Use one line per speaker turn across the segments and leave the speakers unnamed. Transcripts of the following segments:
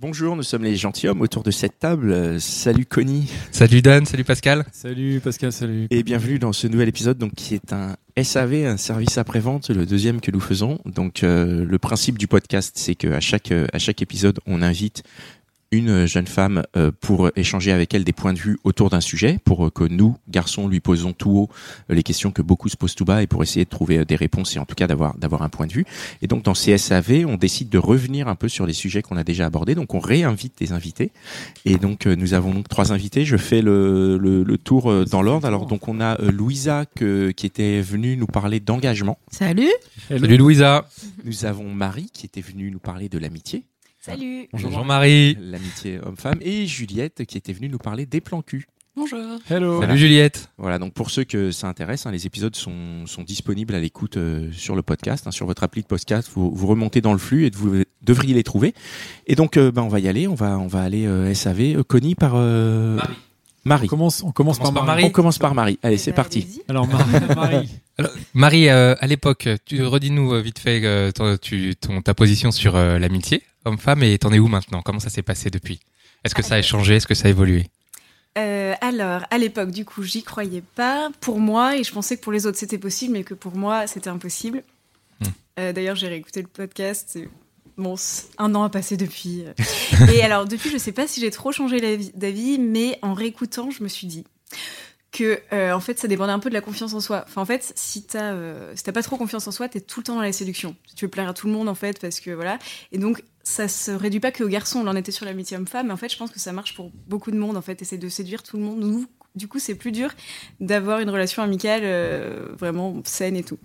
Bonjour, nous sommes les gentilshommes autour de cette table. Euh, Salut Connie
Salut Dan, salut Pascal.
Salut Pascal, salut.
et bienvenue dans ce nouvel épisode donc qui est un SAV, un service après-vente, le deuxième que nous faisons. Donc euh, le principe du podcast, c'est que à chaque euh, à chaque épisode, on invite une jeune femme euh, pour échanger avec elle des points de vue autour d'un sujet, pour euh, que nous, garçons, lui posons tout haut euh, les questions que beaucoup se posent tout bas et pour essayer de trouver euh, des réponses et en tout cas d'avoir d'avoir un point de vue. Et donc dans ces SAV, on décide de revenir un peu sur les sujets qu'on a déjà abordés. Donc on réinvite des invités. Et donc euh, nous avons donc trois invités. Je fais le, le, le tour euh, dans l'ordre. Alors donc on a euh, Louisa que, qui était venue nous parler d'engagement.
Salut
Salut Louisa.
Nous avons Marie qui était venue nous parler de l'amitié.
Salut
Bonjour Jean-Marie.
L'amitié homme-femme. Et Juliette qui était venue nous parler des plans cul.
Bonjour
Hello.
Voilà.
Salut Juliette.
Voilà, donc pour ceux que ça intéresse, hein, les épisodes sont, sont disponibles à l'écoute euh, sur le podcast, hein, sur votre appli de podcast. Vous, vous remontez dans le flux et vous devriez les trouver. Et donc, euh, ben, on va y aller. On va, on va aller euh, SAV. Euh, Connie par euh,
Marie.
On
Marie.
commence, on commence par
Commence par
Marie.
On commence par Marie. Allez, c'est
Bah,
parti.
allez-y.
Alors Marie, Marie.
Alors, Marie, euh, à l'époque, tu redis-nous euh, vite fait euh, ton, tu- ton- ta position sur euh, l'amitié homme-femme et t'en es où maintenant Comment ça s'est passé depuis Est-ce que ça a changé Est-ce que ça a évolué
Euh, alors, à l'époque, du coup, j'y croyais pas pour moi et je pensais que pour les autres c'était possible, mais que pour moi c'était impossible.
Hmm.
Euh, D'ailleurs, j'ai réécouté le podcast. et Bon, c- un an a passé depuis. euh. et alors, depuis, je sais pas si j'ai trop changé l'avi- d'avis, mais en réécoutant, je me suis dit que, euh, en fait, ça dépendait un peu de la confiance en soi. Enfin, en fait, si t'as euh, si t'as pas trop confiance en soi, t'es tout le temps dans la séduction. Tu veux plaire à tout le monde, en fait, parce que voilà. Et donc, ça se réduit pas que aux garçons. Là, on était sur l'amitié homme-femme, mais en fait, je pense que ça marche pour beaucoup de monde. En fait, essayer de séduire tout le monde. Nous, du coup, c'est plus dur d'avoir une relation amicale euh, vraiment saine et tout.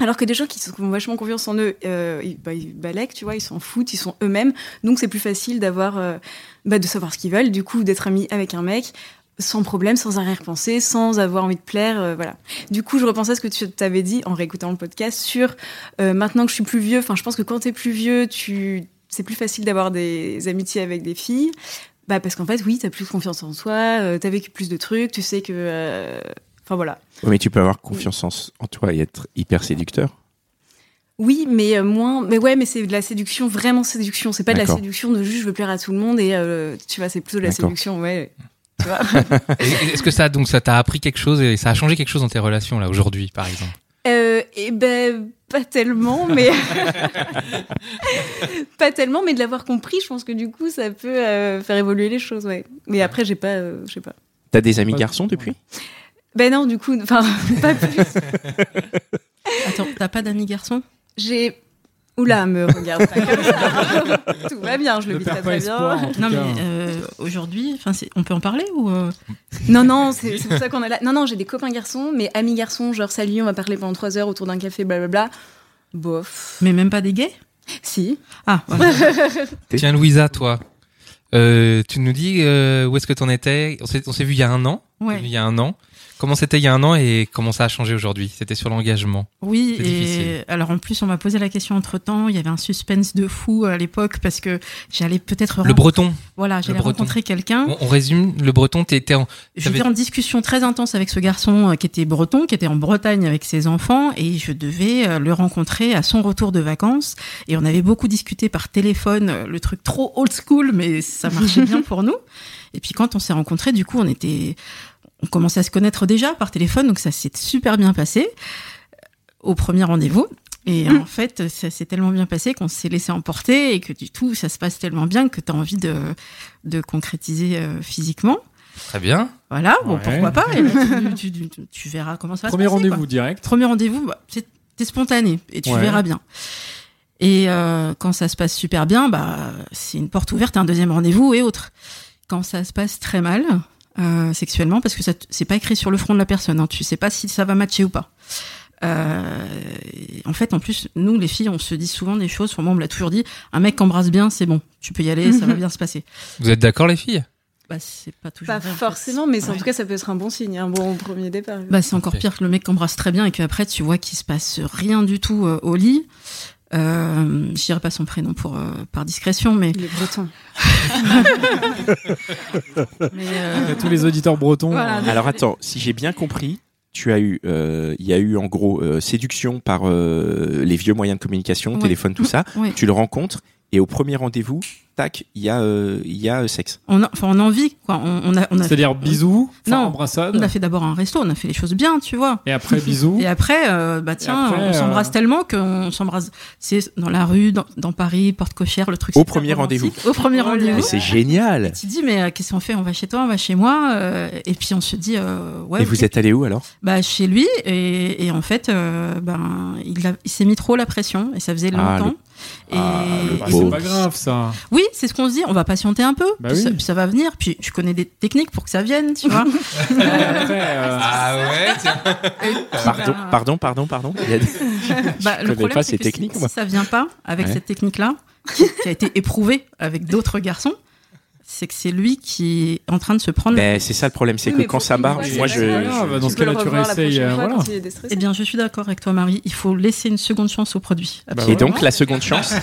Alors que des gens qui se- qui ont vachement confiance en eux, euh, ils, bah, ils balèquent, tu vois, ils s'en foutent, ils sont eux-mêmes. Donc, c'est plus facile d'avoir, euh, bah, de savoir ce qu'ils veulent. Du coup, d'être ami avec un mec sans problème, sans arrière-pensée, sans avoir envie de plaire, euh, voilà. Du coup, je repensais à ce que tu t'avais dit en réécoutant le podcast sur euh, maintenant que je suis plus vieux. Enfin, je pense que quand t'es plus vieux, tu c'est plus facile d'avoir des amitiés avec des filles. Bah parce qu'en fait, oui, t'as plus confiance en toi, euh, t'as vécu plus de trucs, tu sais que. euh, Enfin voilà.
Oui, mais tu peux avoir confiance en- en toi et être hyper séducteur.
Oui, mais euh, moins. Mais ouais, mais c'est de la séduction, vraiment séduction. C'est pas de la
D'accord.
séduction de juste je veux plaire à tout le monde et euh, tu vois, c'est plutôt de la
D'accord.
séduction, ouais. Tu vois
Et- et Est-ce que ça donc ça t'a appris quelque chose et ça a changé quelque chose dans tes relations là aujourd'hui par exemple
Euh, eh ben, pas tellement, mais. pas tellement, mais de l'avoir compris, je pense que du coup, ça peut euh, faire évoluer les choses, ouais. Mais après, j'ai pas. euh, je sais pas.
T'as des amis
Pas-
garçons depuis
Ben non, du coup, enfin, pas plus.
Attends, t'as pas d'amis garçons
J'ai. Oula, me regarde pas comme ça. Tout va bien, je le
Ne
vis
perds
très
pas
très
espoir,
bien.
en tout
Non,
cas.
mais euh, aujourd'hui, enfin, c'est- on peut en parler ou euh,
Non, non, c'est c'est pour ça qu'on est là. Non, non, j'ai des copains garçons, mais amis garçons, genre salut, on va parler pendant trois heures autour d'un café, blablabla. Bof.
mais même pas des gays
Si.
Ah, voilà.
Et-
Tiens Louisa, toi, euh, tu nous dis euh, où est-ce que t'en étais On s'est on s'est vu il y a un an. Il
ouais.
y a un an. Comment c'était il y a un an et comment ça a changé aujourd'hui C'était sur l'engagement.
Oui,
C'est difficile.
et alors en plus, on m'a posé la question entre temps. Il y avait un suspense de fou euh, à l'époque parce que j'allais peut-être.
Le
ren-
breton.
Voilà, j'allais
breton.
rencontrer quelqu'un.
On, on résume, le breton, t'étais en...
J'étais
T'avais-
en discussion très intense avec ce garçon euh, qui était breton, qui était en Bretagne avec ses enfants, et je devais euh, le rencontrer à son retour de vacances. Et on avait beaucoup discuté par téléphone, euh, le truc trop old school, mais ça marchait bien pour nous. Et puis quand on s'est rencontrés, du coup, on était, on commençait à se connaître déjà par téléphone, donc ça s'est super bien passé euh, au premier rendez-vous. Et en fait, ça s'est tellement bien passé qu'on s'est laissé emporter et que du tout, ça se passe tellement bien que tu as envie de, de concrétiser euh, physiquement.
Très bien.
Voilà, bon,
Ouais.
pourquoi pas et là, tu, tu- tu- tu verras comment ça va
Premier
se passer. quoi.
rendez-vous direct.
Premier rendez-vous, bah, c'est t'es spontané et tu
Ouais.
verras bien. Et euh, quand ça se passe super bien, bah, c'est une porte ouverte, à un deuxième rendez-vous et autres. Quand ça se passe très mal, euh, sexuellement, parce que ça t- c'est pas écrit sur le front de la personne, hein, tu sais pas si ça va matcher ou pas. Euh, en fait, en plus, nous, les filles, on se dit souvent des choses. Enfin, moi, on me l'a toujours dit. Un mec qu'embrasse bien, c'est bon. Tu peux y aller, ça va
Mhm.
bien se passer.
Vous êtes d'accord, les filles
Bah, c'est pas toujours.
Pas
vrai, en fait.
forcément, mais en
Ouais.
tout cas, ça peut être un bon signe, un bon premier départ.
Bah, c'est encore
Ok.
pire que le mec qu'embrasse très bien et qu'après tu vois qu'il se passe rien du tout euh, au lit. Euh, je dirais pas son prénom pour euh, par discrétion, mais,
Les Bretons.
mais, euh,
À tous les auditeurs bretons.
Ah,
Voilà.
euh,
Alors attends, si j'ai bien compris, tu as eu, euh, il y a eu en gros euh, séduction par euh, les vieux moyens de communication,
Ouais.
téléphone, tout ça.
ouais.
Tu le rencontres et au premier rendez-vous, tac, il y a, euh, il y a euh, sexe.
on a, enfin, on a envie quoi. On, on a, on a,
C'est-à-dire bisous, enfin,
Non.
embrassade,
on a fait d'abord un resto, on a fait les choses bien, tu vois.
et après bisous.
Et après, euh, bah tiens,
après,
on s'embrasse
euh,
tellement qu'on s'embrasse. C'est dans la rue, dans, dans Paris, porte cochère, le truc.
Au
super
premier
romantique.
rendez-vous.
Au premier
Oh là
rendez-vous.
Mais c'est génial.
Tu te dis mais euh, qu'est-ce qu'on fait On va chez toi, on va chez moi, euh, et puis on se dit euh, ouais.
et
ok,
vous êtes allé où alors
bah, chez lui et, et en fait euh, ben il, a- il s'est mis trop la pression et ça faisait
Ah,
longtemps. et,
le
Bah,
et-
Bon.
c'est pas grave ça.
oui, c'est ce qu'on se dit, on va patienter un peu,
Bah
puis, ça,
oui.
puis ça va venir. Puis je connais des techniques pour que ça vienne, tu vois.
Et après, euh,
Ah ouais
Pardon,
bah-
pardon, pardon, pardon. Il y a-
Bah,
connais pas
c'est
ces
que
techniques,
si,
moi.
si ça vient pas avec
Ouais.
cette technique là, qui, qui a été éprouvée avec d'autres garçons, c'est que c'est lui qui est en train de se prendre.
Ben, c'est ça le problème, c'est
Oui,
que
mais
quand
pour
ça
une
barre,
fois, c'est
moi
pas
je.
grave.
je-
Bah, dans ce
Tu peux
cas-là,
le
tu
revoir la
réessayes,
prochaine
euh,
fois
voilà.
quand il est déstressé.
Eh bien, je suis d'accord avec toi, Marie. Il faut laisser une seconde chance au produit.
Bah
Et
ouais.
donc la seconde chance,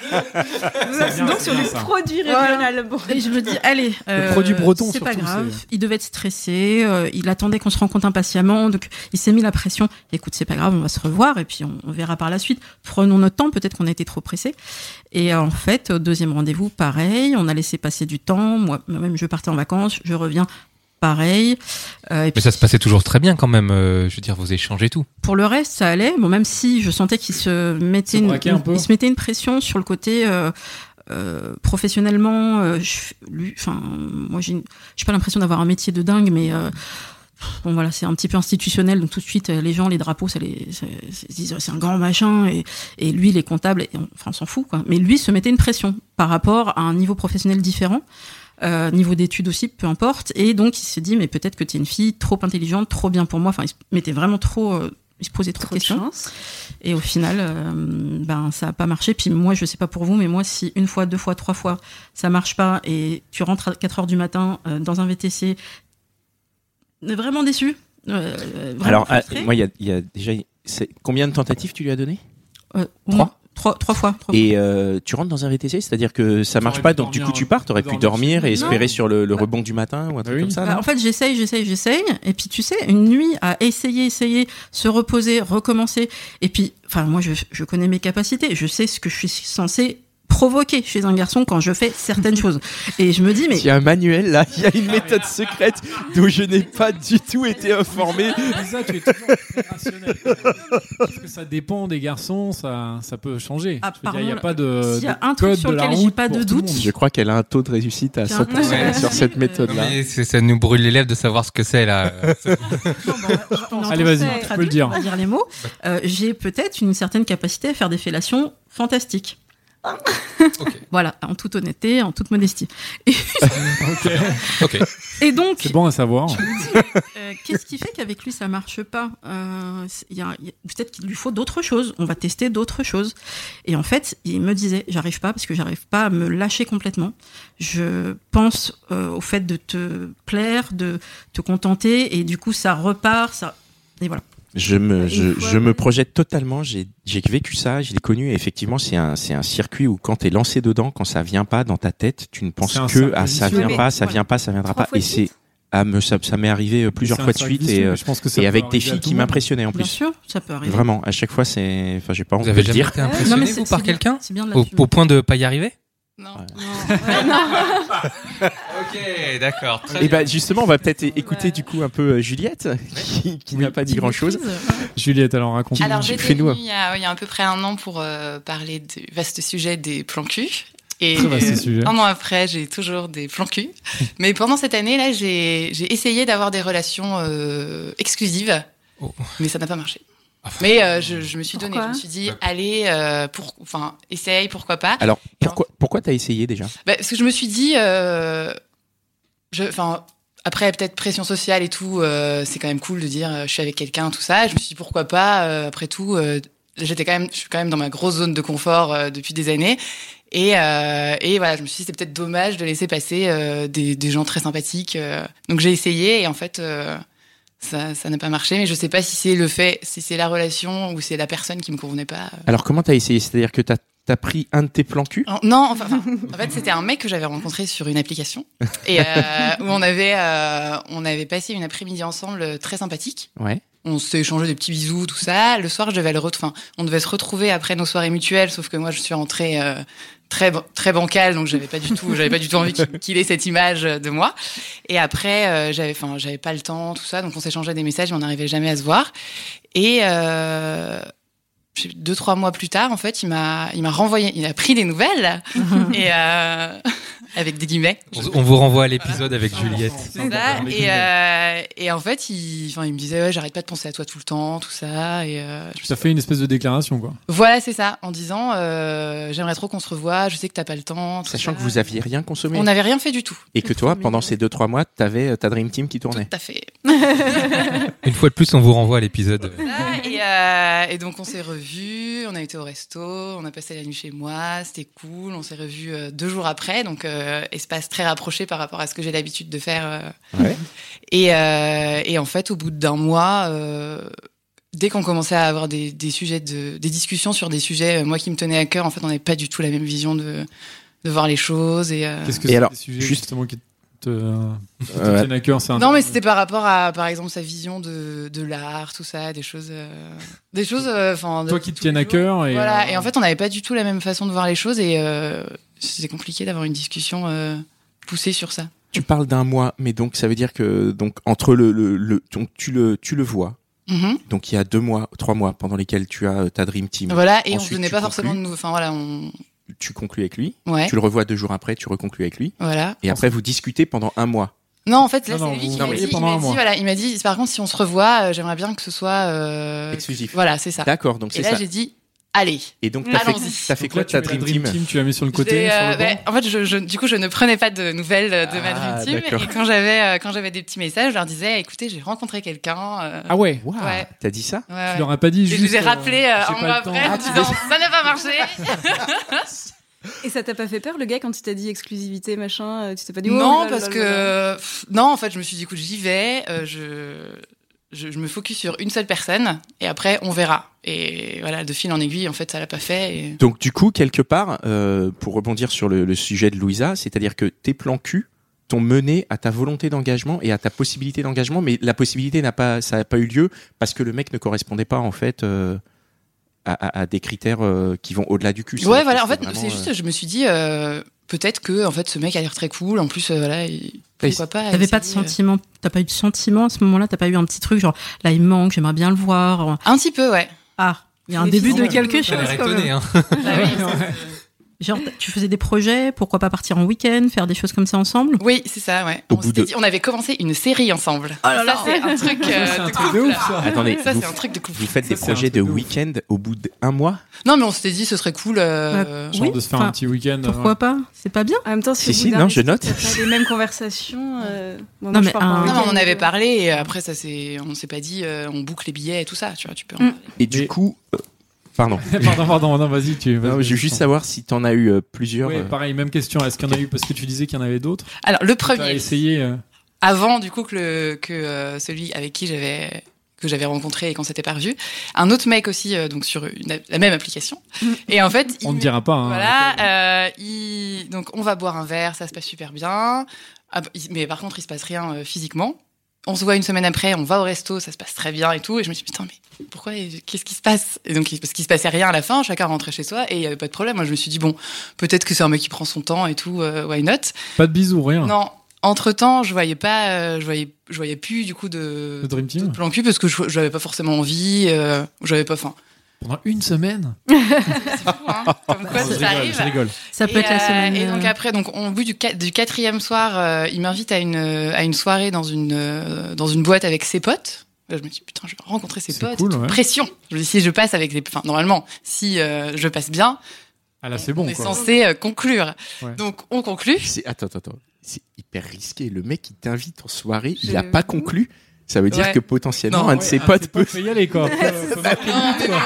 bien,
donc
c'est
sur
bien,
les
ça.
produits
Voilà.
régionales. Bon.
Et je me dis, allez, euh,
produit breton,
c'est pas
surtout,
grave. Il devait être stressé, euh, il attendait qu'on se rencontre impatiemment, donc il s'est mis la pression. Écoute, c'est pas grave, on va se revoir et puis on, on verra par la suite. Prenons notre temps, peut-être qu'on a été trop pressé. Et euh, en fait, au deuxième rendez-vous, pareil, on a laissé passer du temps. Moi, même je partais en vacances, je reviens, pareil. Euh, et
Mais
puis,
ça se passait toujours très bien quand même, euh, je veux dire, vos échanges et tout.
pour le reste, ça allait. Bon, même si je sentais qu'il se mettait,
Se
une,
braquait un peu.
il se mettait une pression sur le côté euh, euh, professionnellement. euh, je, lui, enfin, moi, j'ai une- j'ai pas l'impression d'avoir un métier de dingue, mais euh, bon, voilà, c'est un petit peu institutionnel. Donc tout de suite, euh, les gens, les drapeaux, ça les, ça- ça se disent, c'est un grand machin. Et, et lui, il est comptable. Et on- enfin, on s'en fout, quoi. Mais lui se mettait une pression par rapport à un niveau professionnel différent. Euh, niveau d'études aussi, peu importe. Et donc, il se dit, mais peut-être que tu es une fille trop intelligente, trop bien pour moi. Enfin, il se mettait vraiment trop. euh, il se posait trop,
Trop
de
de
questions.
chance.
Et au final, euh, ben, ça n'a pas marché. Puis moi, je sais pas pour vous, mais moi, si une fois, deux fois, trois fois, ça marche pas et tu rentres à 4 heures du matin euh, dans un VTC, vraiment déçu. euh, vraiment
alors ah,
frustré.
moi il y a- il y, a déjà c'est- combien de tentatives tu lui as donné
Euh, au
trois.
moins- trois, trois fois. trois
Et euh, tu rentres dans un VTC, c'est-à-dire que ça marche
T'aurais
pas,
pu
donc du coup
dormir,
tu pars, t'aurais pu
dormir
dormir
chez
et
nous.
espérer
Non.
sur le, le
Bah-
rebond du matin ou un truc
oui.
comme ça.
Bah,
non
en fait, j'essaye, j'essaye, j'essaye. Et puis, tu sais, une nuit à essayer, essayer, se reposer, recommencer. Et puis, enfin, moi, je, je connais mes capacités. Je sais ce que je suis censée provoquer chez un garçon quand je fais certaines choses. Et je me dis, mais
Il y a un manuel là, il y a une méthode secrète dont je n'ai pas du tout été informé.
Lisa, tu es toujours très rationnelle. Parce que ça dépend des garçons, ça, ça peut changer.
Ah,
Je veux dire, il n'y a
pardon,
pas de,
s'il y a
de
un truc
code
sur
de la
lequel j'ai
route
pas de
pour tout le
doute,
monde.
Je crois qu'elle a un taux de réussite à
Tiens,
100%
ouais.
sur cette méthode-là.
Mais c'est- ça nous brûle les lèvres de savoir ce que c'est là.
Non, bah,
Allez,
on
vas-y,
sait
tu
peux le dire.
on va les mots. Euh, j'ai peut-être une certaine capacité à faire des fellations fantastiques.
Ok.
Voilà, en toute honnêteté, en toute modestie.
ok.
Et donc,
C'est bon à savoir.
euh, qu'est-ce qui fait qu'avec lui ça marche pas Euh, c'est- il y a- il y a- Peut-être qu'il lui faut d'autres choses. On va tester d'autres choses. Et en fait, il me disait, j'arrive pas parce que j'arrive pas à me lâcher complètement. Je pense euh, au fait de te plaire, de te contenter, et du coup ça repart, ça. Et voilà.
Je me,
Bah, Une
je,
fois,
je me
ouais.
projette totalement. J'ai j'ai vécu ça, je l'ai connu. Et effectivement, c'est un, c'est un circuit où quand t'es lancé dedans, quand ça vient pas dans ta tête, tu ne penses
C'est un
que
cercle
à ça
vicieux.
vient
Mais
pas, ça
voilà.
vient pas, ça viendra
Trois
pas.
fois
Et
de
c'est,
suite.
ah, me, ça, ça m'est arrivé euh, plusieurs
C'est un
fois de
sac
suite
vicieux,
et,
mais
euh,
je pense que ça
et
peut
avec des
arriver à
filles
tout
qui
le monde.
m'impressionnaient en
Bien
plus.
sûr, ça peut arriver.
Vraiment, à chaque fois, c'est, enfin, j'ai pas honte
Vous
de le
avez jamais
dire.
été
Non, mais
Non, mais
impressionné
c'est-
vous,
c'est
par
bien-
quelqu'un
C'est bien de la
au,
fumer.
au point de pas y arriver
Non.
Ouais.
Ok, d'accord.
Et ben, justement, on va peut-être é- écouter
Ouais.
du coup un peu euh, Juliette, qui, qui n'a pas dit
Petite
grand chose.
maîtrise.
Juliette, alors raconte.
Alors
tu-
j'étais
fais-nous un-
venue il y, a, il y a à peu près un an pour euh, parler du vaste sujet des plans cul. Et
Très vaste
euh,
sujet.
un an après, j'ai toujours des plans cul. Mais pendant cette année-là, j'ai j'ai essayé d'avoir des relations euh, exclusives,
Oh.
mais ça n'a pas marché.
Ah.
Mais euh, je, je me suis donnée, je
Pourquoi
me suis dit, allez, euh, pour, enfin, essaye, pourquoi pas.
Alors,
Et
pourquoi, pourquoi t'as essayé déjà?
Bah, parce que je me suis dit, euh, je, enfin, Après, peut-être pression sociale et tout, euh, c'est quand même cool de dire euh, je suis avec quelqu'un, tout ça. Je me suis dit pourquoi pas, euh, après tout, euh, j'étais quand même, je suis quand même dans ma grosse zone de confort euh, depuis des années. Et, euh, et voilà, je me suis dit c'est peut-être dommage de laisser passer euh, des, des gens très sympathiques. euh. Donc j'ai essayé et en fait, euh, ça ça n'a pas marché. Mais je sais pas si c'est le fait, si c'est la relation ou c'est la personne qui me convenait pas. euh.
Alors, comment t'as essayé C'est-à-dire que t'as as pris un de tes plans cul
Oh, Non, enfin, enfin, en fait, c'était un mec que j'avais rencontré sur une application et euh, où on avait, euh, on avait passé une après-midi ensemble euh, très sympathique.
Ouais.
On s'est échangé des petits bisous, tout ça. Le soir, je devais le ret- enfin, on devait se retrouver après nos soirées mutuelles, sauf que moi, je suis rentrée euh, très ban- très bancale, donc j'avais pas du tout, j'avais pas du tout envie qu'il qu'il ait cette image euh, de moi. Et après, euh, j'avais, enfin, j'avais pas le temps, tout ça, donc on s'échangeait des messages, mais on n'arrivait jamais à se voir. Et euh, je sais plus, deux trois mois plus tard, en fait, il m'a, il m'a renvoyé, il a pris des nouvelles et euh, avec des guillemets.
On, on vous renvoie à l'épisode avec Juliette.
Tout ça. Et, euh, et en fait, il, enfin, il me disait, ouais, j'arrête pas de penser à toi tout le temps, tout ça. Et euh, je me suis
Ça fait une espèce de déclaration, quoi.
voilà, c'est ça, en disant, euh, j'aimerais trop qu'on se revoie, je sais que t'as pas le temps. tout
Sachant
ça.
que vous aviez rien consommé
On n'avait rien fait du tout.
et que toi, pendant ces 2-3 mois, t'avais euh, ta Dream Team qui tournait.
Tout à fait.
Une fois de plus, on vous renvoie à l'épisode.
Voilà, Ah, et, euh, et donc on s'est revus, on a été au resto, on a passé la nuit chez moi, c'était cool, on s'est revus euh, deux jours après, donc euh, espace très rapproché par rapport à ce que j'ai l'habitude de faire. euh.
Ouais.
Et, euh, et en fait, au bout d'un mois, euh, dès qu'on commençait à avoir des, des sujets, de, des discussions sur des sujets, euh, moi qui me tenais à cœur, en fait, on n'avait pas du tout la même vision de, de voir les choses. Et, euh,
Qu'est-ce que
Et
c'est
alors,
des sujets
juste-
justement qui te, qui te
Euh,
tiennent à cœur c'est un-
Non, mais c'était par rapport à, par exemple, sa vision de, de l'art, tout ça, des choses, euh, des choses. euh, 'fin, de
Toi qui te
tous
tiennent
les
à
jours.
cœur. Et,
Voilà.
euh,
Et en fait, on n'avait pas du tout la même façon de voir les choses et euh, c'était compliqué d'avoir une discussion euh, poussée sur ça.
Tu parles d'un mois, mais donc ça veut dire que donc entre le, le, le- donc tu le tu le vois.
Mhm.
Donc il y a deux mois, trois mois pendant lesquels tu as euh, ta dream team.
Voilà. Et on se
Ensuite,
donnait
tu
pas forcément de
conclus.
nous. Enfin voilà, on.
Tu conclus avec lui.
Ouais.
Tu le revois deux jours après. Tu reconclus avec lui.
Voilà.
Et après vous discutez pendant un mois.
Non, en fait, là,
Non, non,
c'est lui
vous
qui
vous
m'a
voyez
dit. Il
pendant
m'a
un
dit,
mois.
voilà, il m'a dit. Par contre, si on se revoit, euh, j'aimerais bien que ce soit. euh,
Exclusif.
Voilà, c'est ça.
D'accord. Donc
Et
c'est
là,
ça.
j'ai dit, allez.
Et donc t'as fait,
Allons-y.
t'as fait
donc
quoi
là,
de
tu
ta
mets la
dream team
Tu l'as mis sur le côté,
J'ai,
sur
euh,
le banc.
ouais, en fait, je, je- du coup, je ne prenais pas de nouvelles euh, de ma
Ah,
Dream Team.
d'accord.
Et quand j'avais, euh, quand j'avais des petits messages, je leur disais, écoutez, j'ai rencontré quelqu'un. euh,
Ah ouais.
Waouh,
Ouais.
T'as dit ça
ouais, ouais.
Tu leur as pas dit
Et
juste.
je les ai
euh,
rappelés euh,
j'ai
un
pas
mois
le temps.
après en
Ah, tu Ah,
disant, ça n'a pas marché.
Et ça t'a pas fait peur, le gars, quand il t'a dit exclusivité, machin euh, Tu t'es pas dit oh,
non,
lol,
parce
lol, lol.
que, pff, non, en fait, je me suis dit, écoute, j'y vais, euh, je, je, je me focus sur une seule personne et après, on verra. Et voilà, de fil en aiguille, en fait, ça l'a pas fait. et-
Donc du coup quelque part euh, pour rebondir sur le, le sujet de Louisa, c'est-à-dire que tes plans cul t'ont mené à ta volonté d'engagement et à ta possibilité d'engagement, mais la possibilité n'a pas ça n'a pas eu lieu parce que le mec ne correspondait pas en fait. euh, à, à- à des critères euh, qui vont au-delà du cul.
Ouais,
C'est-à-dire
voilà.
que
En fait,
vraiment,
c'est
euh,
juste, je me suis dit, euh, peut-être que, en fait, ce mec a l'air très cool. En plus, euh, voilà, il-
Et
Bah,
pourquoi pas
T'avais pas de
essayer, euh.
sentiment, t'as pas eu de sentiment à ce moment-là, t'as pas eu un petit truc genre là il me manque, j'aimerais bien le voir.
Un petit peu, ouais.
Ah, il y a un
Mais
début de
finalement,
quelque
t'as
chose
Ça a l'air
quand
étonné,
même.
hein.
Ah bah
Ah
Genre t- tu faisais des projets, pourquoi pas partir en week-end, faire des choses comme ça ensemble
Oui, c'est ça, ouais.
Au
on
bout
s'était
de-
dit, on avait commencé une série ensemble. ça, c'est un truc euh,
C'est un
de
truc
couple.
de ouf, Oh ça.
Attendez,
Ça,
vous,
c'est un truc de couple.
vous faites des
c'est un
projets
truc
de
de ouf.
week-end au bout d'un mois
Non, mais on s'était dit, ce serait cool. euh,
Bah,
Genre
Oui,
de se faire un
enfin,
petit week-end. euh,
Pourquoi pas C'est pas bien
En même temps,
Si,
si, au bout
si,
d'un
non, je
resto,
note.
t'as pas les mêmes conversations. euh, moi, moi,
Non,
je
mais
pars pas
un-
en
Non, mais on
week-end,
avait
euh.
parlé et après, ça, c'est, on s'est pas dit, euh, on boucle les billets et tout ça, tu vois, tu peux en
Mm.
parler.
Et du
Mais-
coup, euh, pardon.
pardon, pardon, non, vas-y, tu. vas-y,
Non, je veux
vas-y,
juste
je
savoir si t'en as eu euh, plusieurs.
t'en- Ouais,
euh,
pareil, même question. Est-ce qu'il y en a eu parce que tu disais qu'il y en avait d'autres
Alors, le
T'as
premier,
essayé. euh,
avant, du coup, que, le- que euh, celui avec qui j'avais que j'avais rencontré et qu'on s'était pas revu, un autre mec aussi, euh, donc sur une- la même application.
Mm.
Et en fait, il
On ne
me-
dira pas. hein.
Voilà, euh, il- donc on va boire un verre, ça se passe super bien. Ah, bah, il- Mais par contre, il se passe rien euh, physiquement. On se voit une semaine après, on va au resto, ça se passe très bien et tout. Et je me suis dit, putain, mais pourquoi, euh, qu'est-ce qui se passe Et donc, il- parce qu'il se passait rien à la fin, chacun rentrait chez soi et il n'y avait pas de problème. Moi, je me suis dit, bon, peut-être que c'est un mec qui prend son temps et tout, euh, why not
Pas de bisous, rien.
Non, entre-temps, je voyais pas, euh, je voyais, je voyais plus du coup de,
Le Dream
de
Team
plan cul parce que je j'avais pas forcément envie, euh, j'avais pas faim.
Pendant une semaine
hein. Comme quoi,
Non,
ça
Je rigole,
arrive.
je rigole.
Ça peut
et,
être la
euh,
semaine.
et donc
euh,
après, donc au bout du, qua- du quatrième soir, euh, il m'invite à une euh, à une soirée dans une euh, dans une boîte avec ses potes. Là, je me dis putain, je vais rencontrer ses
C'est
potes.
cool,
et tout.
ouais.
Pression. Je me dis si je passe avec les, enfin normalement, si euh, je passe bien,
Ah là, c'est bon,
on est
quoi.
censé euh, conclure.
Ouais.
Donc on conclut.
c'est- Attends, attends, attends. c'est hyper risqué. Le mec, il t'invite en soirée, il n'a
Je-
pas conclu. Ça veut dire
Ouais.
que potentiellement,
Non,
un de ses potes peut.
y aller, quoi. Faut- faut marquer le
Non,
but,
mais
quoi.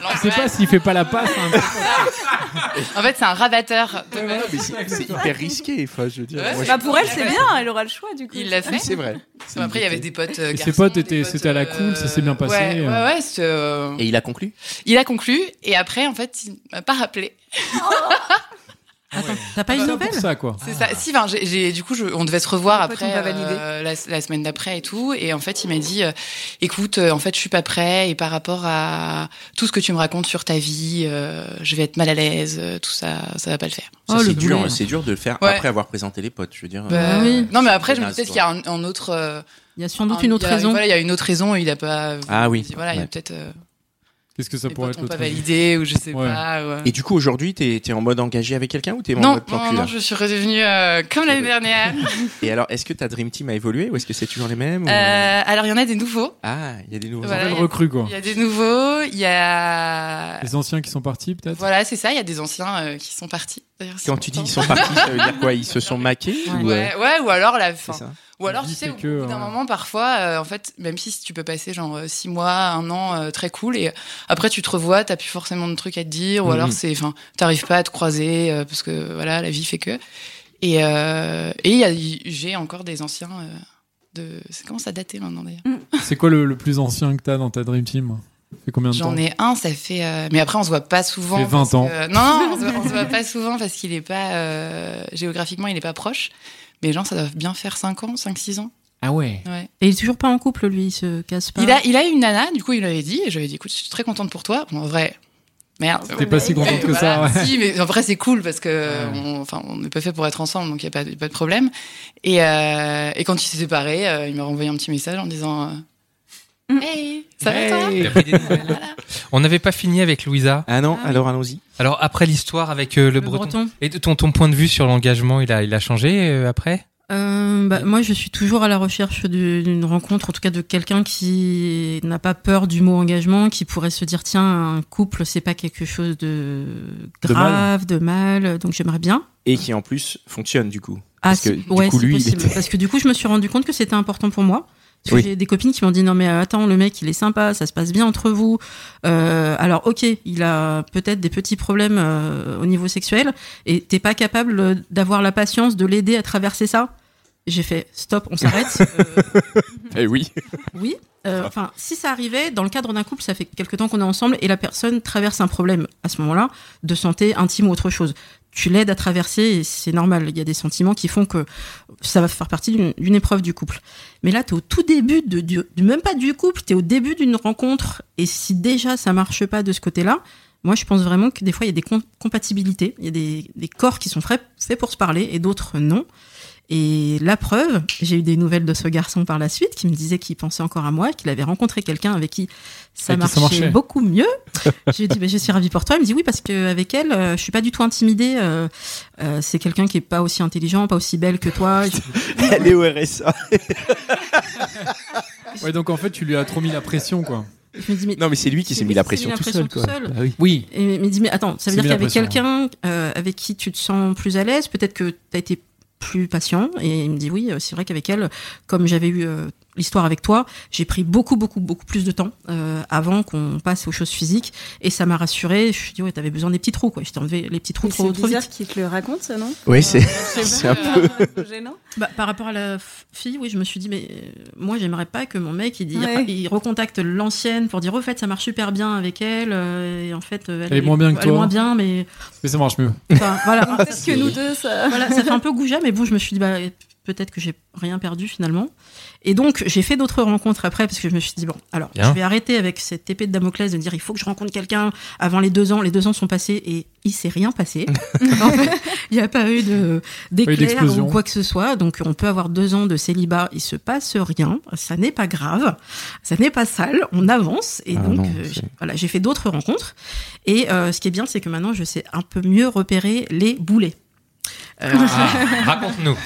bon.
Je sais pas s'il fait pas la passe. hein.
En fait, c'est un rabatteur. de-
Mais c'est c'est hyper risqué. Enfin, je veux dire,
Ouais,
moi,
c'est
je-
Bah pour elle, c'est bien, elle aura le choix du coup.
Il l'a
Oui,
fait.
c'est vrai. C'est
Après, il y
une
avait
idée.
des potes. euh,
Et ses
garçons,
potes
des
étaient- c'était à la cool, ça s'est bien passé,
Ouais, ouais,
euh.
ouais. c'est, euh,
Et il a conclu
Il a conclu, et après, en fait, il m'a pas rappelé.
Attends, t'as pas une
C'est pour
nouvelle
ça, quoi.
C'est ça. Si, enfin, j'ai- j'ai- du coup, je- on devait se revoir
Pourquoi
après
t'ont pas validé
euh, la, la semaine d'après et tout. Et en fait, il m'a dit, euh, écoute, euh, en fait, je suis pas prêt. Et par rapport à tout ce que tu me racontes sur ta vie, euh, je vais être mal à l'aise. euh, Tout ça, ça va pas le faire.
Ça,
Oh, le
c'est dur,
boulet.
c'est dur de le faire
Ouais.
après avoir présenté les potes. Je veux dire. euh,
Bah oui.
Non, mais après, je me dis
C'est
peut-être qu'il y a un, un autre. euh,
Il y a sans doute
un-
une autre
il y a-
raison.
Voilà, il y a une autre raison. Il a pas.
Ah oui.
je me dis, Voilà, il y a
Ouais.
peut-être. euh,
Qu'est-ce que ça
les
pourrait
potes
être
n'ont pas
l'autre raison
validé ou je sais
Ouais.
pas. ou, euh,
Et du coup, aujourd'hui, t'es es en mode engagé avec quelqu'un ou t'es en
Non,
mode plan
non,
cul,
non,
là
je suis redevenue euh, comme l'année
veux-
dernière.
Et alors, est-ce que ta Dream Team a évolué ou est-ce que c'est toujours les mêmes ou-
Euh, alors, il y en a des nouveaux.
Ah, il y a des nouveaux.
Voilà.
Nouvelle recrue, quoi.
Il y a des nouveaux. Il y a.
Les anciens qui sont partis, peut-être
Voilà, c'est ça. Il y a des anciens euh, qui sont partis. d'ailleurs, c'est
Quand tu dis ils
important.
sont partis, ça veut dire quoi Ils se sont maqués
Ouais.
ou, euh,
Ouais, ouais, ou alors la
C'est
fin.
ça
Ou alors,
La
tu
vie
sais,
fait
au bout
que,
d'un
euh,
moment, parfois, euh, en fait, même si tu peux passer genre 6 mois, un an, euh, très cool, et après tu te revois, t'as plus forcément de trucs à te dire, ou
Mhm.
alors c'est, enfin, t'arrives pas à te croiser, euh, parce que voilà, la vie fait que. Et, euh, et il y a- y- j'ai encore des anciens euh, de. C'est comment ça dater maintenant d'ailleurs
C'est quoi le, le plus ancien que t'as dans ta Dream Team hein Ça fait combien de temps
J'en ai un, ça fait. euh, mais après, on se voit pas souvent.
Ça fait 20
parce
ans.
que- non, on se, voit- on se voit pas souvent parce qu'il est pas. euh, géographiquement, il est pas proche. Mais genre, ça doit bien faire 5 ans, 5-6 ans.
Ah ouais
Ouais.
Et il est toujours pas en couple, lui, il se casse
Ah.
pas.
Il a, il a eu une nana, du coup, il l'avait dit, et j'avais dit, écoute, je suis très contente pour toi. Bon, en vrai, merde.
T'es pas si contente que ça,
Voilà.
ouais.
Si, mais en vrai, c'est cool parce que
Ouais.
on, enfin, on n'est pas fait pour être ensemble, donc il n'y a pas, de- pas de problème. Et, euh, et quand il s'est séparé, euh, il m'a renvoyé un petit message en disant euh, Hey, ça va toi
Il a pris des nouvelles. On n'avait pas fini avec Louisa.
Ah non,
Ah oui.
alors allons-y.
Alors après l'histoire avec euh, le,
le
breton.
breton.
Et de- ton, ton point de vue sur l'engagement, il a, il a changé euh, après
Euh, bah, moi, je suis toujours à la recherche du- d'une rencontre, en tout cas de quelqu'un qui n'a pas peur du mot engagement, qui pourrait se dire tiens, un couple, c'est pas quelque chose de
De mal.
grave, de mal, donc j'aimerais bien.
Et qui en plus fonctionne du coup.
Ah,
Parce que,
si-
du
ouais,
coup,
c'est
lui, il
possible.
était-
Parce que du coup, je me suis rendu compte que c'était important pour moi. Parce que
Oui.
j'ai des copines qui m'ont dit non mais euh, attends le mec il est sympa ça se passe bien entre vous Euh, alors ok il a peut-être des petits problèmes euh, au niveau sexuel et t'es pas capable euh, d'avoir la patience de l'aider à traverser ça j'ai fait stop on s'arrête Euh,
Eh oui.
oui. Euh, Enfin, si ça arrivait, dans le cadre d'un couple, ça fait quelque temps qu'on est ensemble et la personne traverse un problème à ce moment-là de santé intime ou autre chose. Tu l'aides à traverser et c'est normal. Il y a des sentiments qui font que ça va faire partie d'une- d'une épreuve du couple. Mais là, tu es au tout début, de, du- du- même pas du couple, tu es au début d'une rencontre et si déjà ça marche pas de ce côté-là, moi je pense vraiment que des fois il y a des com- compatibilités, il y a des, des corps qui sont faits faits pour se parler et d'autres non. Et la preuve, j'ai eu des nouvelles de ce garçon par la suite qui me disait qu'il pensait encore à moi, qu'il avait rencontré quelqu'un avec qui ça,
Avec qui
marchait,
ça marchait.
beaucoup mieux. j'ai dit, mais je suis ravie pour toi. Il me dit oui parce qu'avec elle, euh, je suis pas du tout intimidée. euh, euh, c'est quelqu'un qui est pas aussi intelligent, pas aussi belle que toi.
Elle est au RSA.
Ouais, donc en fait, tu lui as trop mis la pression, quoi.
Je me dis mais
Non, mais c'est lui qui s'est
Oui,
mis la
c'est
pression
lui la
tout
pression
seul.
tout
quoi.
seul.
Bah oui.
Oui.
Et il me dit, mais attends, ça veut
C'est
dire qu'il y
bien
avait
impressionnant.
quelqu'un euh, avec qui tu te sens plus à l'aise, peut-être que tu as été plus patient. Et il me dit, oui, euh, c'est vrai qu'avec elle, comme j'avais eu euh, l'histoire avec toi, j'ai pris beaucoup, beaucoup, beaucoup plus de temps euh, avant qu'on passe aux choses physiques. Et ça m'a rassurée. Je me suis dit, ouais, t'avais besoin des petits trous, quoi. Je t'ai enlevé les petits trous
Mais
trop,
C'est
trop vite.
bizarre qu'il te le raconte, ça, non
Oui, c'est.
C'est
un
peu euh, gênant.
Bah, par rapport à la f- fille, oui, je me suis dit, mais euh, moi, j'aimerais pas que mon mec, il, dit-
Ouais.
il recontacte l'ancienne pour dire, au fait, ça marche super bien avec elle. euh, et en fait, euh,
Elle est moins bien que
Elle est
toi.
moins bien, mais.
Mais ça marche mieux.
Enfin, voilà.
Peut-être que nous deux, ça.
voilà, ça fait un peu goujat, mais bon, je me suis dit, bah, peut-être que j'ai rien perdu finalement. Et donc, j'ai fait d'autres rencontres après, parce que je me suis dit, bon, alors,
Bien.
je vais arrêter avec cette épée de Damoclès de me dire, il faut que je rencontre quelqu'un avant les deux ans. Les deux ans sont passés et il s'est rien passé. En fait, Il n'y a pas eu de- d'éclair ou
d'explosion.
quoi que ce soit. Donc, on peut avoir deux ans de célibat, il se passe rien. Ça n'est pas grave. Ça n'est pas sale. On avance. Et
Ah
donc,
non,
euh,
c'est-
j'ai- voilà, j'ai fait d'autres rencontres. Et euh, ce qui est bien, c'est que maintenant, je sais un peu mieux repérer les boulets. Euh,
Ah, Raconte-nous.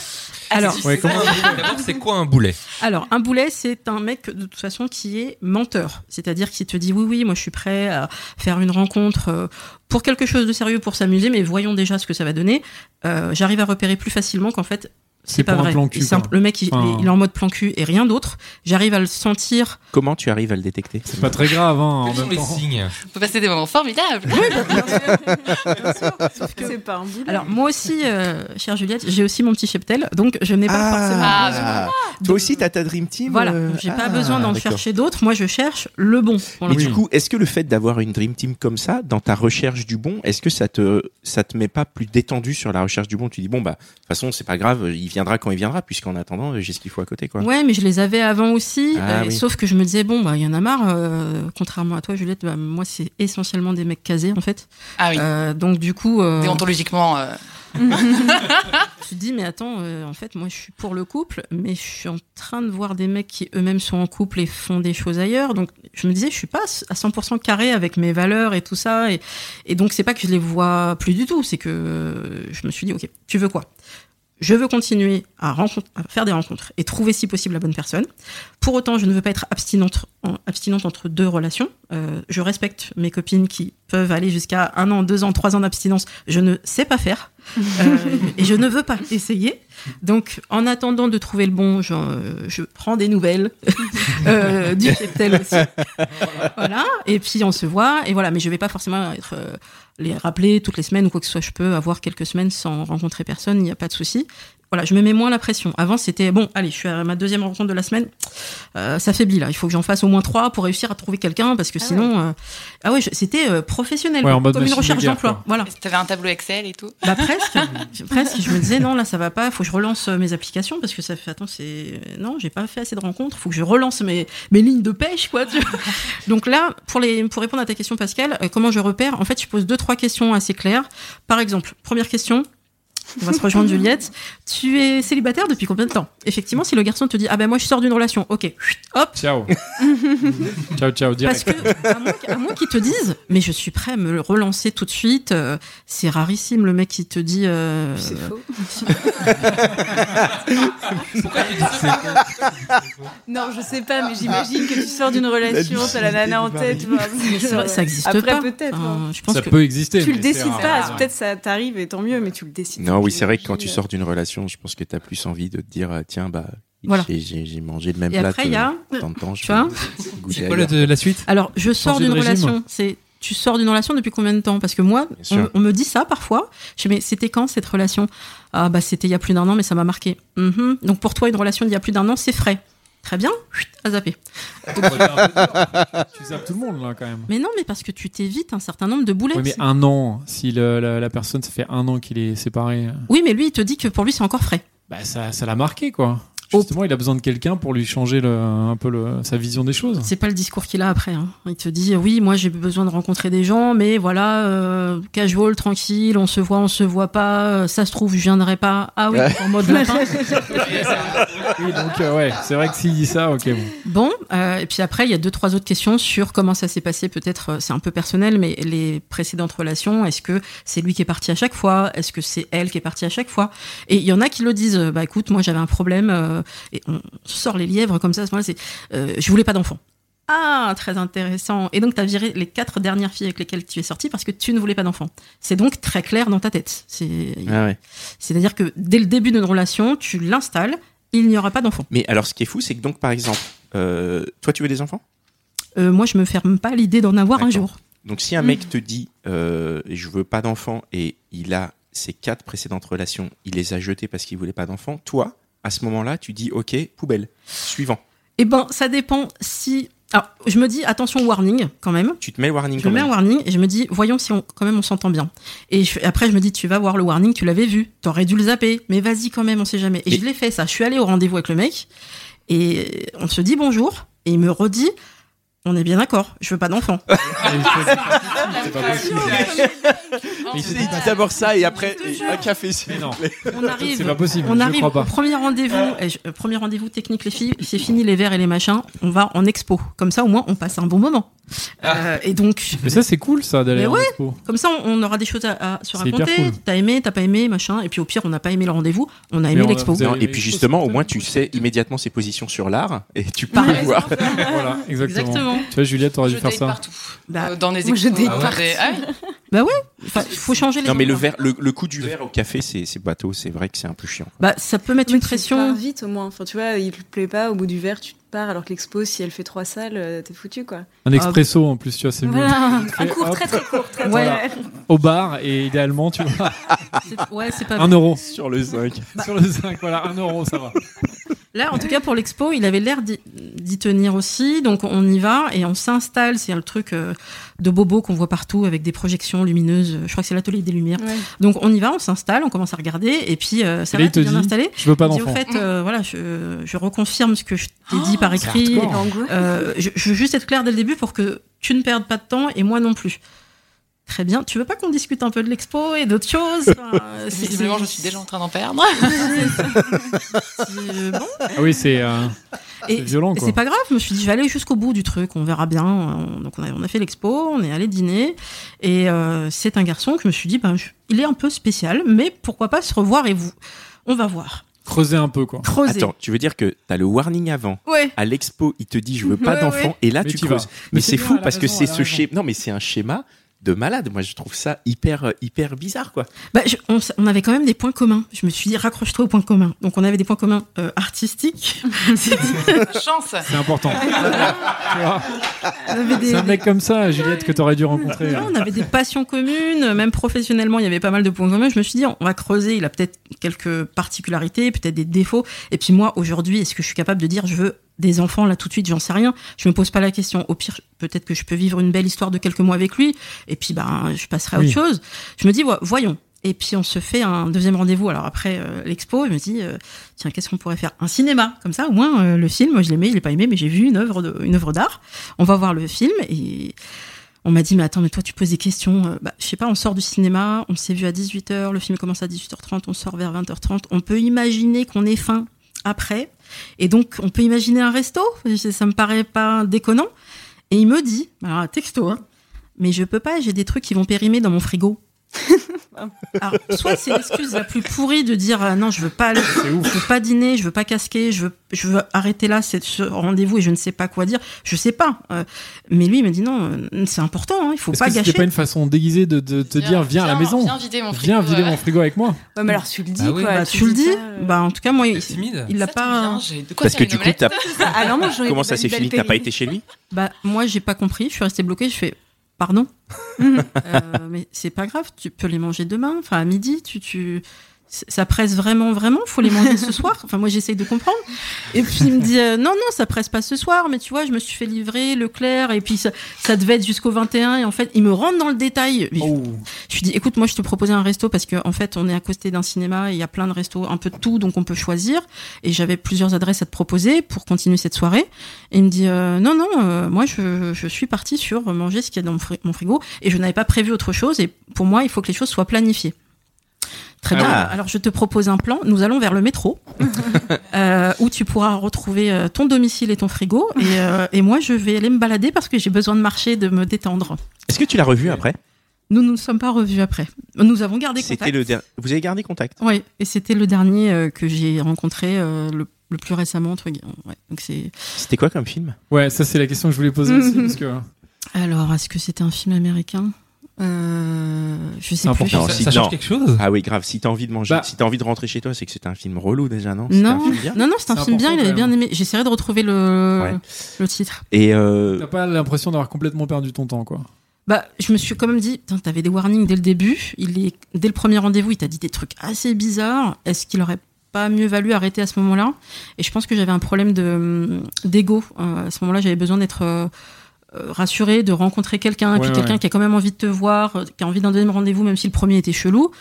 Alors,
Ouais, comment-
D'abord, c'est quoi un boulet
Alors, un boulet, c'est un mec, de toute façon, qui est menteur. C'est-à-dire qu'il te dit, oui, oui, moi, je suis prêt à faire une rencontre euh, pour quelque chose de sérieux, pour s'amuser, mais voyons déjà ce que ça va donner. Euh, J'arrive à repérer plus facilement qu'en fait, c'est
C'est
pas
pour un
vrai.
plan cul,
Il s'im-
quoi.
le mec, il,
Enfin-
il est en mode plan cul et rien d'autre. J'arrive à le sentir.
Comment tu arrives à le détecter
C'est pas très grave, hein, en
Quels sont
même
les
temps.
signes
On peut passer des moments formidables.
C'est pas un boulot.
Alors, moi aussi, euh, chère Juliette, j'ai aussi mon petit cheptel, donc je n'ai pas forcément.
Ah,
toi aussi, t'as ta dream team.
Voilà,
euh,
j'ai
ah,
pas besoin d'en
d'accord.
chercher d'autres. Moi, je cherche le bon. pour
Mais
l'instant.
du coup, est-ce que le fait d'avoir une dream team comme ça, dans ta recherche du bon, est-ce que ça te ça te met pas plus détendu sur la recherche du bon Tu dis bon bah de toute façon c'est pas grave, il viendra quand il viendra, puisqu'en attendant j'ai ce qu'il faut à côté quoi.
Ouais, mais je les avais avant aussi.
Ah
euh,
oui.
Sauf que je me disais, bon, bah, il y en a marre. euh, contrairement à toi, Juliette, bah, moi, c'est essentiellement des mecs casés, en fait.
Ah oui.
Euh, donc, du coup, euh,
Déontologiquement, euh,
tu te dis, mais attends, euh, en fait, moi, je suis pour le couple, mais je suis en train de voir des mecs qui eux-mêmes sont en couple et font des choses ailleurs. Donc, je me disais, je suis pas à 100% carré avec mes valeurs et tout ça. Et, et donc, c'est pas que je les vois plus du tout. C'est que euh, je me suis dit, OK, tu veux quoi Je veux continuer à, rencontre- à faire des rencontres et trouver si possible la bonne personne. Pour autant, je ne veux pas être abstinente, en- abstinente entre deux relations. Euh, je respecte mes copines qui peuvent aller jusqu'à un an, deux ans, trois ans d'abstinence. Je ne sais pas faire Euh, et je ne veux pas essayer. Donc, en attendant de trouver le bon, je, euh, je prends des nouvelles euh, du cheptel aussi. Voilà. Et puis on se voit. Et voilà. Mais je vais pas forcément être euh, les rappeler toutes les semaines ou quoi que ce soit. Je peux avoir quelques semaines sans rencontrer personne. Il n'y a pas de souci. Voilà, je me mets moins la pression. Avant, c'était bon, allez, je suis à ma deuxième rencontre de la semaine. Euh, ça faiblit là. Il faut que j'en fasse au moins trois pour réussir à trouver quelqu'un parce que
Ah
sinon, euh, ah ouais, je- c'était euh, professionnel,
Ouais, en mode
comme une
machine de
recherche
guerre,
d'emploi.
quoi.
Voilà.
t'avais un tableau Excel et tout.
Bah presque, presque. Je me disais non, là ça va pas. Faut que je relance euh, mes applications parce que ça fait attends c'est non, j'ai pas fait assez de rencontres. Faut que je relance mes mes lignes de pêche quoi. tu vois. Donc là pour les pour répondre à ta question Pascal, euh, comment je repère En fait, je pose deux trois questions assez claires. Par exemple, première question. On va se rejoindre Juliette. Tu es célibataire depuis combien de temps Effectivement, si le garçon te dit ah ben moi je sors d'une relation, ok, hop,
Ciao. ciao, ciao,
parce
direct.
que, à moins, qu'- à moins qu'ils te disent, mais je suis prêt à me le relancer tout de suite, euh, c'est rarissime le mec qui te dit. euh,
C'est faux. Non, je sais pas, mais j'imagine que tu sors d'une relation, t'as la nana en tête. voilà.
c'est vrai, ça existe
Après,
pas.
peut-être, hein.
Enfin, je pense
Ça
que
peut exister.
Tu le
mais c'est
décides
rare.
pas,
ouais.
peut-être ça t'arrive et tant mieux, mais tu le décides.
Non,
pas,
oui, c'est vrai que quand tu
j'imagine.
sors
euh.
d'une relation, je pense que t'as plus envie de te dire euh, tiens bah
Voilà.
j'ai- j'ai j'ai mangé le même
Et
plat.
après, il y a-
euh, tant de temps, je
Tu vois
vais goûter
C'est quoi
ailleurs.
le- la suite
Alors, je sors
Changer
d'une
de régime.
relation. C'est tu sors d'une relation depuis combien de temps Parce que moi,
Bien
on,
sûr.
on me dit ça parfois. Je dis mais c'était quand cette relation Ah bah c'était il y a plus d'un an, mais ça m'a marqué. Mhm. Donc pour toi, une relation d'il y a plus d'un an, c'est frais. Très bien, chut, à zapper.
Tu zappes tout le monde, là, quand même.
Mais non, mais parce que tu t'évites un certain nombre de boulets.
Oui, mais un an, si le- la, la personne, ça fait un an qu'il est séparé,
Oui, mais lui, il te dit que pour lui, c'est encore frais.
bah, ça ça l'a marqué, quoi.
Oh.
Justement, il a besoin de quelqu'un pour lui changer le, un peu le, sa vision des choses.
C'est pas le discours qu'il a après. hein. Il te dit oui, moi j'ai besoin de rencontrer des gens, mais voilà, euh, casual, tranquille, on se voit, on se voit pas, euh, ça se trouve, je viendrai pas. Ah oui, en mode lapin.
Oui, donc, euh, ouais, c'est vrai que s'il dit ça, ok, bon.
Bon, euh, et puis après, il y a deux, trois autres questions sur comment ça s'est passé. Peut-être, euh, c'est un peu personnel, mais les précédentes relations, est-ce que c'est lui qui est parti à chaque fois Est-ce que c'est elle qui est partie à chaque fois Et il y en a qui le disent, euh, bah écoute, moi j'avais un problème, euh, et on sort les lièvres comme ça à ce moment-là, c'est euh, je voulais pas d'enfant. Ah, très intéressant. Et donc, tu as viré les quatre dernières filles avec lesquelles tu es sorti parce que tu ne voulais pas d'enfant. C'est donc très clair dans ta tête. C'est-
Ah ouais.
C'est-à-dire que dès le début d'une relation, tu l'installes, il n'y aura pas d'enfant.
Mais alors ce qui est fou, c'est que donc par exemple, euh, toi tu veux des enfants
Euh, moi, je me ferme pas à l'idée d'en avoir un
D'accord.
jour.
Donc si un mec te dit euh, je veux pas d'enfant et il a ses quatre précédentes relations, il les a jetées parce qu'il voulait pas d'enfant, toi à ce moment-là tu dis ok poubelle suivant.
Eh ben, ça dépend si. Alors, je me dis attention warning quand même.
Tu te mets le warning
Je
quand
mets un
même.
warning et je me dis voyons si on quand même on s'entend bien. Et je- après je me dis tu vas voir le warning, tu l'avais vu, t'aurais dû le zapper, mais vas-y quand même, on sait jamais. Et
Mais-
je l'ai fait ça. Je suis allée au rendez-vous avec le mec et on se dit bonjour et il me redit On est bien d'accord, je veux pas d'enfant.
C'est pas possible.
Il s'est dit d'abord ça et après un café.
Mais non,
On arrive.
c'est pas possible.
On
je
arrive
crois
au
pas. Ah.
premier rendez-vous, et je- euh, premier rendez-vous technique les filles, c'est fini les verres et les machins, on va en expo. Comme ça au moins on passe un bon moment.
Ah.
Euh, et donc
Mais ça, c'est cool, ça, d'aller
Mais
en
ouais.
expo.
comme ça on on aura des choses à, à se
C'est hyper
raconter.
cool.
T'as aimé, t'as pas aimé, machin. Et puis au pire on n'a pas aimé le rendez-vous, on a
Mais
aimé
on-
l'expo.
vous avez-
et puis justement, au moins tu sais immédiatement ses positions sur l'art et tu peux
Pareil.
le voir.
Voilà, exactement.
Exactement.
Tu vois, Juliette, t'aurais
Je
dû faire
date
ça.
partout.
Bah,
Euh, dans les
moi, je
expos,
date
dans
partout.
des- Ah ouais
enfin, faut changer les.
Non mais le
endroits.
verre, le, le coup du verre au café, c'est c'est bateau. C'est vrai que c'est un peu chiant.
Bah ça peut mettre
Mais
une
tu pars
pression.
vite au moins. Enfin, tu vois, il te plaît pas, au bout du verre, tu te pars, alors que l'expo, si elle fait trois salles, euh, t'es foutu, quoi.
Un expresso, en plus, tu vois, c'est mieux.
Voilà, un
Fais,
cours
hop,
très très court, très
Voilà.
très
Au bar, et idéalement, tu vois,
C'est- Ouais c'est pas.
1 euro.
Sur le zinc.
Bah.
Sur le 5, voilà, 1 euro, ça va.
Là, en tout cas, pour l'expo, il avait l'air d'y- d'y tenir aussi. Donc, on y va et on s'installe. C'est le truc euh, de bobo qu'on voit partout avec des projections lumineuses. Je crois que c'est l'atelier des lumières.
Ouais.
Donc, on y va, on s'installe, on commence à regarder. Et puis, euh, ça
Et là,
va,
il te
t'es
dit,
bien installé.
Je veux pas
Il dit,
d'enfant. Oh,
au fait, euh, voilà, je, je reconfirme ce que je t'ai dit par
c'est
écrit.
hardcore.
L'angoisse.
Euh, je, je veux juste être clair dès le début pour que tu ne perdes pas de temps et moi non plus. Très bien. Tu veux pas qu'on discute un peu de l'expo et d'autres choses Enfin, c'est-
Visiblement,
c'est-
je suis déjà en train d'en perdre.
c'est- bon.
Ah oui, c'est euh,
Et-
violent,
Et
quoi.
C'est pas grave, je me suis dit, je vais aller jusqu'au bout du truc, on verra bien. On- donc on a, on a fait l'expo, on est allé dîner, et euh, c'est un garçon que je me suis dit, ben, je- il est un peu spécial, mais pourquoi pas se revoir et vous On va voir.
creuser un peu, quoi.
Creuser.
Attends, tu veux dire que t'as le warning avant
Ouais.
à l'expo, il te dit je veux pas
Ouais,
d'enfant et là
Mais
tu
t'y
creuses.
vas.
Mais,
Mais
c'est
c'est
fou
bien, elle a
parce que
raison,
c'est
elle a
ce
raison.
schéma. Non mais c'est un schéma de malade. Moi je trouve ça hyper euh, hyper bizarre quoi.
Bah, je- on, s- on avait quand même des points communs. Je me suis dit, raccroche-toi aux points communs. Donc on avait des points communs euh, artistiques.
Chance.
C'est important. Tu vois,
On avait des-
c'est un mec comme ça, Juliette, que t'aurais dû rencontrer. euh,
Non, on avait des passions communes, même professionnellement, il y avait pas mal de points communs. Je me suis dit, on va creuser, il a peut-être quelques particularités, peut-être des défauts. Et puis moi, aujourd'hui, est-ce que je suis capable de dire, je veux des enfants là tout de suite, j'en sais rien. Je me pose pas la question. Au pire, peut-être que je peux vivre une belle histoire de quelques mois avec lui, et puis ben, je passerai à
Oui.
autre chose. Je me dis, ouais, voyons. Et puis on se fait un deuxième rendez-vous. Alors après euh, l'expo, je me dis, euh, tiens, qu'est-ce qu'on pourrait faire Un cinéma, comme ça, au moins euh, le film, moi je l'aimais, je l'ai pas aimé, mais j'ai vu une œuvre de- une œuvre d'art. On va voir le film et on m'a dit, mais attends, mais toi, tu poses des questions. Euh, Bah, je sais pas, on sort du cinéma, on s'est vu à 18h, le film commence à 18h30, on sort vers 20h30. On peut imaginer qu'on ait faim après. Et donc, on peut imaginer un resto. Ça ça me paraît pas déconnant. Et il me dit, alors, texto, hein, mais je peux pas, j'ai des trucs qui vont périmer dans mon frigo. Alors, soit c'est l'excuse la plus pourrie de dire ah non, je veux pas aller, je veux pas dîner, je veux pas casquer, je veux, je veux arrêter là cette- ce rendez-vous et je ne sais pas quoi dire. Je sais pas. Euh, mais lui, il me dit non, euh, c'est important, hein, il faut
Est-ce
pas
que c'était
gâcher.
pas une façon déguisée de, de te dire, viens à la maison,
Viens vider mon frigo.
viens vider
euh,
mon frigo avec moi
Ouais, mais alors tu le dis,
Bah oui,
quoi.
Bah, tu le dis.
ça, euh,
Bah, en tout cas, moi, il
C'est timide.
il l'a
Ça
pas. hein.
tombe bien, j'ai de quoi
Parce que
faire une
du coup
omelette.
t'as
Ah non, moi, j'aurais
comment
pas
ça
dit
s'est
belle
fini T'as pas
péri.
été chez lui
Bah, moi, j'ai pas compris. Je suis restée bloquée. Je fais, pardon. Euh, mais c'est pas grave. Tu peux les manger demain. Enfin, à midi, tu, tu, c- ça presse vraiment, vraiment. Faut les manger ce soir. Enfin, moi, j'essaye de comprendre. Et puis, il me dit, euh, non, non, ça presse pas ce soir. Mais tu vois, je me suis fait livrer Leclerc. Et puis, ça, ça devait être jusqu'au 21. Et en fait, il me rentre dans le détail. Mais je-
Oh,
je lui dis, écoute, moi, je te proposais un resto parce qu'en en fait, on est à côté d'un cinéma et il y a plein de restos, un peu de tout, donc on peut choisir. Et j'avais plusieurs adresses à te proposer pour continuer cette soirée. Et il me dit, euh, non, non, euh, moi, je, je suis partie sur manger ce qu'il y a dans mon fri- mon frigo et je n'avais pas prévu autre chose. Et pour moi, il faut que les choses soient planifiées. Très
Ah
bien.
ouais.
Alors, je te propose un plan. Nous allons vers le métro euh, où tu pourras retrouver euh, ton domicile et ton frigo. Et, euh, et moi, je vais aller me balader parce que j'ai besoin de marcher, de me détendre.
Est-ce que tu l'as revu après
Nous ne nous sommes pas revus après. Nous avons gardé contact.
C'était le der- Vous avez gardé contact
Oui, et c'était le dernier euh, que j'ai rencontré euh, le, le plus récemment. Entre... guillemets. Ouais, donc c'est...
C'était quoi comme film
ouais, ça c'est la question que je voulais poser aussi, parce que
Alors, est-ce que c'était un film américain euh, Je sais
C'est
plus.
important. Non,
ça,
si-
ça change
non.
quelque chose
Ah oui grave. Si t'as envie de manger,
Bah.
si t'as envie de rentrer chez toi, c'est que c'est un film relou déjà non C'est un
Non,
film bien.
non, non, c'est un
C'est
film bien, il
important,
avait
quand
bien
même.
aimé. J'essaierai de retrouver le,
Ouais.
le titre.
Et euh,
t'as pas l'impression d'avoir complètement perdu ton temps, quoi.
Bah, je me suis quand même dit, putain, t'avais des warnings dès le début. Il est, dès le premier rendez-vous, il t'a dit des trucs assez bizarres. Est-ce qu'il aurait pas mieux valu arrêter à ce hum, moment-là Et je pense que j'avais un problème de d'ego. Euh, à ce moment-là, j'avais besoin d'être euh, euh, rassuré de rencontrer quelqu'un, et
Ouais,
puis
ouais,
quelqu'un
ouais.
qui a quand même envie de te voir, euh, qui a envie d'un deuxième rendez-vous, même si le premier était chelou.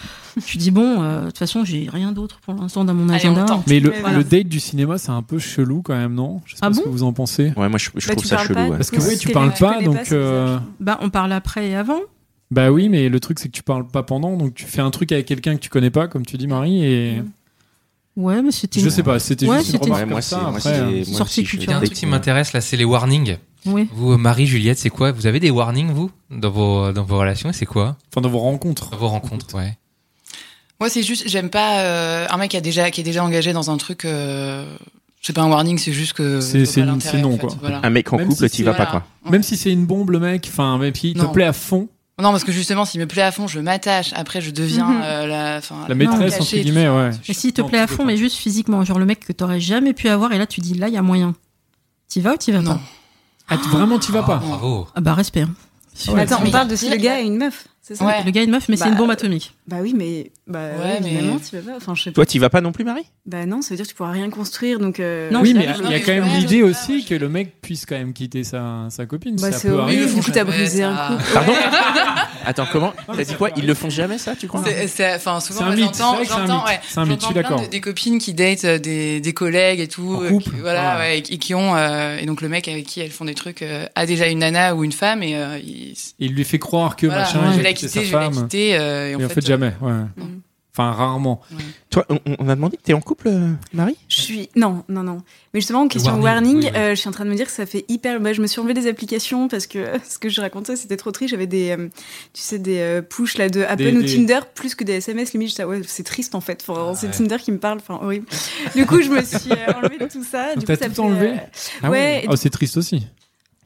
tu dis, bon, euh, de toute façon, j'ai rien d'autre pour l'instant dans mon
Allez, on
agenda.
tente.
Mais le,
Mais voilà.
le date du cinéma, c'est un peu chelou quand même, non Je sais
Ah
pas ce
bon
que vous en pensez.
Ouais, moi je, je
Bah,
trouve
tu
ça
parles
chelou.
pas,
ouais.
Parce que
Parce
oui,
que
tu
les
parles
mecs
pas,
connaissent pas,
donc.
c'est
euh,
bizarre.
bah, on parle après et avant.
Bah oui, mais le truc, c'est que tu parles pas pendant, donc tu fais un truc avec quelqu'un que tu connais pas, comme tu dis, Marie, et.
Ouais, mais c'était.
Je sais pas, c'était
Mmh. Ouais,
juste une
c'était-
remarque
Ouais, moi,
comme
c'est
ça.
moi,
après,
c'est-
euh,
moi
Sortie
aussi, je-
Il y a un
culturelle.
truc qui m'intéresse là, c'est les warnings.
Ouais.
Vous, euh, Marie, Juliette, c'est quoi Vous avez des warnings, vous, dans vos, dans vos relations C'est quoi
Enfin, dans vos rencontres.
Dans vos rencontres Ouais.
Moi, c'est juste, j'aime pas euh, un mec qui, a déjà, qui est déjà engagé dans un truc. euh, c'est pas un warning, c'est juste que.
C'est-
faut pas
c'est-
l'intérêt,
c'est non,
en fait,
quoi.
voilà.
Un mec en
Même
couple,
si
Ah, t'y vas pas quoi.
Ouais.
Même si c'est une bombe, le mec, enfin, et puis il te
Non.
plaît à fond,
Non, parce que justement, s'il me plaît à fond, je m'attache. Après, je deviens
Mhm.
euh, la, enfin,
la maîtresse,
cachée,
entre
tout
guillemets,
ça.
ouais.
Et s'il te
Non,
plaît
tu
à
peux
fond,
pas.
mais juste physiquement, genre le mec que t'aurais jamais pu avoir, et là tu dis là, il y a moyen. T'y vas ou t'y vas
Non.
pas
Ah, tu- vraiment, t'y vas
Ah,
pas.
Bravo.
Ah bah respect. hein.
Ouais,
Attends,
mais
on
il-
parle de si
il-
le gars et une meuf, c'est ça
Ouais.
Le gars est une meuf, mais c'est
Bah,
une bombe atomique.
Bah oui, mais bah
Ouais,
oui,
mais-
évidemment, tu vas pas. Enfin, je sais pas.
Toi, t'y vas pas non plus, Marie
Bah non, ça veut dire que tu pourras rien construire, donc. euh,
Non,
oui,
je
mais
l'avais
il y a
jamais
quand même
fait.
l'idée
Ouais,
aussi
je-
que le mec puisse quand même quitter sa, sa copine.
Bah,
ça
c'est
peut
horrible,
arriver.
du coup, t'as
Ouais,
brisé
ça-
un couple.
Pardon Attends, comment T'as dit quoi Ils le font jamais ça, tu crois
C'est- c'est- Enfin,
C'est
souvent,
un
moi,
mythe, c'est
j'entends,
vrai que c'est un
j'entends,
mythe.
ouais,
C'est un mythe,
j'entends
je suis
plein
d'accord.
de- des copines qui datent euh, des, des collègues et tout,
En
euh,
couple, Ah
qui- voilà,
voilà.
ouais, et, qui- qui ont euh, et donc le mec avec qui elles font des trucs euh, a déjà une nana ou une femme et euh, il,
Et Il lui fait croire que
voilà,
machin, il
je
a
l'ai
quitté sa
quitté, je l'ai
femme.
quitté euh, et en,
Et en fait, jamais. ouais.
Mhm.
Enfin, rarement.
Toi, on, on a demandé que t'es en couple, euh, Marie
Je suis. Euh, Non, non, non. Mais justement, en question
warning,
warning,
oui, oui.
euh, je suis en train de me dire que ça fait hyper. Bah, je me suis enlevée des applications parce que euh, ce que je racontais, c'était trop triste. J'avais des, euh, tu sais, des euh, push là de Apple
Des-
ou
des-
Tinder plus que des SMS. Limite, j'étais, ah ouais, c'est triste en fait. Enfin,
Ah
c'est
ouais.
Tinder qui me parle. Enfin, horrible. Du coup, je me suis euh, enlevée de tout ça. Du
T'as
coup, ça
tout
fait,
enlevé
euh,
Ah
Ouais,
oui.
et
Oh, c'est triste aussi.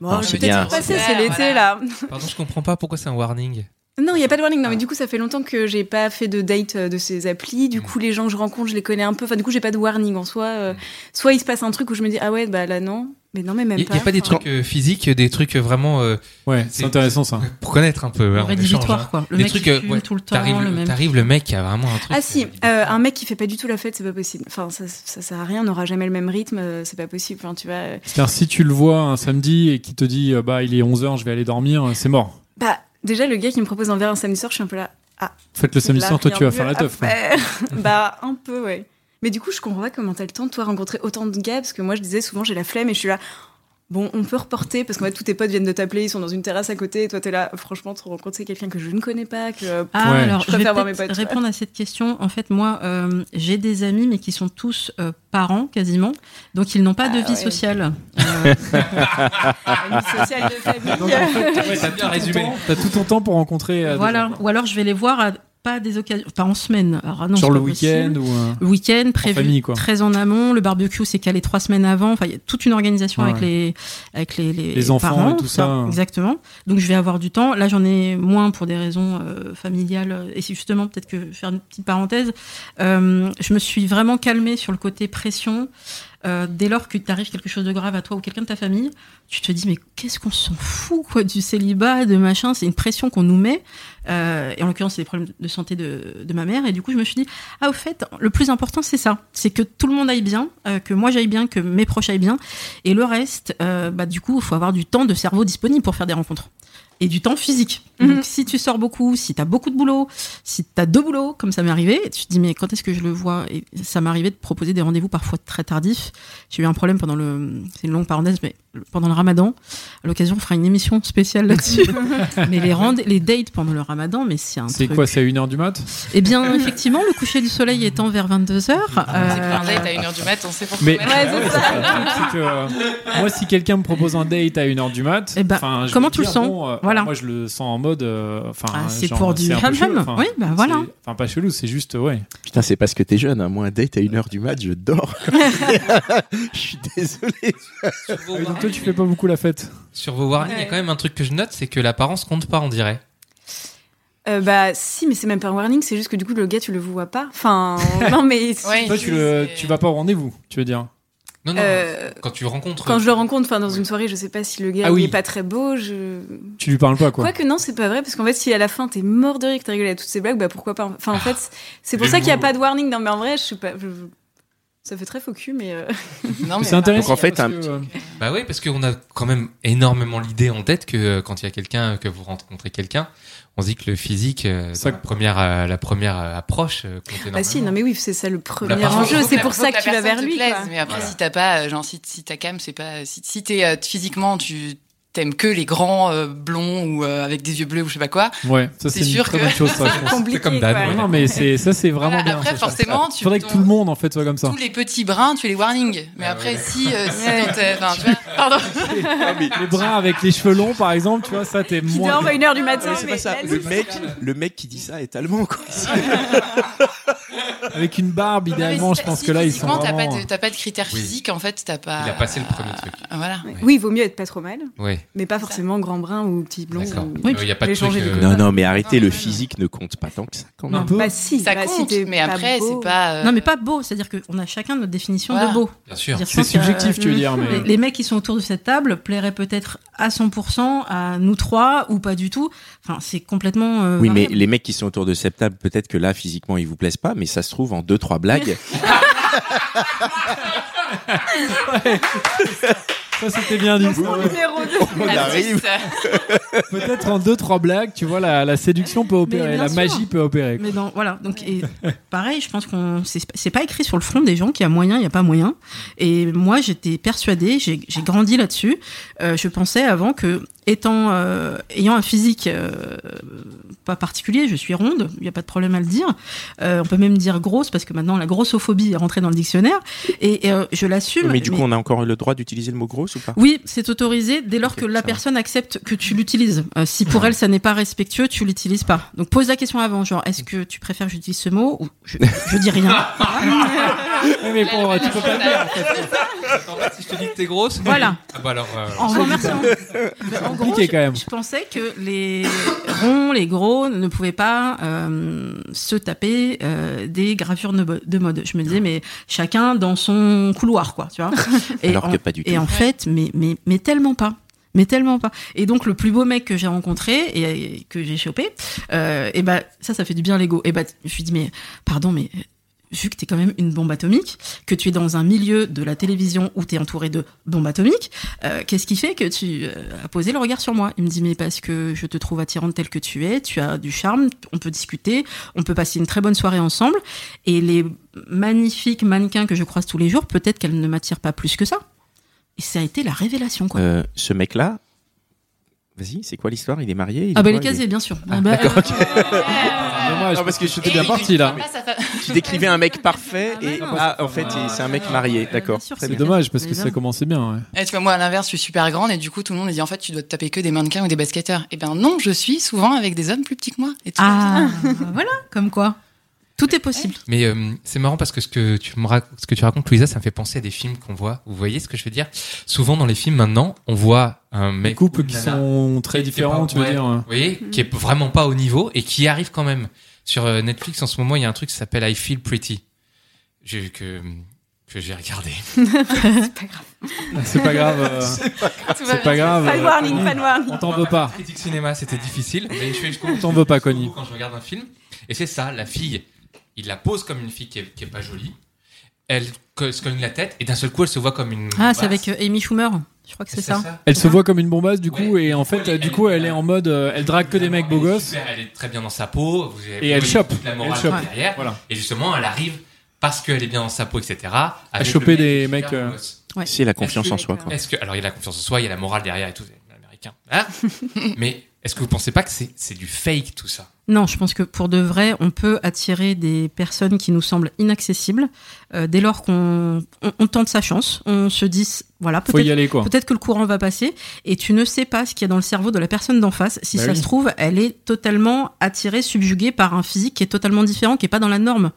Bon,
Ah,
je
c'est
vais peut-être
bien.
y passer,
Super,
c'est l'été
euh, voilà.
là.
Pardon, je comprends pas pourquoi c'est un warning.
Non, il n'y a pas de warning. Non, mais du coup, ça fait longtemps que j'ai pas fait de date euh, de ces applis. Du coup, les gens que je rencontre, je les connais un peu. Enfin, du coup, j'ai pas de warning en soi. euh, soit il se passe un truc où je me dis, ah ouais, bah là non. Mais non, mais même
Il
pas.
n'y a pas des
Enfin,
trucs euh, physiques, des trucs vraiment euh,
Ouais,
C'est-
c'est intéressant ça.
pour connaître un peu. hein, on échange,
Rédhibitoire
hein.
quoi. Le
Des
mec
trucs,
qui
euh,
fume
ouais,
tout le temps,
T'arrives
le
le,
même.
t'arrives, le mec qui a vraiment un truc.
Ah si, euh,
euh,
un mec qui fait pas du tout la fête, c'est pas possible. Enfin, ça, ça sert à rien, on n'aura jamais le même rythme, euh, c'est pas possible. Enfin, tu vois. euh,
C'est-à-dire, si tu le vois un samedi et qu'il te dit, euh, bah, il est 11h, je vais aller dormir, euh, c'est mort.
Bah, déjà, le gars qui me propose un verre un samedi soir, je suis un peu là.
En fait, le samedi
Là,
soir, toi,
rien
tu vas
mieux
faire la
à
teuf. quoi.
faire. bah, un peu, ouais. Mais du coup, je comprends pas comment t'as le temps de toi rencontrer autant de gars, parce que moi, je disais souvent, j'ai la flemme et je suis là. Bon, on peut reporter parce qu'en fait, tous tes potes viennent de t'appeler, ils sont dans une terrasse à côté, et toi, t'es là. Franchement, te rencontrer quelqu'un que je ne connais pas, que. euh,
Ah,
Ouais.
alors
Je
je, vais
préfère voir mes
peut-être
potes, ouais.
répondre à cette question. En fait, moi, euh, j'ai des amis, mais qui sont tous euh, parents quasiment, donc ils n'ont pas de
Ah,
vie
ouais.
sociale. Euh,
une sociale de
Donc, en
famille.
fait,
Ouais, t'as bien résumé.
T'as tout ton temps pour rencontrer. euh, des
voilà.
gens.
Ou alors je vais les voir à pas des occasions, pas en semaine. Alors, ah non,
Sur
c'est
le
pas possible.
week-end ou. euh,
Le week-end prévu
famille, quoi.
très en amont. Le barbecue, c'est calé trois semaines avant. Enfin, il y a toute une organisation
Ouais,
avec
ouais.
les avec les, les,
Les enfants
parents,
et tout ça.
Exactement. Donc, je vais avoir du temps. Là, j'en ai moins pour des raisons euh, familiales. Et c'est justement peut-être que je vais faire une petite parenthèse. Euh, je me suis vraiment calmée sur le côté pression. Euh, dès lors que t'arrive quelque chose de grave à toi ou quelqu'un de ta famille, tu te dis mais qu'est-ce qu'on s'en fout quoi du célibat, de machin, c'est une pression qu'on nous met. Euh, et en l'occurrence, c'est des problèmes de santé de, de ma mère. Et du coup, je me suis dit ah au fait, le plus important c'est ça, c'est que tout le monde aille bien, euh, que moi j'aille bien, que mes proches aillent bien. Et le reste, euh, bah du coup, il faut avoir du temps de cerveau disponible pour faire des rencontres. Et du temps physique.
Mhm.
Donc, si tu sors beaucoup, si t'as beaucoup de boulot, si t'as deux boulots, comme ça m'est arrivé, tu te dis, mais quand est-ce que je le vois Et ça m'est arrivé de proposer des rendez-vous parfois très tardifs. J'ai eu un problème pendant le. C'est une longue parenthèse, mais pendant le ramadan. À l'occasion, on fera une émission spéciale là-dessus. mais les, rende- les dates pendant le ramadan, mais c'est un
C'est
truc.
quoi, c'est à 1h du mat
Eh bien, effectivement, le coucher du soleil étant vers euh, 22h.
Ah,
C'est que un date à 1h du mat, on sait pourquoi.
Mais
Ouais.
Ouais, c'est ça.
c'est que, euh, moi, si quelqu'un me propose un date à 1h du mat,
Eh ben,
enfin, je
comment
vais
tu le
dire,
sens
bon, euh,
Voilà.
Moi, je le sens en mode. euh, Enfin,
Ah, c'est
genre,
pour du
c'est un peu
ham-ham.
chelou, enfin,
Oui, bah, voilà.
c'est- Enfin, pas chelou, c'est juste, ouais.
Putain, c'est parce que t'es jeune. hein. Moi, un date à 1h du mat, je dors. je suis désolé.
sur, vos
Et donc, toi,
warnings,
tu fais pas beaucoup la fête.
sur vos warnings, il y a quand même un truc que je note, c'est que l'apparence compte pas, on dirait.
Euh, bah, si, mais c'est même pas un warning, c'est juste que du coup, le gars, tu le vois pas. Enfin, non, mais.
Ouais,
Toi, tu, le-
c'est-
tu vas pas au rendez-vous, tu veux dire
Non, non.
Euh,
Quand tu rencontres.
quand je le rencontre, enfin, dans une soirée, je sais pas si le gars
Ah
il
oui.
est pas très beau, je.
Tu lui parles pas, quoi.
Quoique non, c'est pas vrai, parce qu'en fait, si à la fin t'es mort de rire que t'as rigolé à toutes ces blagues, bah pourquoi pas. Enfin, en fait, c'est pour
les
ça qu'il n'y a
mots.
pas de warning. Non, mais en vrai, je suis pas. je- Ça fait très faux cul, mais euh,
Non, mais
C'est intéressant.
Donc, en fait,
parce
un
que, euh,
Bah oui, parce qu'on a quand même énormément l'idée en tête que euh, quand il y a quelqu'un, que vous rencontrez quelqu'un, on se dit que le physique, euh, dans
Ça-
la première, euh, la première euh, approche euh, compte énormément.
bah si, non mais oui, c'est ça le premier
Bah, par
enjeu.
contre,
C'est
faut
pour
que
ça
la
que tu vas
personne
vers
te
lui.
plaise,
quoi.
Mais après,
Voilà.
si t'as pas, euh, genre, si, si ta cam, c'est pas, si, si t'es euh, physiquement, tu t'aimes que les grands euh, blonds ou euh, avec des yeux bleus ou je sais pas quoi.
ouais, ça
C'est
c'est une
sûr
très
que-
bonne chose, ça, je pense.
Compliqué,
comme Dan,
quoi.
Non, non, mais c'est ça, c'est vraiment
Voilà,
bien.
après,
ça, je pense.
forcément, tu-
Faudrait que tout le monde hein. en fait soit comme ça.
Tous les petits brins, tu les warnings. Mais
Ah
après,
ouais.
si, euh, si dans ta- enfin, tu vois, pardon.
Les bras avec les cheveux longs, par exemple, tu vois, ça t'es
Qui
moins.
dort à une heure du matin.
Ouais, c'est
mais
pas ça.
la
Le
nuit.
mec, le mec qui dit ça est allemand, quoi.
Avec une barbe,
Non, mais
idéalement,
si
je
t'as-
pense
si
que là, ils sont
physiquement, t'as pas
vraiment.
de- T'as pas de critères
Oui.
physiques, en fait, t'as pas.
Il
bah,
a passé le premier truc.
Ah, Voilà.
Oui, il vaut mieux être pas trop mal,
Oui,
mais pas forcément grand brun ou petit blond.
d'accord.
ou-
Euh, Il n'y a pas de
J'ai
truc.
changé de
euh,
Non, non, mais arrêtez,
non,
le
non, non.
physique ne compte pas tant que ça, quand
Un
même.
peu.
Bah si,
Ça
bah, si
compte,
t'es
mais
pas
après,
beau.
c'est pas. euh,
Non, mais pas beau, c'est-à-dire qu'on a chacun notre définition
Voilà.
de beau.
Bien sûr.
C'est-à-dire,
Ah.
je
C'est
pense qu'il y a-
subjectif, tu veux dire, mais.
Les, les mecs qui sont autour de cette table plairaient peut-être à 100% à nous trois ou pas du tout. Enfin, c'est complètement. euh,
Oui, mais
variable.
les mecs qui sont autour de cette table, peut-être que là, physiquement, ils vous plaisent pas, mais ça se trouve en deux, trois blagues.
Ça, c'était bien dit.
Lancement numéro deux.
on arrive.
artiste.
Peut-être en deux, trois blagues, tu vois, la, la séduction peut opérer,
bien
la
sûr.
magie peut opérer.
Mais dans, voilà, donc et pareil, je pense qu'on c'est c'est pas écrit sur le front des gens qu'il y a moyen, il y a pas moyen. Et moi, j'étais persuadée, j'ai j'ai grandi là-dessus. Euh, je pensais avant que étant euh, ayant un physique euh, pas particulier, je suis ronde, il n'y a pas de problème à le dire. Euh, on peut même dire grosse parce que maintenant la grossophobie est rentrée dans le dictionnaire et, et, euh, je l'assume.
Mais du coup, on a encore le droit d'utiliser le mot grosse ou pas
Oui, c'est autorisé dès lors
Ok,
que
ça
la
va.
personne accepte que tu l'utilises. Euh, si pour elle ça n'est pas respectueux, tu l'utilises pas. Donc pose la question avant, genre est-ce que tu préfères que j'utilise ce mot ou je, je dis rien.
Oui, mais bon, Oh, tu peux pas le dire.
En fait, si je te dis que t'es grosse.
Voilà.
Ah bah alors. euh,
En remerciant.
C'est
En gros,
compliqué
je-
quand même.
Je pensais que les ronds, les gros ne pouvaient pas euh, se taper euh, des gravures de, de mode. Je me disais mais chacun dans son couloir quoi, tu vois. Et
Alors
en-
que pas du
Et
tout.
en fait, mais, mais, mais tellement pas. Mais tellement pas. Et donc, le plus beau mec que j'ai rencontré et, et que j'ai chopé, euh, et bah, ça, ça fait du bien l'ego. Et bah, je lui dis, mais pardon, mais euh, vu que t'es quand même une bombe atomique, que tu es dans un milieu de la télévision où t'es entouré de bombes atomiques, euh, qu'est-ce qui fait que tu euh, as posé le regard sur moi Il me dit, mais parce que je te trouve attirante telle que tu es, tu as du charme, on peut discuter, on peut passer une très bonne soirée ensemble. Et les magnifiques mannequins que je croise tous les jours, peut-être qu'elles ne m'attirent pas plus que ça. Et ça a été la révélation, quoi.
Euh, ce mec-là, vas-y, c'est quoi l'histoire Il est marié il est
ah,
quoi,
bah, il est
il est-
casé, bien sûr. Ah, bah,
Dommage.
Non, parce que je
Et
t'ai bien
il
parti là.
dit pas sa fa-
Tu décrivais un mec parfait
Ah,
et
bah non.
ah, en fait, il- c'est un mec marié, d'accord.
sûr,
Très
c'est
bien.
C'est dommage parce que
Mais
ça
bien.
commençait bien. ouais.
Et Eh, tu vois, moi, à l'inverse, je suis super grande et du coup, tout le monde dit en fait, tu dois te taper que des mannequins ou des basketteurs. Et ben non, je suis souvent avec des hommes plus petits que moi. Et tout
Ah, voilà, comme quoi. Tout est possible.
Mais euh, c'est marrant parce que ce que tu me rac- ce que tu racontes, Louisa, ça me fait penser à des films qu'on voit. Vous voyez ce que je veux dire Souvent dans les films maintenant, on voit un mec
Les couples
ou une
qui
nana
sont très
qui est
différents,
pas-
tu veux
ouais,
dire.
Vous
hein.
voyez,
Mhm.
qui est vraiment pas au niveau et qui arrive quand même. Sur euh, Netflix en ce moment, il y a un truc qui s'appelle I Feel Pretty. J'ai vu que que j'ai regardé.
C'est pas grave. euh,
Tout va
C'est pas grave.
Fan
euh,
warning,
Connie.
fan warning.
On t'en veut pas.
Critique cinéma, c'était difficile. Mais je fais jusqu'au bout.
T'en veux pas, Connie.
Quand je regarde un film, et c'est ça, la fille, il la pose comme une fille qui est, qui est pas jolie. Elle co- se cogne la tête et d'un seul coup, elle se voit comme une.
Ah, c'est
basse.
avec euh, Amy Schumer. Je crois que c'est ça.
Elle se voit comme une bombasse du coup
Ouais.
et en fait euh, du coup elle est en mode euh, elle drague que des mecs beaux
Elle est
gosses.
super, Elle est très bien dans sa peau. vous avez-
Et elle
vous avez
chope.
toute La morale
Elle chope.
derrière.
Voilà.
Et justement, elle arrive parce qu'elle est bien dans sa peau, etc. avec le
choper
mec
des
qui
mecs,
perd
euh,
le gosse.
C'est la confiance en
Est-ce que-
soi. Quoi.
Est-ce que alors il y a la confiance en soi, il y a la morale derrière et tout. c'est Américain. Hein Mais est-ce que vous pensez pas que c'est c'est du fake tout ça
Non, je pense que pour de vrai, on peut attirer des personnes qui nous semblent inaccessibles euh, dès lors qu'on on- on tente sa chance. On se dit, voilà,
Faut y
peut-être
aller quoi.
Peut-être que le courant va passer et tu ne sais pas ce qu'il y a dans le cerveau de la personne d'en face. Si
Bah
ça
oui.
se trouve, elle est totalement attirée, subjuguée par un physique qui est totalement différent, qui est pas dans la norme.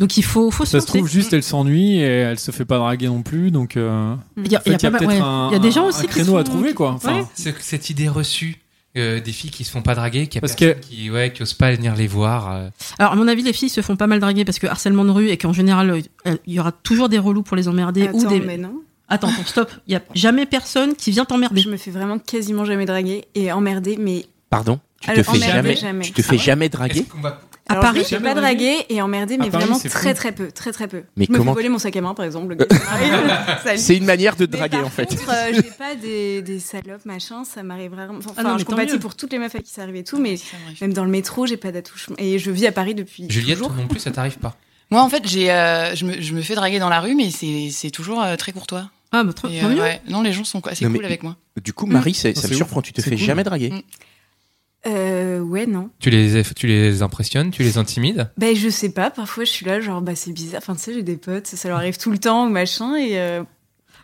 Donc il faut, faut se
Ça se
lancer.
trouve juste elle s'ennuie et elle se fait pas draguer non plus donc euh,
Il y a,
en fait,
il y a
il y a
pas mal-
peut-être
ouais.
un,
Il y a des gens
un
aussi qui
créneau à
sont-
trouver quoi. Enfin,
Ouais.
Ce- Cette idée reçue euh, des filles qui se font pas draguer, qui a
Parce
personne qui ouais qui ose pas venir les voir. euh.
Alors à mon avis, les filles se font pas mal draguer parce que harcèlement de rue et qu'en général, euh, il y aura toujours des relous pour les emmerder
Attends,
ou des.
mais non.
Attends, attends, stop. Il y a jamais personne qui vient t'emmerder.
Je me fais vraiment quasiment jamais draguer et emmerder, mais
Pardon Tu te
Alors,
fais
emmerder,
jamais,
jamais.
tu te fais
Ah ouais
jamais
Est-ce
draguer
qu'on va-
À
Alors,
Paris,
je
je
l'ai
pas
jamais revu.
dragué et emmerdé,
À
mais
Paris,
vraiment
c'est
très
fou.
très peu, très très peu.
Mais
je me
comment-
fais voler mon sac à main, par exemple. Le gars, il arrive, salut.
C'est une manière de te
Mais
draguer
par
en fait.
contre, euh, j'ai pas des, des salopes, machin, ça m'arrive rarement. Enfin,
Ah non, mais
je
tant
compatis
mieux.
pour toutes les meufs à qui ça arrive et tout, mais
Ça m'arrive.
même dans le métro, j'ai pas d'attouchement. Et je vis à Paris depuis
Juliette,
toujours.
toi non plus, ça t'arrive pas.
Moi, en fait, j'ai, euh, je, me, je me fais draguer dans la rue, mais c'est, c'est toujours euh, très courtois.
Ah, bah, trop,
Et,
tant
euh,
mieux.
ouais. Non, les gens sont assez
Non, mais-
cool avec moi.
Du coup, Marie, c'est-
Oh,
ça
c'est
me
ouf.
surprend, tu te
C'est
fais
cool.
jamais draguer.
Mm.
Euh, ouais, non.
Tu les, tu les impressionnes, tu les intimides.
Ben, je sais pas, parfois je suis là, genre, bah c'est bizarre. Enfin, tu sais, j'ai des potes, ça, ça leur arrive tout le temps ou machin, et. euh,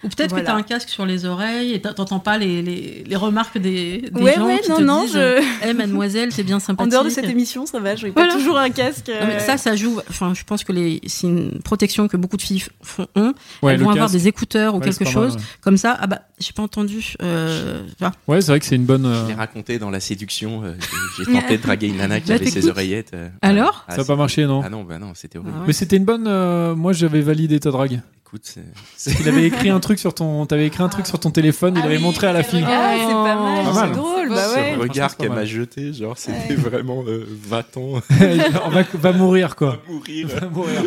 Ou peut-être
Voilà.
que t'as un casque sur les oreilles et t'as- t'entends pas les, les, les remarques des, des
Ouais,
gens
ouais,
qui
non,
te
non,
disent
je-
Eh, mademoiselle, c'est bien
En
sympathique.
dehors de cette émission, ça va, je pas
Voilà.
toujours un casque.
Non, mais
euh,
ça, ça joue. Enfin, je pense que les, c'est une protection que beaucoup de filles font, ont.
Ouais,
Elles
le
vont avoir
casque.
des écouteurs ou
Ouais, c'est
quelque
pas
chose
mal,
comme ça. Ah bah, j'ai pas entendu. euh, enfin,
Ouais, Ouais, c'est vrai que c'est une bonne. euh,
Je l'ai raconté dans la séduction, euh, j'ai tenté de draguer une nana qui
La
avait ses
technique.
oreillettes. euh,
Mm. Bah, Alors
ah,
Ça n'a
c'est-
pas marché, non
Ah non, bah non, c'était horrible.
Ah ouais.
Mais c'était une bonne. euh, moi, j'avais validé ta drague.
Écoute, c'est-
Il avait écrit un truc sur ton. T'avais écrit un truc sur ton téléphone. il
Ah
avait
oui,
montré à la
quel
fille.
regard.
Ah, c'est
Oh.
pas mal,
Pas mal.
c'est drôle,
C'est
bah
pas
ouais.
ce
franchement,
regard
c'est pas
qu'elle
mal.
m'a jeté, genre, c'était
Ouais.
vraiment euh, va-t'en
On va, va mourir, quoi.
mourir.
Va mourir.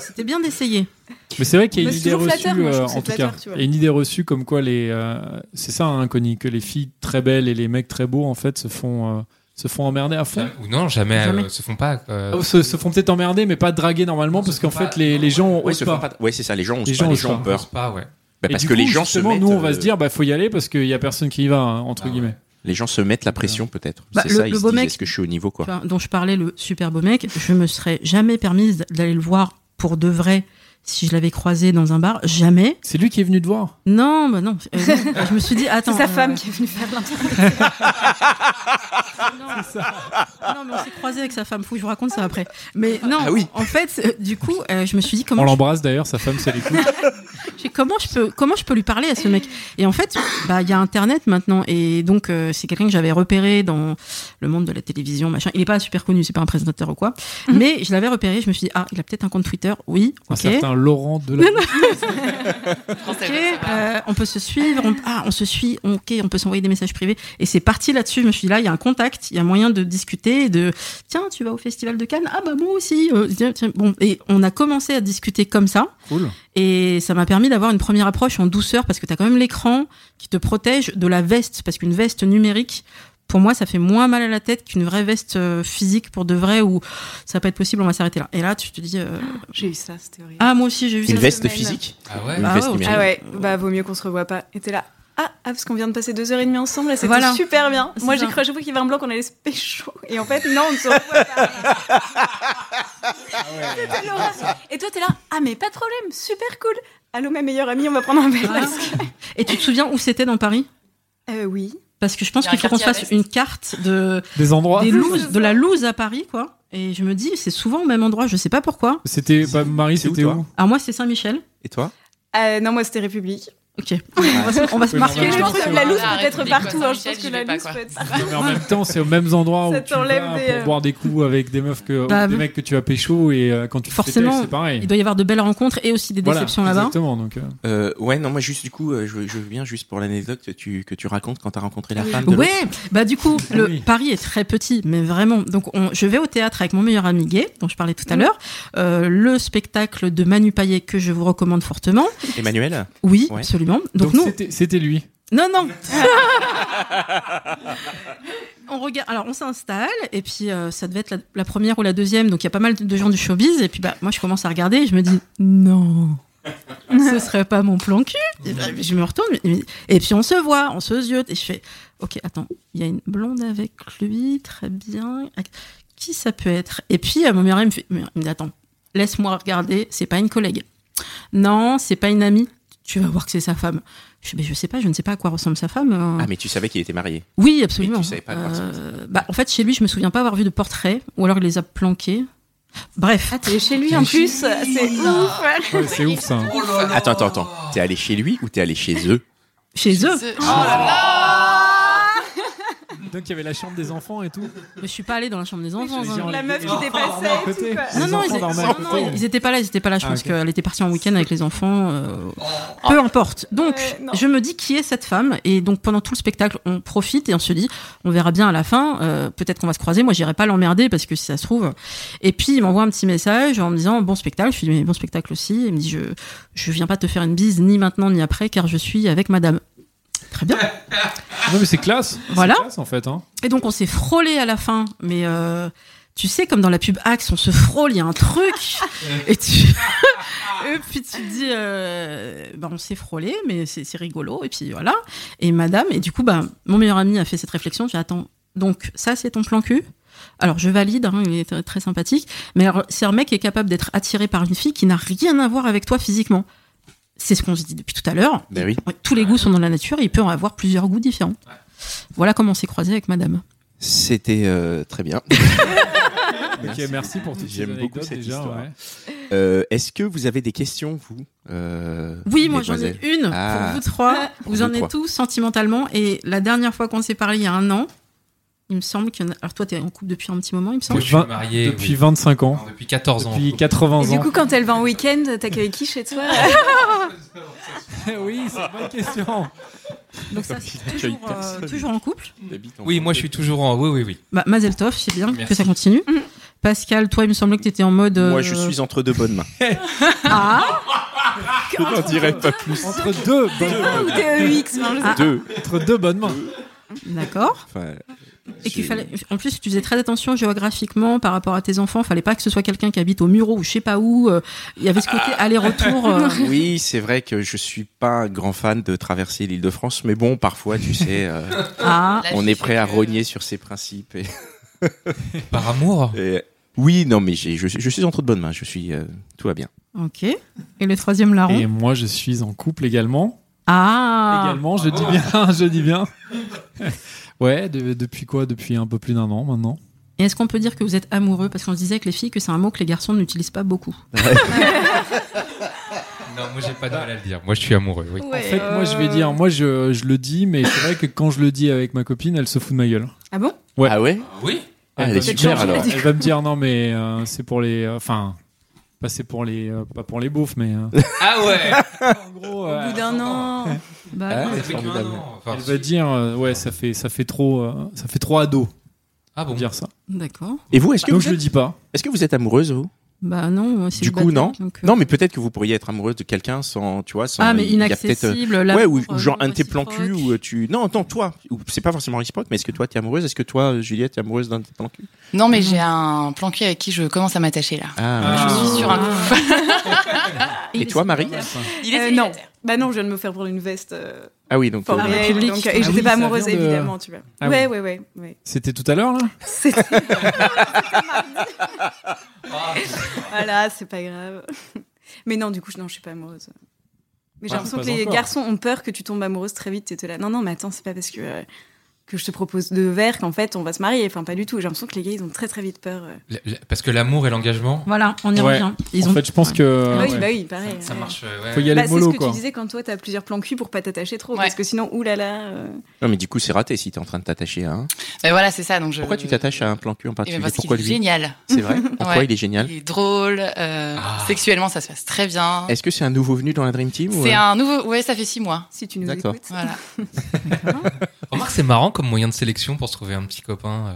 c'était bien d'essayer.
Mais c'est vrai qu'il y a
Mais
une
c'est
idée
toujours
reçue,
flatteur, moi, je
euh,
trouve que
en
c'est
tout
flatteur,
cas,
tu vois.
il y a une idée reçue comme quoi les, euh, c'est ça, hein, Connie, que les filles très belles et les mecs très beaux en fait se font euh, se font emmerder à fond.
Ou non, jamais, elles,
Jamais.
euh, se font pas. euh,
Ah, se, se font peut-être emmerder, mais pas draguer normalement, parce qu'en fait les, les gens
Ouais,
osent
se
pas.
font pas- ouais, c'est ça, les gens ont,
Les
les gens
gens
les
osent
gens ont
pas.
peur.
pas, ouais.
Bah,
Et
parce
du
que les
coup,
gens se
justement,
mettent,
nous on va
euh,
se dire, bah faut y aller parce qu'il y a personne qui y va hein, entre
Ah ouais.
guillemets.
les gens se mettent la pression peut-être.
Bah,
c'est
le-
ça,
le
ils se
beau
disent
mec-
est-ce que je suis au niveau quoi.
Enfin, dont je parlais, le super beau mec, je me serais jamais permise d'aller le voir pour de vrai si je l'avais croisé dans un bar. Jamais.
C'est lui qui est venu te voir.
Non, bah non. euh, non. Je me suis dit,
C'est
attends.
sa
euh,
femme qui est venue faire l'interview.
Non, non, mais on s'est croisé avec sa femme. Faut que je vous raconte ça après. Mais non,
Ah oui.
en fait, euh, du coup, euh, je me suis dit
on
comment je,
l'embrasse d'ailleurs, sa femme, c'est l'écoute.
j'ai- comment je peux comment je peux lui parler à ce mec. Et en fait, bah il y a Internet maintenant et donc euh, c'est quelqu'un que j'avais repéré dans le monde de la télévision machin. Il est pas super connu, c'est pas un présentateur ou quoi.
Mhm.
Mais je l'avais repéré. Je me suis dit ah il a peut-être un compte Twitter. Oui,
Un
ok.
certain Laurent de la.
Ok, euh, on peut se suivre, on, ah, on se suit, on- ok, on peut s'envoyer des messages privés. Et c'est parti là-dessus. Je me suis dit, là, il y a un contact, il y a moyen de discuter, de tiens, tu vas au festival de Cannes, ah bah moi aussi. euh, tiens, tiens, bon, et on a commencé à discuter comme ça,
Cool.
et ça m'a permis d'avoir une première approche en douceur parce que t'as quand même l'écran qui te protège de la veste, parce qu'une veste numérique. Pour moi, ça fait moins mal à la tête qu'une vraie veste euh, physique pour de vrai où ça va pas être possible, on va s'arrêter là. Et là, tu te dis, euh,
J'ai eu ça, c'était horrible.
ah, moi aussi, j'ai vu
Une
ça.
veste
semaine.
physique
Ah ouais.
Une
Ah
veste
ouais,
numérique
Ah ouais, bah vaut mieux qu'on se revoie pas. Et t'es là. Ah, ah, parce qu'on vient de passer deux heures et demie ensemble, et c'était
Voilà.
super bien.
C'est
Moi,
ça.
j'ai cru à chaque fois qu'il y avait un bloc, on allait se pécho. Et en fait, non, on ne se revoit pas.
Ah
C'était l'horreur. et toi, t'es là. Ah, mais pas de problème, super cool. Allô, ma meilleure amie, on va prendre un verre.
Voilà. Et tu te souviens où c'était dans Paris
Euh, oui.
Parce que je pense
Il y a
qu'il
un
faut qu'on se
quartier à
fasse
l'est.
une carte de,
Des endroits.
des
c'est
loos-
ça.
de la loose à Paris, quoi. Et je me dis, c'est souvent au même endroit, je sais pas pourquoi.
C'était bah, Marie,
C'est où,
c'était
toi
où
Alors moi, c'est Saint-Michel.
Et toi
Euh, non, moi, c'était République.
Ok. On va se- on va se
Oui,
Parce que
marquer.
je
normal.
je
pense
pense.
que la loose
Ah,
peut être
République,
partout.
moi,
hein. Je pense que
Saint-Michel,
la
j'y vais
loose
pas,
peut
quoi.
être ça.
Mais en même temps, c'est aux mêmes endroits
Ça
où tu
t'enlève
vas
des,
pour
euh,
boire des coups avec des meufs que,
Bah,
des
vous-
mecs que tu as pécho et euh, quand tu te fais
Forcément,
têche, c'est pareil.
Il doit y avoir de belles rencontres et aussi des
Voilà,
déceptions là-bas.
Exactement. Donc, euh,
Euh, Ouais, non, moi juste du coup, euh, je, je viens juste pour l'anecdote que tu, que tu racontes quand t'as rencontré la femme de
Ouais, bah du coup, le
Oui.
Paris est très petit, mais vraiment. Donc, on- je vais au théâtre avec mon meilleur ami gay, dont je parlais tout
Mm.
à l'heure. Euh, le spectacle de Manu Payet que je vous recommande fortement.
l'autre. Emmanuel.
Oui,
Ouais.
absolument.
donc
Donc, nous,
c'était- c'était lui.
Non, non. on regarde. Alors, on s'installe et puis euh, ça devait être la, la première ou la deuxième. Donc, il y a pas mal de, de gens du showbiz et puis bah moi je commence à regarder et je me dis non. Ce serait pas mon plan cul. Et bah, je me retourne et puis on se voit, on se ziote et je fais ok attends il y a une blonde avec lui très bien qui ça peut être Et puis euh, mon meilleur ami me fait mais- il me dit attends laisse-moi regarder c'est pas une collègue non c'est pas une amie tu vas voir que c'est sa femme. Je fais, mais je sais pas, je ne sais pas à quoi ressemble sa femme. euh.
Ah, mais tu savais qu'il était marié.
oui, absolument.
mais tu savais pas à quoi ressemble
Euh, bah, en fait, chez lui, je me souviens pas avoir vu de portrait, ou alors il les a planqués. Bref,
Ah, t'es chez lui en plus. C'est ouf.
Ouais, c'est ouf ça.
Attends, attends, attends. T'es allé
Oh
chez lui ou t'es allé chez eux
chez eux.
Oh là là
donc il y avait la chambre des enfants et tout.
Mais je suis pas allée dans la chambre des enfants.
les
hein.
gens,
La
les-
meuf
les
qui
enfants dormaient à
dépassait et
côté.
tout, quoi.
Les
Non, non,
enfants
ils, étaient-
dormaient à
non,
côté.
non, ils étaient pas là, ils étaient pas là. Je
Ah,
pense
ok.
qu'elle était partie en week-end avec les enfants. euh, Peu importe. Donc,
Ouais, non.
je me dis qui est cette femme. Et donc, pendant tout le spectacle, on profite et on se dit, on verra bien à la fin. euh, Peut-être qu'on va se croiser. Moi, j'irai pas l'emmerder parce que si ça se trouve. Et puis, il m'envoie un petit message en me disant, bon spectacle. Je lui dis, mais bon spectacle aussi. Il me dit, je, je viens pas te faire une bise ni maintenant ni après car je suis avec madame. Très bien.
Non, mais c'est classe.
Voilà.
C'est classe, en fait. Hein.
Et donc on s'est frôlé à la fin, mais euh, tu sais comme dans la pub Axe, on se frôle, il y a un truc, et tu et puis tu te dis, euh, bah, on s'est frôlé, mais c'est c'est rigolo, et puis voilà. Et Madame, et du coup bah mon meilleur ami a fait cette réflexion, j'ai attends, donc ça c'est ton plan cul. Alors je valide, hein, il est très, très sympathique, mais alors, c'est un mec qui est capable d'être attiré par une fille qui n'a rien à voir avec toi physiquement. C'est ce qu'on se dit depuis tout à l'heure.
Ben oui.
Ouais, Tous les goûts sont dans la nature, et il peut en avoir plusieurs goûts différents. Voilà comment on s'est croisé avec Madame.
C'était euh, très bien.
Ok, merci pour toutes ces
J'aime beaucoup
anecdotes,
cette
déjà,
histoire.
ouais.
Euh, Est-ce que vous avez des questions, vous euh,
Oui, moi j'en ai
mesdemoiselles
une
Ah.
pour vous trois. vous
vous
en
trois.
êtes tous sentimentalement. Et la dernière fois qu'on s'est parlé, il y a un an, il me semble que. Alors toi, t'es en couple depuis un petit moment, il me
Moi,
semble.
je suis
vingt-
marié
Depuis
oui.
25 ans.
Non, depuis 14 ans.
Depuis 80
Et du
ans.
coup, quand elle va en week-end, t'accueilles qui chez toi
oui, c'est une bonne question.
Donc ça, c'est toujours, euh,
personne.
toujours en couple.
Oui, moi je suis toujours en. Oui, oui, oui.
Bah, Mazel Tov, c'est bien que
Merci.
ça continue. Pascal, toi, il me semblait que t'étais en mode.
Moi, je
euh,
suis entre deux bonnes mains.
Ah,
Je n'en dirai pas plus.
Entre deux, bonnes,
Ah, Ou t'es EX non, je sais
Ah.
Deux.
entre deux bonnes mains.
d'accord.
Enfin,
Et qu'il
je-
fallait. En plus, tu faisais très attention géographiquement par rapport à tes enfants. Fallait pas que ce soit quelqu'un qui habite au Muro ou je sais pas où. euh, Il y avait ce
Ah.
côté aller-retour. euh,
Oui, c'est vrai que je suis pas un grand fan de traverser l'Île-de-France, mais bon, parfois, tu sais, euh,
Ah,
La
on
vie
est prêt
fait
à
que-
rogner sur ses principes. et-
Par amour
et- Oui, non, mais j'ai- je, je suis entre de bonnes mains. Je suis, euh, tout va bien.
ok. Et le troisième larron.
Et moi, je suis en couple également.
Ah.
Également, je dis bien, je dis bien. ouais, de- depuis quoi Depuis un peu plus d'un an maintenant.
Et est-ce qu'on peut dire que vous êtes amoureux Parce qu'on se disait avec les filles que c'est un mot que les garçons n'utilisent pas beaucoup.
Non, moi j'ai pas de mal à le dire. Moi je suis amoureux, oui.
pas.
En fait, moi,
euh,
je vais dire, moi, je, je le dis, mais c'est vrai que quand je le dis avec ma copine, elle se fout de ma gueule.
Ah bon
Ouais.
Ah ouais
Oui
Ah,
Elle
elle est
va me
super,
dire-
alors.
Elle va me dire non, mais euh, c'est pour les, euh, enfin, pas c'est pour les, euh, pas pour les beaufs, mais euh,
Ah ouais
en gros,
Au
euh,
bout d'un an.
Bah,
Ah,
Ça fait qu'un
formidable.
an. Enfin,
elle va dire euh, ouais, ça fait, ça fait trop, euh, ça fait trop ado
Ah bon
de dire ça.
D'accord.
Et vous, est-ce que,
Donc
vous
je le
êtes-
dis pas.
est-ce que vous êtes amoureuse, vous
Bah non, moi, c'est
Du
le
coup,
bâtard,
non.
donc, euh,
Non, mais peut-être que vous pourriez être amoureuse de quelqu'un sans, tu vois, sans.
Ah, mais
il y a peut-être, euh,
inaccessible. l'amour,
Ouais, ou, ou genre
euh,
un de tes plans
réciproque.
cul ou tu. Non, attends, toi. Ou- C'est pas forcément réciproque, mais est-ce que toi t'es amoureuse Est-ce que toi, euh, Juliette, t'es amoureuse d'un de tes plans cul
Non, mais j'ai un planqué avec qui je commence à m'attacher là.
Ah,
Je suis sur un.
Et toi, Marie
Il
Euh, non. Bah non, je viens de me faire prendre une veste euh,
Ah oui, donc. euh,
formelle,
Ah, public.
donc,
Ah
et j'étais
oui,
pas
ça vient
amoureuse
de-
évidemment, tu vois.
Ah
ouais, ouais, ouais, ouais.
C'était tout à l'heure là.
C'était. voilà, c'est pas grave. Mais non, du coup, je- non, je suis pas amoureuse. Mais j'ai
Ah,
l'impression
pas
que les
encore.
garçons ont peur que tu tombes amoureuse très vite et te là. Non, non, mais attends, c'est pas parce que, euh, que je te propose de verre qu'en fait on va se marier. Enfin, pas du tout. J'ai l'impression que les gars, ils ont très très vite peur. euh.
La- la- Parce que l'amour et l'engagement,
Voilà, on y
Ouais.
revient. Ils
en
ont...
fait, je pense que
Ah oui,
ouais,
bah oui, pareil.
ça
ouais.
marche. euh, ouais.
faut y aller
Bah, c'est ce
mollo
que
quoi.
tu disais quand toi t'as plusieurs plans cul pour pas t'attacher trop
Ouais.
parce que sinon oulala euh,
Non, mais du coup, c'est raté si t'es en train de t'attacher à un.
Mais Ben voilà, c'est ça. Donc je...
Pourquoi tu t'attaches à un plan cul en
Eh ben,
particulier
Parce qu'il
Pourquoi
est
lui Hein?
génial.
C'est vrai Pourquoi
Ouais.
il est génial
Il est drôle. euh,
Ah.
Sexuellement, ça se passe très bien.
Est-ce que c'est un nouveau venu dans la Dream Team ou,
C'est
euh,
un nouveau. Ouais, ça fait six mois.
si tu nous
D'accord.
écoutes.
Voilà.
Remarque, c'est marrant comme moyen de sélection pour se trouver un petit copain. euh.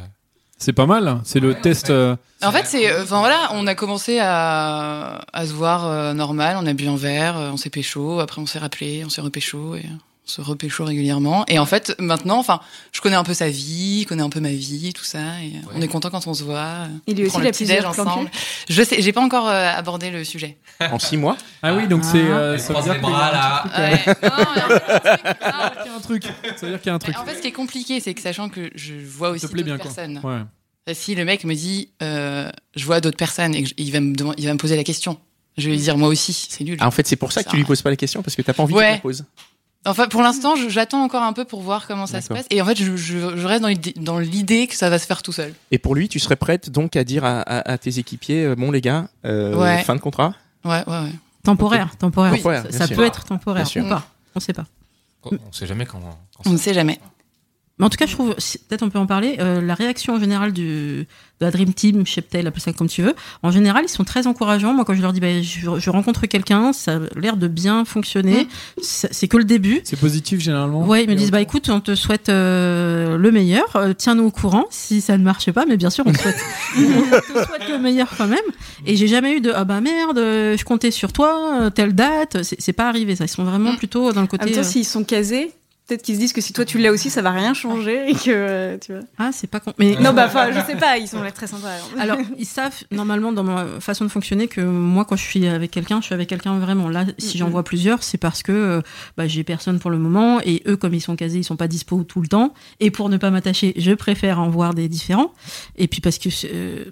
C'est pas mal. C'est le test. euh,
En fait, c'est. euh, Enfin voilà, on a commencé à, à se voir euh, normal. On a bu un verre, euh, on s'est pécho. Après, on s'est rappelé, on s'est repécho et euh, on se repécho régulièrement. Et en fait, maintenant, enfin, je connais un peu sa vie, je connais un peu ma vie, tout ça. Et euh, on est content quand on se voit. euh,
Il lui
On
aussi,
prend
il a
le petit-déj
plusieurs plans cul.
ensemble. Je sais, j'ai pas encore euh, abordé le sujet.
En six mois
Ah oui, donc c'est. euh, ça veut
Croise
dire
les
qu'il y
bras,
a
là.
Ouais. Non, non,
il y a un truc. Ça veut dire qu'il y a un truc.
En fait, ce qui est compliqué, c'est que sachant que je vois aussi
te plaît
d'autres
bien, quoi.
personnes.
Ouais.
Si le mec me dit, euh, je vois d'autres personnes et que je- il va me demand- il va me poser la question, je vais lui dire moi aussi, c'est nul.
Ah, En fait, c'est pour ça que tu lui poses pas la question parce que t'as pas envie
Ouais.
qu'il la pose.
Enfin, pour l'instant, je- j'attends encore un peu pour voir comment ça se
D'accord.
passe. Et en fait, je, je- je reste dans l'idée- dans l'idée que ça va se faire tout seul.
Et pour lui, tu serais prête donc à dire à, à- à tes équipiers euh, Bon, les gars, euh,
Ouais.
fin de contrat
Ouais, ouais, ouais.
Temporaire, temporaire.
Oui,
ça
bien
ça
sûr.
peut être temporaire
Bien sûr.
ou pas. On sait pas.
On sait euh, jamais quand. quand
On ne
ça-
sait jamais.
Mais en tout cas, je trouve, si- peut-être on peut en parler, euh, la réaction en général du, de la Dream Team, Cheptel, appelle ça comme tu veux, en général, ils sont très encourageants. Moi, quand je leur dis, bah, je, je rencontre quelqu'un, ça a l'air de bien fonctionner, c'est c'est que le début.
C'est positif généralement
Ouais, ils me disent, bah écoute, on te souhaite euh, le meilleur, euh, tiens-nous au courant si ça ne marche pas, mais bien sûr, on te souhaite, on te souhaite le meilleur quand même. Et j'ai jamais eu de, ah bah merde, euh, je comptais sur toi, euh, telle date, c'est c'est pas arrivé ça. Ils sont vraiment
Mm.
plutôt dans le
En même
côté,
temps,
euh,
s'ils sont casés, peut-être qu'ils se disent que si toi tu l'as aussi, ça va rien changer et que euh, tu vois.
ah, c'est pas con. Mais
Non, bah enfin, je sais pas, ils ont l'air très sympas. Alors.
Ah.
Alors, ils savent normalement dans ma façon de fonctionner que moi, quand je suis avec quelqu'un, je suis avec quelqu'un vraiment. Là, si j'en
Mhm.
vois plusieurs, c'est parce que euh, bah, j'ai personne pour le moment et eux, comme ils sont casés, ils sont pas dispo tout le temps. Et pour ne pas m'attacher, je préfère en voir des différents. Et puis parce que euh,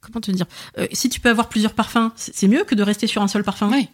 comment te dire, Euh, si tu peux avoir plusieurs parfums, c'est c'est mieux que de rester sur un seul parfum.
Oui.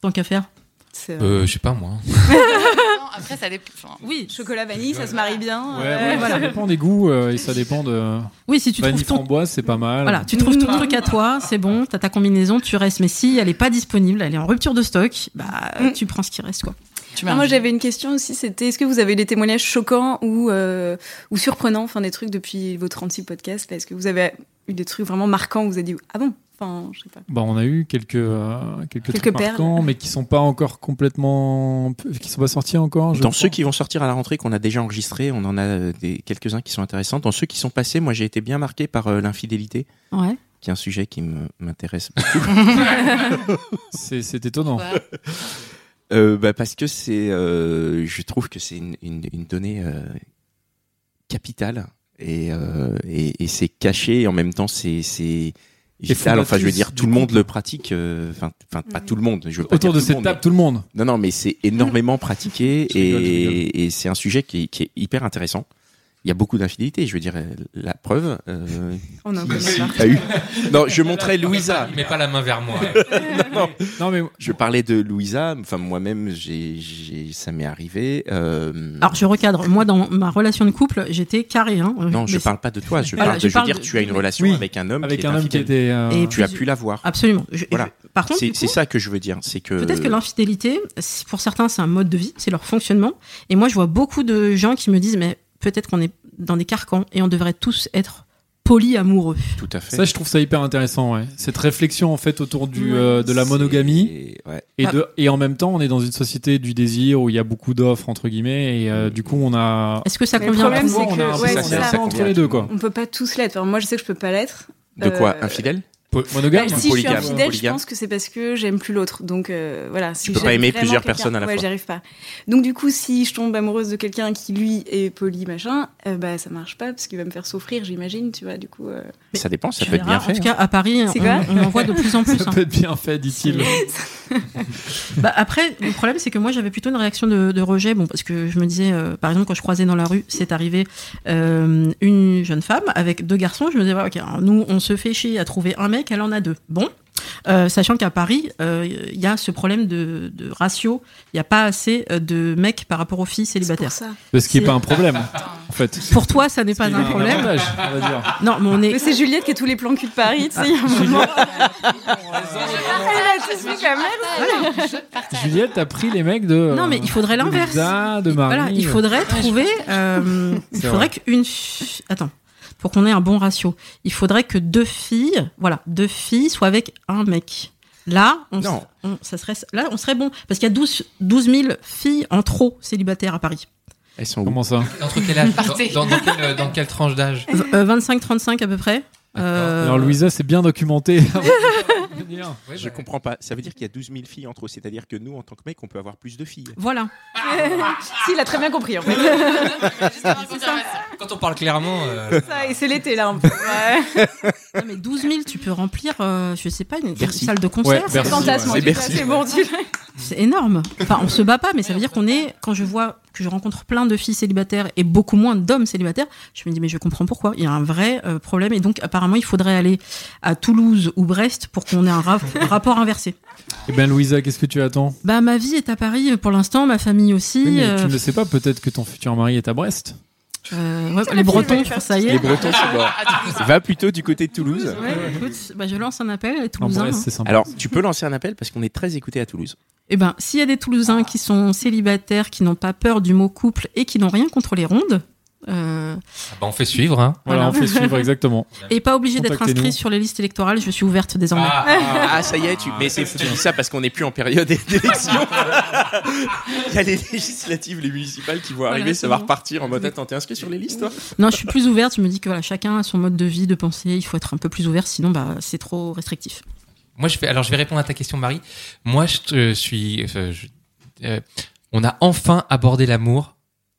Tant qu'à faire.
C'est, euh,
Euh, je sais pas moi.
Non, Après, ça dépend. enfin,
Oui,
Chocolat vanille, ça se marie bien.
bah,
Ouais,
euh,
ouais, ça dépend des goûts euh, et ça dépend de.
oui, si tu
Vanille
trouves ton
framboise, c'est pas mal.
Voilà, tu trouves ton truc à toi, c'est bon, t'as ta combinaison, tu restes. Mais si elle est pas disponible, elle est en rupture de stock, bah
Mm.
tu prends ce qui reste quoi.
tu
Ah,
m'as
moi j'avais une question aussi, c'était est-ce que vous avez des témoignages choquants ou, euh, ou surprenants, enfin des trucs depuis vos 36 podcasts là, Est-ce que vous avez eu des trucs vraiment marquants où vous avez dit ah bon Enfin, je sais pas.
Bah, on a eu quelques euh, quelques,
Quelques
trucs
perles.
marquants, mais qui sont pas encore complètement, qui sont pas sortis encore. je
Dans
crois.
ceux qui vont sortir à la rentrée qu'on a déjà enregistrés, on en a euh, des quelques-uns qui sont intéressants. Dans ceux qui sont passés, moi j'ai été bien marqué par euh, l'infidélité,
Ouais.
qui est un sujet qui me- m'intéresse.
c'est c'est étonnant.
Pourquoi
Euh, bah, parce que c'est, euh, je trouve que c'est une, une- une donnée euh, capitale et, euh, et, et c'est caché et en même temps c'est c'est vital. Enfin, je veux dire,
fondatrice
tout le
du
monde le pratique. euh, Enfin, enfin, pas
Mhm.
tout le monde. Je veux pas
Autour
dire
de
tout le
cette
monde,
table, tout le monde.
Non, non, mais c'est énormément pratiqué
Je rigole, je
et, et c'est un sujet qui, est- qui est hyper intéressant. Il y a beaucoup d'infidélité, je veux dire, euh, la preuve. euh,
On
Bah,
a un peu
il y a eu- Non, je montrais Louisa.
Il met pas la main vers moi.
Non mais
Je parlais de Louisa, enfin moi-même, j'ai, j'ai- ça m'est arrivé. euh,
Alors je recadre. Moi, dans ma relation de couple, j'étais carré. Hein. Euh,
non,
mais
je
c'est-
parle pas de toi, je
Voilà,
parle
je
de, je veux
parle
dire,
de-
tu as une relation
Oui,
avec un homme
avec
qui est
un homme qui
infidèle.
était. euh,
Et
Tu as
Plus-
pu l'avoir.
Absolument. Je-
Voilà.
je- par contre,
C'est,
Ah, du coup,
c'est ça euh, que je veux dire, c'est que.
peut-être que l'infidélité, c'est- pour certains, c'est un mode de vie, c'est leur fonctionnement. Et moi, je vois beaucoup de gens qui me disent, mais peut-être qu'on est dans des carcans et on devrait tous être polyamoureux.
Tout à fait.
Ça, je trouve ça hyper intéressant. ouais. Cette réflexion en fait autour du euh, de la
C'est-
monogamie.
ouais.
Et,
Ah.
de, et en même temps, on est dans une société du désir où il y a beaucoup d'offres, entre guillemets, et euh, du coup, on a.
Est-ce que ça
Mais le
convient
problème,
à tout le
c'est
monde
que-
on a un peu
ouais,
ça,
c'est
on est
ça.
un peu entre les deux, quoi.
On peut pas tous l'être. Enfin, moi, je sais que je peux pas l'être.
De quoi
Euh,
Infidèle
Bah,
Monogame
si je suis
Ah, polygame.
infidèle, je
Polygame.
pense que c'est parce que j'aime plus l'autre. Donc euh, voilà. Si
Tu peux pas
j'aime
aimer
vraiment
plusieurs
quelqu'un-
personnes à la
ouais,
fois.
j'y arrive pas. Donc du coup, si je tombe amoureuse de quelqu'un qui lui est poli machin, euh, bah ça marche pas parce qu'il va me faire souffrir, j'imagine, tu vois. Du coup, euh,
Ça dépend, ça
Tu
peut être bien
verras, En
fait. hein.
tout cas, à Paris,
C'est quoi
on, on en voit de plus en plus.
Ça
hein.
peut être bien fait, dit-il.
Bah, après, le problème, c'est que moi, j'avais plutôt une réaction de, de rejet. Bon, parce que je me disais, euh, par exemple, quand je croisais dans la rue, c'est arrivé euh, une jeune femme avec deux garçons. Je me disais, ouais, ok, alors nous, on se fait chier à trouver un mec, elle en a deux. Bon. Euh, sachant qu'à Paris, euh, il y a ce problème de, de ratio. Il n'y a pas assez euh, de mecs par rapport aux filles
c'est pour
célibataires.
ça.
Ce qui n'est
C'est-
pas un problème, en fait.
Pour, toi, ça n'est pas un problème.
avantage, on va dire.
Non, mais on
Mais
est.
c'est Juliette qui a tous les plans cul de Paris, tu sais. il y a un moment. Elle a tous fait quand même.
Je partage.
Juliette, t'as pris les mecs de.
Non, mais il faudrait
de
l'inverse.
Lisa, de Marie.
Voilà, il faudrait trouver. euh, il
C'est
faudrait
vrai.
qu'une. fi- Attends, pour qu'on ait un bon ratio, il faudrait que deux filles, voilà, deux filles soient avec un mec. Là, on, s-
hein. Non.
on- ça serait, là, on serait bon. Parce qu'il y a 12, 12 000 filles en trop célibataires à Paris.
Elles sont où
Comment ça
Entre quel âge
Partez.
dans, dans quelle, dans quelle tranche d'âge
V- euh, 25-35 à peu près. Euh,
Alors, Louisa, c'est bien documenté.
bah,
Je comprends pas. Ça veut dire qu'il y a 12 000 filles entre eux. C'est-à-dire que nous, en tant que mec, on peut avoir plus de filles.
Voilà.
Si, il a très bien compris en fait.
Quand on parle clairement, euh,
Ça, et c'est l'été là un peu.
Ah,
Ouais.
Non, mais 12 000, tu peux remplir, euh, je sais pas, une
Bercy.
salle de concert.
Ouais,
c'est-
Bercy.
Fantasme, en
C'est
tout cas,
Bercy.
c'est bon. tu l'as.
C'est énorme. Enfin, on se bat pas, mais ça veut dire qu'on est. Quand je vois que je rencontre plein de filles célibataires et beaucoup moins d'hommes célibataires, je me dis mais je comprends pourquoi. Il y a un vrai euh, problème et donc apparemment il faudrait aller à Toulouse ou Brest pour qu'on ait un ra- rapport inversé.
Eh bien, Louisa, qu'est-ce que tu attends
Bah ma vie est à Paris pour l'instant, ma famille aussi.
Oui, mais
euh,
Tu ne sais pas, peut-être que ton futur mari est à Brest.
euh, ouais, les Bretons, ça y est.
Les Bretons sont morts. Va plutôt du côté de Toulouse.
Ouais, écoute, bah, je lance un appel les
En
Toulousains. hein.
Brest, c'est sympa.
Alors, tu peux lancer un appel parce qu'on est très écouté à Toulouse.
Eh ben, s'il y a des Toulousains qui sont célibataires, qui n'ont pas peur du mot couple et qui n'ont rien contre les rondes, Euh,
Ah bah, on fait suivre, hein.
Voilà,
Voilà.
on fait suivre exactement.
et pas obligé d'être
Contactez-nous.
inscrit sur les listes électorales. Je suis ouverte désormais.
Ah, ça y est, tu. Mais c'est tu dis ça parce qu'on n'est plus en période d'élection. Il y a les législatives, les municipales qui vont
Voilà,
arriver, ça
c'est
va
bon.
repartir en mode attends, t'es inscrit sur les listes, toi
Non, je suis plus ouverte. Je me dis que voilà, chacun a son mode de vie, de pensée. Il faut être un peu plus ouvert, sinon bah, c'est trop restrictif.
Moi, je vais, alors, je vais répondre à ta question, Marie. Moi, je te- je suis. euh, je- euh, on a enfin abordé l'amour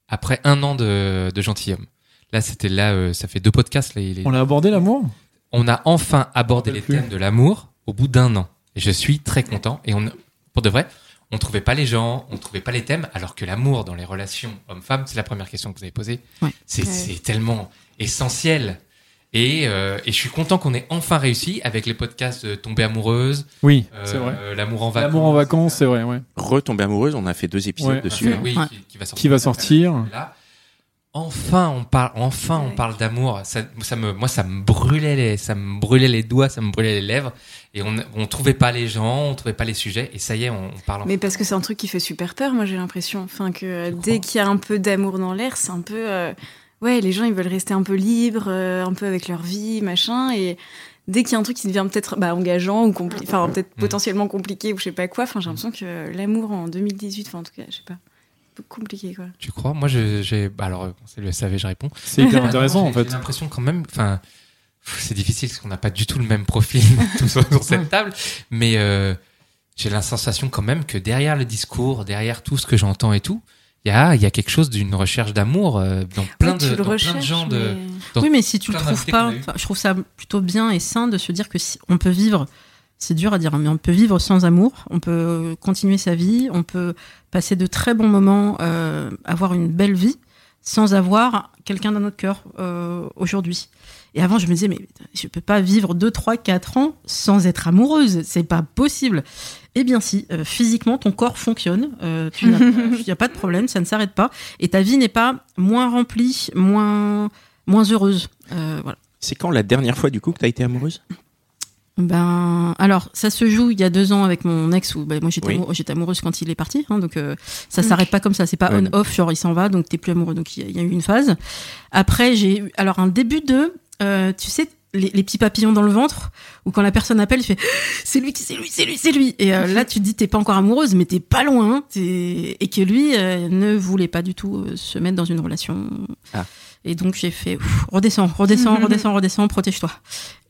après un an de, de gentilhomme. Là, c'était là, euh, ça fait deux podcasts. Là, il est-
On l'a abordé l'amour
On a enfin abordé
Je me
les
rappelle plus.
thèmes de l'amour au bout d'un an. Et je suis très content. Et on, pour de vrai, on trouvait pas les gens, on trouvait pas les thèmes, alors que l'amour dans les relations homme-femme, c'est la première question que vous avez posée.
Ouais.
C'est
Ouais.
c'est tellement essentiel. Et, euh, et je suis content qu'on ait enfin réussi avec les podcasts de Tomber amoureuse,
Oui,
euh,
c'est vrai.
L'amour en vacances.
L'amour en vacances, c'est vrai, ouais.
Retomber amoureuse, on a fait deux épisodes
Ouais.
dessus. hein.
Oui,
Ouais.
qui, qui va sortir.
Qui va sortir
Mmh. Là, enfin, on parle, enfin, on
Ouais.
parle d'amour. Ça, ça me, moi, ça me brûlait les, ça me brûlait les doigts, ça me brûlait les lèvres. Et on, on trouvait pas les gens, on trouvait pas les sujets. Et ça y est, on, on parle.
Mais parce que c'est un truc qui fait super peur, moi j'ai l'impression. Enfin, que euh, dès qu'il y a un peu d'amour dans l'air, c'est un peu. euh, ouais, les gens ils veulent rester un peu libres, euh, un peu avec leur vie, machin. Et dès qu'il y a un truc qui devient peut-être bah, engageant ou compli- enfin, peut-être
Mm.
potentiellement compliqué ou je sais pas quoi, enfin, j'ai l'impression que euh, l'amour en 2018, enfin, en tout cas, je sais pas, un peu compliqué quoi.
Tu crois Moi, je- j'ai. bah, alors, euh, c'est le SAV, je réponds.
C'est hyper
Ah,
intéressant
j'ai-
en
J'ai
fait.
l'impression quand même. Enfin, pff, c'est difficile parce qu'on n'a pas du tout le même profil tous sur cette table. Mais euh, j'ai la sensation quand même que derrière le discours, derrière tout ce que j'entends et tout, il y a, il y a quelque chose d'une recherche d'amour euh, dans plein
Ouais,
de
tu le
dans plein de
recherches,
gens de.
mais-
Donc,
oui, mais si tu le
plein
trouves
d'invités
pas,
qu'on a eu.
enfin, je trouve ça plutôt bien et sain de se dire que si on peut vivre, c'est dur à dire, hein, mais on peut vivre sans amour, on peut continuer sa vie, on peut passer de très bons moments, euh, avoir une belle vie sans avoir quelqu'un dans notre cœur euh, aujourd'hui. Et avant, je me disais, mais je peux pas vivre 2, 3, 4 ans sans être amoureuse, c'est pas possible. Eh bien si, euh, physiquement, ton corps fonctionne, euh, tu n'as- il n'y a pas de problème, ça ne s'arrête pas, et ta vie n'est pas moins remplie, moins moins heureuse. Euh, voilà.
C'est quand la dernière fois, du coup, que t'as été amoureuse
Ben, alors, ça se joue il y a deux ans avec mon ex où ben, moi j'étais
Oui.
amou- j'étais amoureuse quand il est parti, hein, donc euh, ça s'arrête pas comme ça, c'est pas
Ouais.
on-off, genre il s'en va, donc t'es plus amoureux, donc il y, a- il y a eu une phase. Après, j'ai eu, alors un début de, euh, tu sais, les, les petits papillons dans le ventre, où quand la personne appelle, il fait c'est lui, qui- c'est lui, c'est lui, c'est lui. Et euh, là, tu te dis, t'es pas encore amoureuse, mais t'es pas loin, hein, t'es- et que lui euh, ne voulait pas du tout euh, se mettre dans une relation.
Ah.
Et donc j'ai fait, ouf, redescends, redescends, redescends, redescends, protège-toi.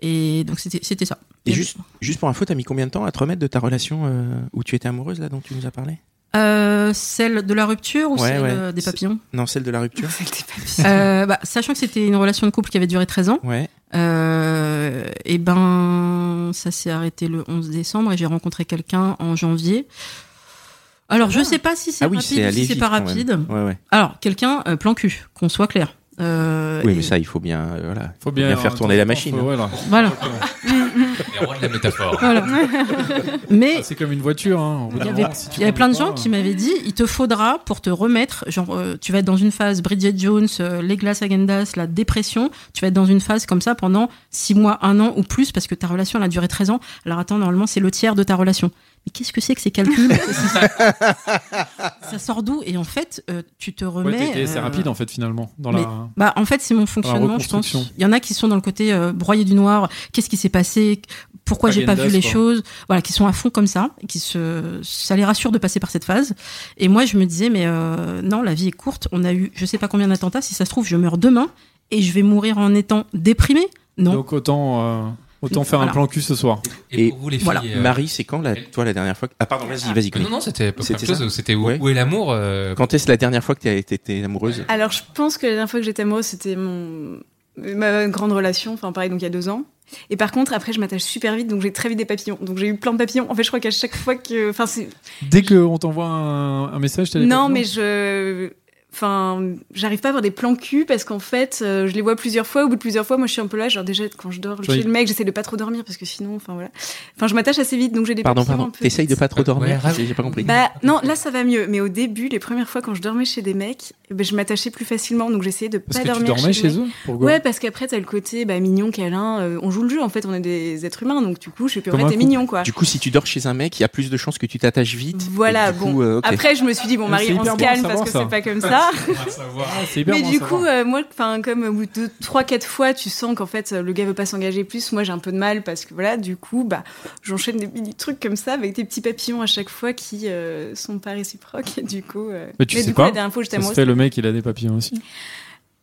Et donc c'était c'était ça.
Et juste, juste pour info, t'as mis combien de temps à te remettre de ta relation euh, où tu étais amoureuse, là, dont tu nous as parlé
Euh, celle de la rupture ou
Ouais,
celle
ouais.
euh, des
C'est-
papillons
Non, celle de la rupture
Euh, bah, Sachant que c'était une relation de couple qui avait duré 13 ans,
Ouais.
euh, et ben ça s'est arrêté le 11 décembre et j'ai rencontré quelqu'un en janvier. Alors je sais pas si c'est
Ah oui, c'est
rapide ou
allé
si c'est
vite,
pas
quand même.
rapide.
Ouais, ouais.
Alors quelqu'un euh, plan cul, qu'on soit clair. Euh,
Oui,
et-
mais ça, il faut bien, euh, voilà,
Faut
bien faire tourner la machine,
faut-
hein.
voilà.
Voilà.
Les rois de la métaphore.
voilà. mais
Ah, C'est comme une voiture. Hein.
Il y avait, il y avait plein de gens qui m'avaient dit il te faudra pour te remettre, genre euh, tu vas être dans une phase Bridget Jones, euh, les glaces Agendas, la dépression, tu vas être dans une phase comme ça pendant six mois, un an ou plus parce que ta relation elle a duré 13 ans. Alors attends, normalement c'est le tiers de ta relation. Mais qu'est-ce que c'est que ces calculs Ça sort d'où Et en fait, euh, tu te remets.
C'est
euh,
rapide en fait finalement. Dans
mais-
la...
bah, en fait, c'est mon fonctionnement, je pense.
reconstruction.
Il y en a qui sont dans le côté euh, broyer du noir. Qu'est-ce qui s'est passé Pourquoi j'ai pas vu
Agendas,
les
quoi.
choses Voilà, qui sont à fond comme ça, qui se, ça les rassure de passer par cette phase. Et moi, je me disais, mais euh, non, la vie est courte. On a eu, je sais pas combien d'attentats. Si ça se trouve, je meurs demain et je vais mourir en étant déprimé. Non.
Donc autant, euh, autant faire
Voilà.
un plan cul ce soir.
Et,
Et
pour vous, les filles.
voilà.
euh,
Marie, c'est quand, la, toi, la dernière fois que... Ah, pardon, vas-y, vas-y.
Non,
Colline.
non, c'était pas
C'était
quelque chose. C'était où,
Ouais.
où est l'amour euh,
Quand est-ce la dernière fois que t'as été amoureuse
Alors, je pense que la dernière fois que j'étais amoureuse, c'était mon ma grande relation, enfin pareil, donc il y a deux ans. Et par contre, après, je m'attache super vite, donc j'ai très vite des papillons. Donc j'ai eu plein de papillons. En fait, je crois qu'à chaque fois que, enfin, c'est
Dès qu'on t'envoie un, un message, t'as les
non,
papillons
mais je. Enfin, j'arrive pas à avoir des plans cul parce qu'en fait, euh, je les vois plusieurs fois. Au bout de plusieurs fois, moi, je suis un peu là. Genre, déjà, quand je dors
Oui.
chez le mec, j'essaie de pas trop dormir parce que sinon, enfin voilà. Enfin, je m'attache assez vite, donc j'ai des
Pardon,
papillons
pardon.
un peu
T'essayes de
vite.
pas trop dormir
Ouais,
J'ai j'ai pas compris.
Bah, non, là, ça va mieux. Mais au début, les premières fois, quand je dormais chez des mecs, eh ben, je m'attachais plus facilement, donc j'essayais de
Parce
pas
que tu
dormir
dormais
le
chez,
mec.
eux Pourquoi
Ouais, parce qu'après, t'as le côté bah, mignon, câlin. euh, on joue le jeu, en fait, on est des êtres humains, donc du coup, je suis plus
Comme
vrai,
un
t'es
couple.
mignon, quoi.
Du coup, si tu dors chez un mec, il y a plus de chances que tu t'attaches vite.
Voilà,
Et du coup,
bon.
euh, ok.
Après, je me suis dit, bon,
Mais
Marie,
c'est hyper
on se
bon à
calme
savoir,
parce que
ça.
c'est pas comme ça. ça.
Ah, c'est hyper
Mais
bon à
du
savoir.
coup, euh, moi, enfin, comme au bout de 3-4 fois, tu sens qu'en fait, euh, le gars veut pas s'engager plus. Moi, j'ai un peu de mal parce que voilà, du coup, bah, j'enchaîne des mini trucs comme ça avec des petits papillons à chaque fois qui euh, sont pas réciproques. Et du coup, euh,
Mais tu sais
du coup,
pas,
la dernière fois, j'étais
ça se
amoureuse.
fait, le mec, il a des papillons aussi.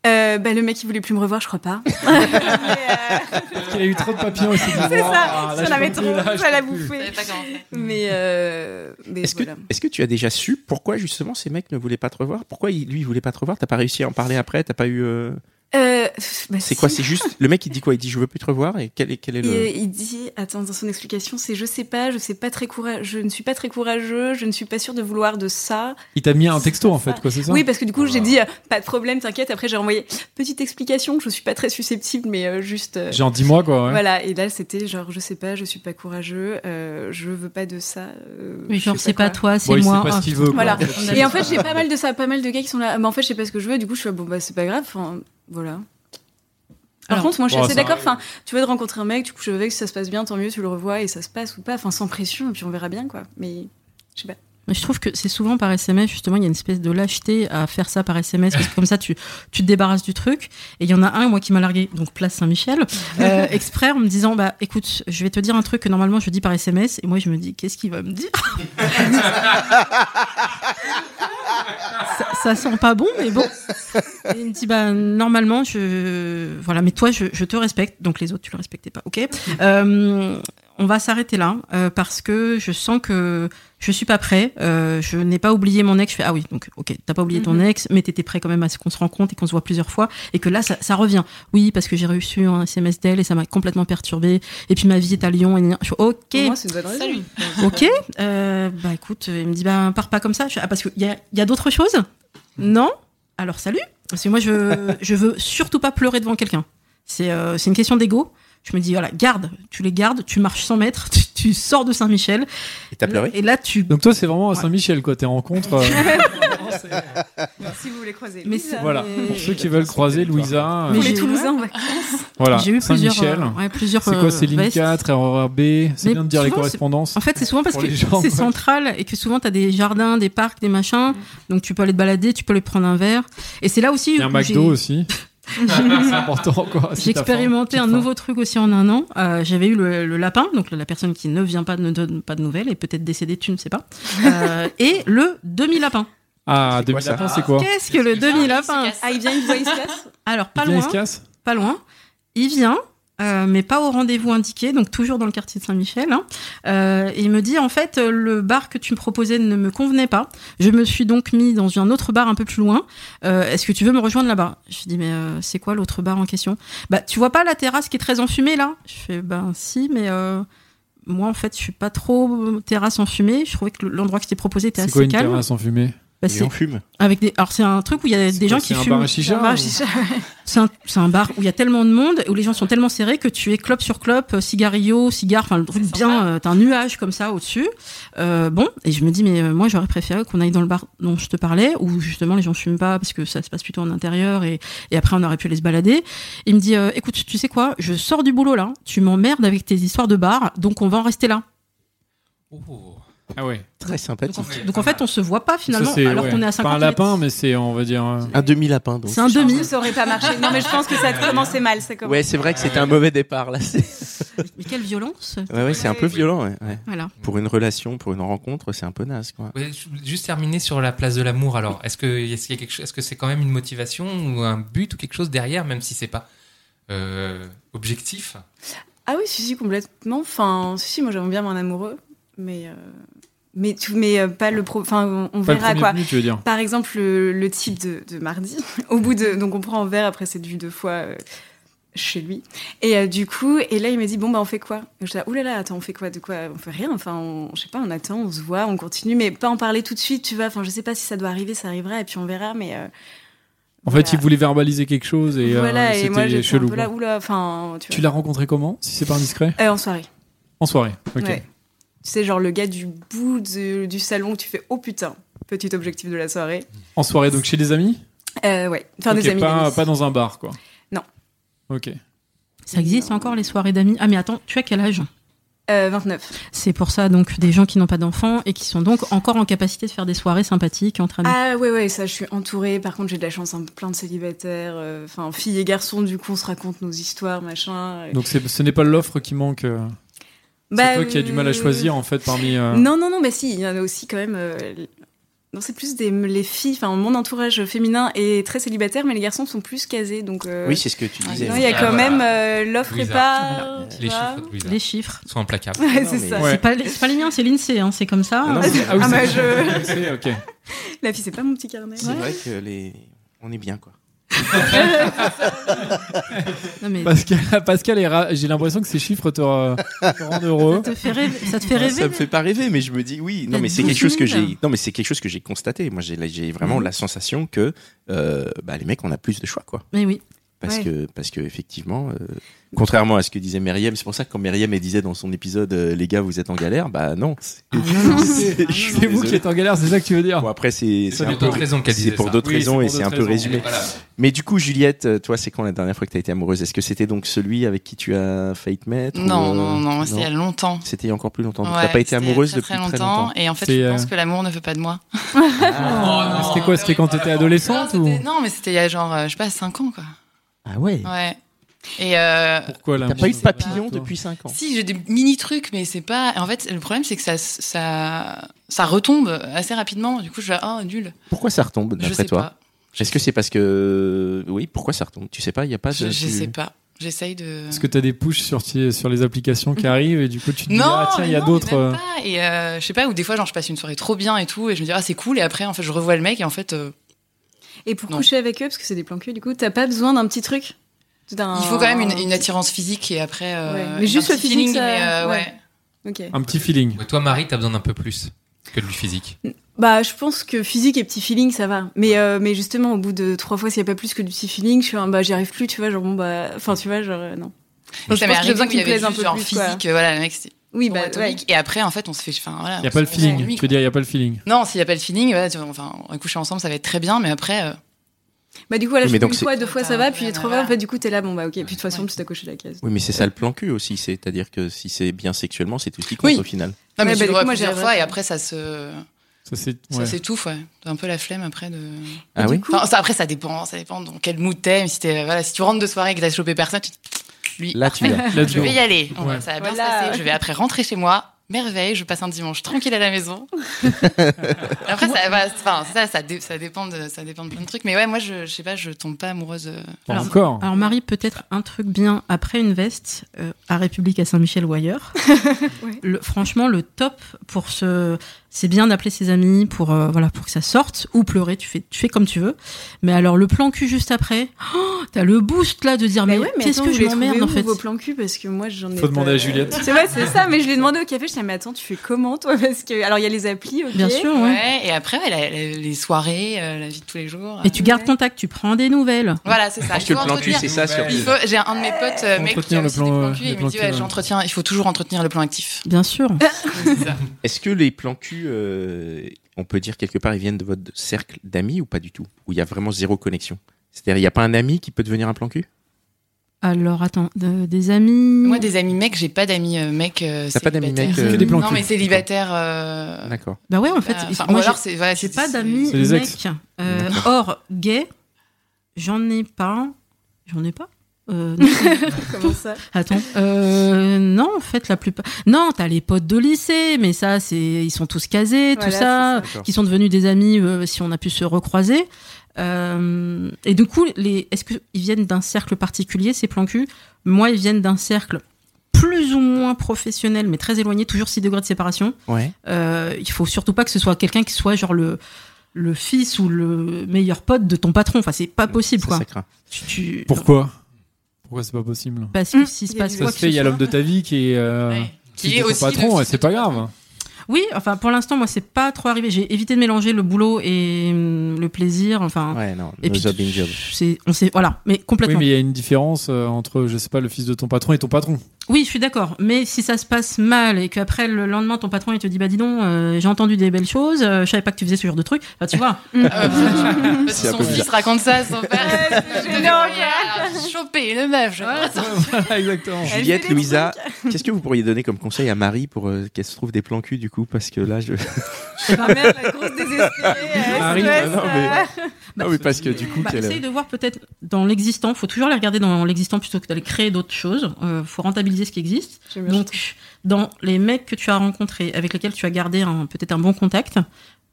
Euh, bah, le mec, il voulait plus me revoir, je crois pas. Mais, euh,
Il a eu trop de papillons aussi.
c'est
ah,
ça, ça l'avait trop, ça l'a
Je
bouffé.
savais pas comment faire.
Mais, euh, mais
Est-ce que,
voilà.
est-ce que tu as déjà su pourquoi justement ces mecs ne voulaient pas te revoir Pourquoi il- lui il voulait pas te revoir T'as pas réussi à en parler après T'as pas eu euh,
Euh, pff, bah,
C'est
si.
quoi C'est juste le mec il dit quoi Il dit je veux plus te revoir et quel est quel est
Il,
le
il dit, attends, dans son explication, c'est je sais pas, je sais pas très courageux, je ne suis pas très courageux, je ne suis pas sûr de vouloir de ça.
Il t'a mis un texto, en fait, quoi, c'est ça
Oui, parce que du coup, j'ai dit, euh, pas de problème, t'inquiète. Après, j'ai envoyé petite explication, je suis pas très susceptible, mais euh, juste. euh,
Genre, dis-moi, quoi. ouais.
Voilà, et là, c'était genre, je sais pas, je suis pas courageux, euh, je veux pas de ça. euh,
Mais
je
genre,
sais
c'est pas,
quoi.
toi, c'est
Bon, il sait
moi.
pas
Ah,
ce qu'il veut, quoi.
Voilà.
On a
Et en fait, j'ai pas mal de ça, pas mal de gars qui sont là. Mais en fait, je sais pas ce que je veux. Du coup, je suis là, bon bah c'est pas grave. Enfin, voilà. Par
Alors,
contre, moi, je suis
bon,
assez
ça
d'accord. Enfin, tu veux de rencontrer un mec, du coup, je veux que ça se passe bien, tant mieux, tu le revois et ça se passe ou pas. Enfin, sans pression, et puis on verra bien quoi. Mais je sais pas.
Mais Je trouve que c'est souvent par SMS, justement, il y a une espèce de lâcheté à faire ça par SMS, parce que comme ça, tu, tu te débarrasses du truc. Et il y en a un, moi, qui m'a largué, donc place Saint-Michel, euh, exprès, en me disant, bah, écoute, je vais te dire un truc que normalement je dis par SMS, et moi, je me dis, qu'est-ce qu'il va me dire ça, ça sent pas bon, mais bon. Et il me dit, bah, normalement, je. Voilà, mais toi, je, je te respecte, donc les autres, tu le respectais pas, ok Euh, On va s'arrêter là, euh, parce que je sens que je suis pas prêt, euh, je n'ai pas oublié mon ex. Je fais ah oui, donc ok, t'as pas oublié ton
Mhm.
ex, mais t'étais prêt quand même à ce qu'on se rencontre et qu'on se voit plusieurs fois, et que là ça, ça revient. Oui, parce que j'ai reçu un SMS d'elle et ça m'a complètement perturbé. Et puis ma vie est à Lyon. Et... gna- Je fais, ok,
Pour moi, c'est une bonne raison.
Salut.
ok. Euh, bah écoute, il me dit bah pars pas comme ça. Je fais, ah parce qu'il y a, il y a d'autres
Hmm.
choses. Non. Alors salut. Parce que moi je je veux surtout pas pleurer devant quelqu'un. C'est euh, c'est une question d'ego. Je me dis voilà garde, tu les gardes, tu marches 100 mètres, tu, tu sors de Saint-Michel.
Et t'as pleuré
Et là tu
Donc, toi, c'est vraiment à Saint-Michel, quoi. Tes rencontres. euh,
Si vous voulez croiser.
Mais
Lisa.
c'est-
Voilà.
Mais-
Pour ceux qui veulent croiser Louisa,
Pour
Mais
euh,
les
j'ai-
Toulousains, on va.
voilà.
J'ai eu plusieurs,
Saint-Michel.
euh, ouais, plusieurs.
C'est quoi,
euh,
c'est ligne
vestes.
4, RER B C'est
Mais
bien de dire les
souvent, c'est-
correspondances.
En fait, c'est souvent parce
Pour
que
les gens,
c'est
ouais.
central et que souvent tu as des jardins, des parcs, des machins.
Hmm.
Donc tu peux aller te balader, tu peux aller prendre un verre. Et c'est là aussi
Il y a un
où j'ai-
McDo aussi. c'est important, quoi. si
J'ai
t'as faim.
expérimenté un
Petite faim.
nouveau truc aussi en un an. Euh, J'avais eu le, le lapin, donc la personne qui ne vient pas ne donne pas de nouvelles et peut-être décédée, tu ne sais pas. Euh, et le demi-lapin.
Ah,
C'est quoi,
2000 lapins,
ça
c'est quoi
Qu'est-ce que le
Il
demi-lapin
se casse.
Ah, il vient, il voit, il se casse.
Alors pas
Il vient, il
loin,
se casse
pas loin. Il vient, euh, mais pas au rendez-vous indiqué, donc toujours dans le quartier de Saint-Michel. hein. Euh, et il me dit en fait euh, le bar que tu me proposais ne me convenait pas. Je me suis donc mis dans un autre bar un peu plus loin. Euh, Est-ce que tu veux me rejoindre là-bas Je lui dis mais euh, c'est quoi l'autre bar en question Bah tu vois pas la terrasse qui est très enfumée là Je fais ben si mais euh, moi en fait je suis pas trop euh, terrasse enfumée. Je trouvais que l'endroit qui t'est proposé était
C'est
assez
quoi une
calme.
terrasse en fumée
Bah,
Et
c'est
on fume.
avec des alors c'est un truc où il y a des
C'est
gens
quoi,
qui
c'est
fument.
un bar à chicha
Ah,
ou-
j'ai-
C'est un, c'est un bar où il y a tellement de monde, où les gens sont tellement serrés que tu es clope sur clope, euh, cigarillo, cigare, enfin le truc
C'est
bien,
sympa.
euh, t'as un nuage comme ça au-dessus. Euh, bon, et je me dis, mais euh, moi j'aurais préféré qu'on aille dans le bar dont je te parlais, où justement les gens fument pas parce que ça se passe plutôt en intérieur et, et après on aurait pu aller se balader. Il me dit, euh, écoute, tu sais quoi, je sors du boulot là, tu m'emmerdes avec tes histoires de bar, donc on va en rester là.
Oh.
Ah ouais.
Très
Donc,
sympathique.
en fait, on se voit pas finalement,
Ça, c'est-
alors
ouais.
qu'on est à 50
Pas un lapin,
mètres.
mais c'est, on va dire. euh,
Un demi lapin donc.
C'est un
Je pense que
demi.
ça aurait pas marché. Non, mais je pense que ça a commencé mal. Ça commence.
Ouais, c'est vrai que c'était un mauvais départ là. c'est-
Mais quelle violence
Ouais, ouais, c'est un peu violent. ouais, ouais.
Voilà.
Pour une relation, pour une rencontre, c'est un peu naze quoi.
Ouais, je voulais juste terminer sur la place de l'amour. Alors, est-ce que est-ce qu'il y a quelque chose- est-ce que c'est quand même une motivation ou un but ou quelque chose derrière, même si c'est pas euh, objectif
Ah oui, si, si, complètement. Enfin, si, si, moi j'aime bien mon amoureux, mais, euh, mais, tu- mais euh, pas le pro. Enfin, on, on
Pas le
verra
premier
quoi.
venu, tu veux dire.
Par exemple, le, le type de, de mardi, au bout de. Donc on prend un verre après cette vue deux fois euh, chez lui. Et euh, du coup, et là il m'a dit Bon, bah on fait quoi Et Je dis Ouh là là, attends, on fait quoi De quoi On fait rien. Enfin, on, je sais pas, on attend, on se voit, on continue, mais pas en parler tout de suite, tu vois. Enfin, je sais pas si ça doit arriver, ça arrivera, et puis on verra, mais. euh,
En
voilà.
fait, il voulait verbaliser quelque chose et euh,
Voilà, et moi
c'était
j'étais un
chelou.
peu là,
quoi.
Ouh là, enfin, tu
Tu
vois.
l'as rencontré comment Si c'est pas indiscret
Euh, en soirée.
En soirée. Ok.
Ouais. Tu sais, genre le gars du bout de- du salon où tu fais Oh putain, petit objectif de la soirée.
En soirée, donc chez des amis
Euh, ouais, enfin
Ok,
des amis.
Pas,
d'amis.
pas dans un bar, quoi.
Non.
Ok.
Ça existe encore les soirées d'amis. Ah mais attends, tu as quel âge
Euh, 29.
C'est pour ça, donc, des gens qui n'ont pas d'enfants et qui sont donc encore en capacité de faire des soirées sympathiques entre amis.
Ah ouais, ouais, ça, je suis entourée. Par contre, j'ai de la chance, hein, plein de célibataires, euh, enfin, filles et garçons, du coup, on se raconte nos histoires, machin. euh. Bah,
Donc c'est- ce n'est pas l'offre qui manque. euh. c'est toi qui as du mal à choisir en fait parmi. euh,
euh, Non, non, non, mais si, il y en a aussi quand même. euh, non, c'est plus des, les filles, enfin, mon entourage féminin est très célibataire, mais les garçons sont plus casés, donc. euh,
Oui, c'est ce que tu disais.
non, il y a
Ah,
quand
voilà.
même euh, l'offre est
Louisa.
Ah,
pas. tu
Les
vois.
chiffres de Louisa
Les chiffres.
sont implacables.
Ouais,
Non,
c'est
mais-
ça.
Ouais.
C'est pas, les- c'est pas les miens, c'est l'INSEE, hein, c'est comme ça.
Ah non, mais-
Euh,
Ah, oui,
Ah, bah,
c'est-
je-
c'est- ok.
La fille, c'est pas mon petit carnet.
C'est vrai que les... on est bien, quoi.
non, mais
Pascal, Pascal est ra- j'ai l'impression que ces chiffres te, ra- te rendent heureux.
ça te fait rêver. Ça te fait
Ah,
rêver.
Ça me fait pas rêver, mais je me dis oui. Non,
T'as
mais c'est
12
quelque chose que
000.
j'ai. Non, mais c'est quelque chose que j'ai constaté. Moi, j'ai, la- j'ai vraiment
Mm.
la sensation que euh, bah, les mecs, on a plus de choix, quoi.
Mais oui.
Parce
Ouais.
que, parce que effectivement, euh, contrairement à ce que disait Myriam, c'est pour ça que quand Myriam elle disait dans son épisode, euh, les gars, vous êtes en galère, bah non. c'est-
Ah, non, non,
C'est-
non, non,
je suis
non.
C'est Ah. vous qui
désolé.
êtes en galère, c'est ça que tu veux dire
Bon, après, c'est, c'est
C'est
un
pour
peu.
d'autres raisons qu'elle
C'est
disait
pour
ça.
d'autres
Oui,
raisons
c'est
et
pour
c'est un
d'autres
peu
raisons.
Elle est
résumé.
pas là.
Mais du coup, Juliette, euh, toi, c'est quand la dernière fois que t'as été amoureuse Est-ce que c'était donc celui avec qui tu as failli te mettre ou,
Non,
euh,
non, non, moi, c'était il y a longtemps.
C'était il y a encore plus longtemps. donc
Ouais,
t'as pas été
c'était
amoureuse
très,
depuis
très longtemps. Et en fait,
C'est,
je pense
euh,
que l'amour ne veut pas de moi.
Oh,
Ah, C'était quoi C'était quand t'étais
Non,
adolescente
c'était-
ou
non, mais c'était il y a genre, euh, je sais pas, 5 ans, quoi.
Ah ouais.
Ouais. Et euh,
Pourquoi là
T'as pas eu de
sais pas,
papillon depuis 5 ans.
si, j'ai des mini trucs, mais c'est pas. En fait, le problème, c'est que ça, ça, ça retombe assez rapidement. Du coup, je suis là, ah, nul.
Pourquoi ça retombe
Je
d'après
sais
toi
pas.
Est-ce que c'est parce que oui Pourquoi ça retombe Tu sais pas, il y a pas. De...
Je, je
tu-
sais pas. J'essaye
Ah,
de.
Parce que t'as des pushs sur, ti- sur les applications qui arrivent et du coup tu te dis
Non,
ah tiens il y a
mais non,
d'autres.
mais
euh,
même pas. Et euh, je sais pas, ou des fois, genre, je passe une soirée trop bien et tout, et je me dis, ah, c'est cool, et après, en fait, je revois le mec, et en fait, euh,
Et pour
Non.
coucher avec eux, parce que c'est des plans cul, du coup, t'as pas besoin d'un petit truc d'un-
il faut quand même une, une attirance physique, et après. euh,
Ouais. Mais
un
juste le
petit
physique,
feeling,
ça-
mais, euh,
ouais.
ouais.
Ok.
Un petit feeling.
Ouais, Toi, Marie, t'as besoin d'un peu plus que du physique.
Bah, je pense que physique et petit feeling, ça va. Mais, euh, mais justement, au bout de trois fois, s'il n'y a pas plus que du petit feeling, je suis un bah, j'y arrive plus, tu vois, genre bon, bah, enfin, tu vois, genre euh, non.
Donc,
je
ça
pense que
m'est
j'ai
arrivé
besoin
qu'il
qu'il
y
me
avait
plaise un
juste,
peu
genre
plus, quoi.
physique, euh, voilà, le mec, c'était
Oui, bah, ouais.
atomique, et après, en fait, on se fait. Enfin, voilà.
Il
on
a pas le
se-
feeling.
on
Tu veux dire il y a pas le feeling.
Non, s'il n'y a pas le feeling, voilà, tu vois, enfin, on va coucher ensemble, ça va être très bien, mais après, euh,
Bah, du coup, là,
Mais
je fais
donc,
une
c'est-
fois, deux fois, ça va, puis les trois fois, en fait, du coup, t'es là, bon, bah, ok, puis de toute façon,
Ouais.
tu t'as coché la case.
Oui, mais c'est ça le plan cul aussi. C'est-à-dire que si c'est bien sexuellement, c'est tout ce qui compte
Oui.
au final.
non, mais
Ouais,
tu
bah,
le
du
vois
coup, moi, j'ai
plusieurs
la
fois, et
vraie-
après, ça se,
Ça c'est.
ça
ouais.
s'étouffe, ouais. T'as un peu la flemme après de.
Ah oui.
Enfin, ça, après, ça dépend, ça dépend dans quel mood t'es, mais si t'es, voilà, si tu rentres de soirée et que t'as chopé personne, tu te- lui,
Là, tu l'as.
Let's
je
go.
vais y aller, On
Ouais.
va- ça va bien se
Voilà.
passer, je vais après rentrer chez moi. Merveille, je passe un dimanche tranquille à la maison. Après, ça, va, enfin, ça, ça, dé- ça dépend de, ça dépend de plein de trucs. Mais ouais, moi, je, je sais pas, je tombe pas amoureuse. euh,
Pas
Alors-
encore.
Alors Marie, peut-être un truc bien après une veste euh, à République à Saint-Michel ou ailleurs.
Ouais.
Le- franchement, le top pour ce, c'est bien d'appeler ses amis pour euh, voilà pour que ça sorte ou pleurer. Tu fais tu fais comme tu veux. Mais alors le plan cul juste après, oh, t'as le boost là de
Bah
dire mais, qu'est-ce que je m'emmerde en fait.
vos plans cul parce que moi j'en ai.
Faut demander
pas-
à Juliette.
C'est vrai, c'est ça, mais je l'ai demandé au café, je disais, mais attends, tu fais comment toi Parce que. Alors il y a les applis, ok.
Bien sûr, ouais.
Ouais, et après, ouais, la- la- les soirées, euh, la vie de tous les jours.
Et tu
euh,
gardes contact, tu prends des nouvelles.
Voilà, c'est ça.
Parce que
Il
le
faut
plan cul,
entretenir.
c'est ça. Sur...
Ouais.
Il faut- J'ai un de mes potes, euh, mec, qui
Entretenir
a
le
aussi
plan,
des plans
euh,
cul,
le
et il
plan
me dit,
cul,
ouais,
ouais.
j'entretiens, il faut toujours entretenir le plan actif.
Bien sûr.
Est-ce que les plans cul, euh, on peut dire quelque part, ils viennent de votre cercle d'amis ou pas du tout Où il y a vraiment zéro connexion C'est-à-dire, il n'y a pas un ami qui peut devenir un plan cul
Alors attends, de- des amis.
Moi, des amis mecs, j'ai pas d'amis euh, mecs. euh,
T'as pas d'amis
célibataires.
mecs,
euh, Que des plans
Non,
cul.
mais célibataires. euh,
D'accord.
Bah ouais, en fait,
bah,
ils-
enfin,
moi,
ou
j'ai-
alors, c'est. voilà,
j'ai
c'est-
pas
c'est-
d'amis
C'est les ex.
mecs. Euh, or gay, j'en ai pas. J'en ai pas. Euh, non.
Comment ça
Attends. Euh, non, en fait, la plupart. Non, t'as les potes de lycée, mais ça, c'est ils sont tous casés, tout
Voilà,
ça,
c'est ça.
qui sont devenus des amis euh, si on a pu se recroiser. Euh, et du coup, les, est-ce qu'ils viennent d'un cercle particulier ces plans cul Moi, ils viennent d'un cercle plus ou moins professionnel, mais très éloigné, toujours 6 degrés de séparation.
Ouais.
Euh, il faut surtout pas que ce soit quelqu'un qui soit genre le le fils ou le meilleur pote de ton patron. Enfin, c'est pas possible,
Ça,
quoi.
ça craint.
Tu- tu- euh,
Pourquoi Pourquoi c'est pas possible
Parce que
Mmh.
s'il se
Il y a
passe
du-
quoi
Ça
que
se fait, il
ce
y a
soit-
l'homme de ta vie qui est. euh,
Ouais.
qui
Qui
est
est
ton
aussi
patron,
le-
et c'est pas grave.
Oui, enfin, pour l'instant, moi, c'est pas trop arrivé. J'ai évité de mélanger le boulot et hum, le plaisir.
Hein.
Enfin,
Ouais, non.
et
no
puis
job, in job.
c'est, on sait, voilà, mais
Oui,
complètement.
mais il y a une différence euh, entre, je sais pas, le fils de ton patron et ton patron.
Oui, je suis d'accord. Mais si ça se passe mal et qu'après le lendemain ton patron il te dit bah dis donc euh, j'ai entendu des belles choses, euh, je savais pas que tu faisais ce genre de truc. Enfin, tu vois.
Ah ouais,
C'est un
son
peu
fils
bizarre.
raconte ça, son père.
Ah, gênant,
Choper une meuf, je crois.
Voilà, Ah, Exactement.
Elle
Juliette,
fait des
Louisa, qu'est-ce que vous pourriez donner comme conseil à Marie pour euh, qu'elle se trouve des plans cul du coup Parce que là, je.
Ma mère, la grosse désespérée. elle
ah
Arrive,
stresse,
non, mais-
euh,
non, mais parce que du coup,
Bah,
qu'elle-
essaye de voir peut-être dans l'existant. Faut toujours les regarder dans l'existant plutôt que d'aller créer d'autres choses. Euh, faut rentabiliser ce qui existe.
J'aime bien.
Donc, dans les mecs que tu as rencontrés, avec lesquels tu as gardé un- peut-être un bon contact,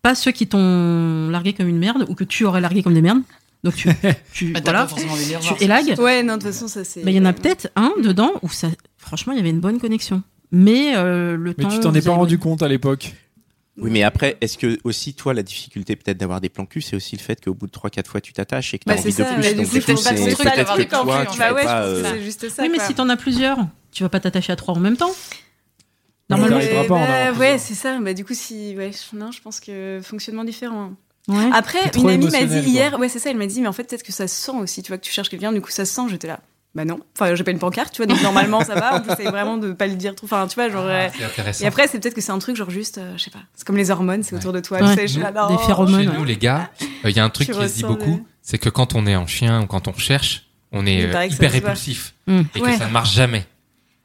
pas ceux qui t'ont largué comme une merde ou que tu aurais largué comme des merdes. Donc, tu, tu,
Bah, t'as
voilà,
pas forcément envie de les revoir.
tu élagues.
Ouais, non, de toute façon, ça c'est.
Mais Bah, il y en
euh,
a peut-être un dedans où ça, franchement, il y avait une bonne connexion. Mais euh, le
Mais
temps.
tu t'en es
vous
pas
avez-
rendu compte à l'époque.
Oui, mais après, est-ce que aussi, toi, la difficulté peut-être d'avoir des plans cul, c'est aussi le fait qu'au bout de 3-4 fois, tu t'attaches et que t'as
Bah,
envie
c'est
de
ça,
plus.
mais
donc,
du coup,
du coup,
c'est pas ton
c'est
truc
peut-être
d'avoir
que
des plans
toi,
cul,
tu
en
Bah
vas
ouais,
pas.
je pense
euh,
que c'est juste ça.
Oui, mais
quoi.
si t'en as plusieurs, tu vas pas t'attacher à trois en même temps.
Normalement,
Mais,
t'arriveras pas à en avoir
bah, ouais,
plusieurs.
c'est ça. Bah, du coup, si, ouais, je- non, je pense que fonctionnement différent.
Ouais.
Après,
T'es trop
une amie m'a dit
émotionnel, quoi.
hier, ouais, c'est ça, elle m'a dit, mais en fait, peut-être que ça se sent aussi, tu vois, que tu cherches quelqu'un, du coup, ça se sent, j'étais là. Bah non, enfin, j'ai pas une pancarte, tu vois, donc normalement, ça va, on essaye vraiment de pas le dire trop, enfin, tu vois, genre. euh,
Ah, c'est intéressant.
Et après, c'est peut-être que c'est un truc, genre juste, euh, je sais pas, c'est comme les hormones, c'est autour de toi,
Ouais.
tu sais, je suis là,
Des
non.
phéromones.
Chez
Ouais.
nous, les gars, euh, il y a un truc
Tu
qui se dit
ressens
beaucoup,
le-
c'est que quand on est en chien ou quand on recherche, on est
Il
euh,
paraît que ça
hyper
se voit.
répulsif et
Mm.
Hum. Ouais.
que ça ne marche jamais.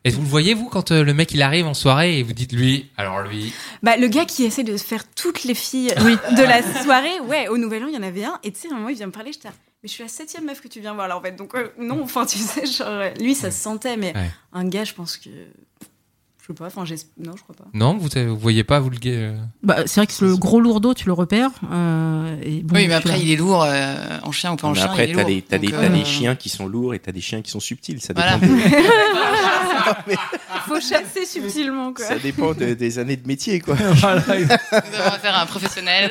Et vous le voyez, vous, quand euh, le mec il arrive en soirée et vous dites lui, alors lui,
Bah, le gars qui essaie de faire toutes les filles de la soirée, ouais, au Nouvel An, il y en avait un, et tu sais, à un moment, il vient me parler, j'étais là, mais je suis la septième meuf que tu viens voir, là, en fait, donc euh, non, enfin, tu sais, genre, euh, lui, ça se sentait, mais
Ouais.
un gars, je pense que. Je sais pas, enfin, j'es- non, je crois pas.
non, vous, euh, vous voyez pas, vous le gay. euh,
Bah, c'est vrai que le gros lourdeau, tu le repères. euh, et bon,
Oui, mais
tu
après,
l'as.
il est lourd euh, en chien ou pas en
mais
chien.
après,
il est
t'as
lourd.
des, t'as des,
Donc,
t'as
euh,
des chiens qui sont lourds et t'as des chiens qui sont subtils. Ça
Voilà.
dépend, des,
Faut chasser subtilement, quoi.
ça dépend de- des années de métier, quoi.
Voilà, exact.
nous avons affaire à un professionnel.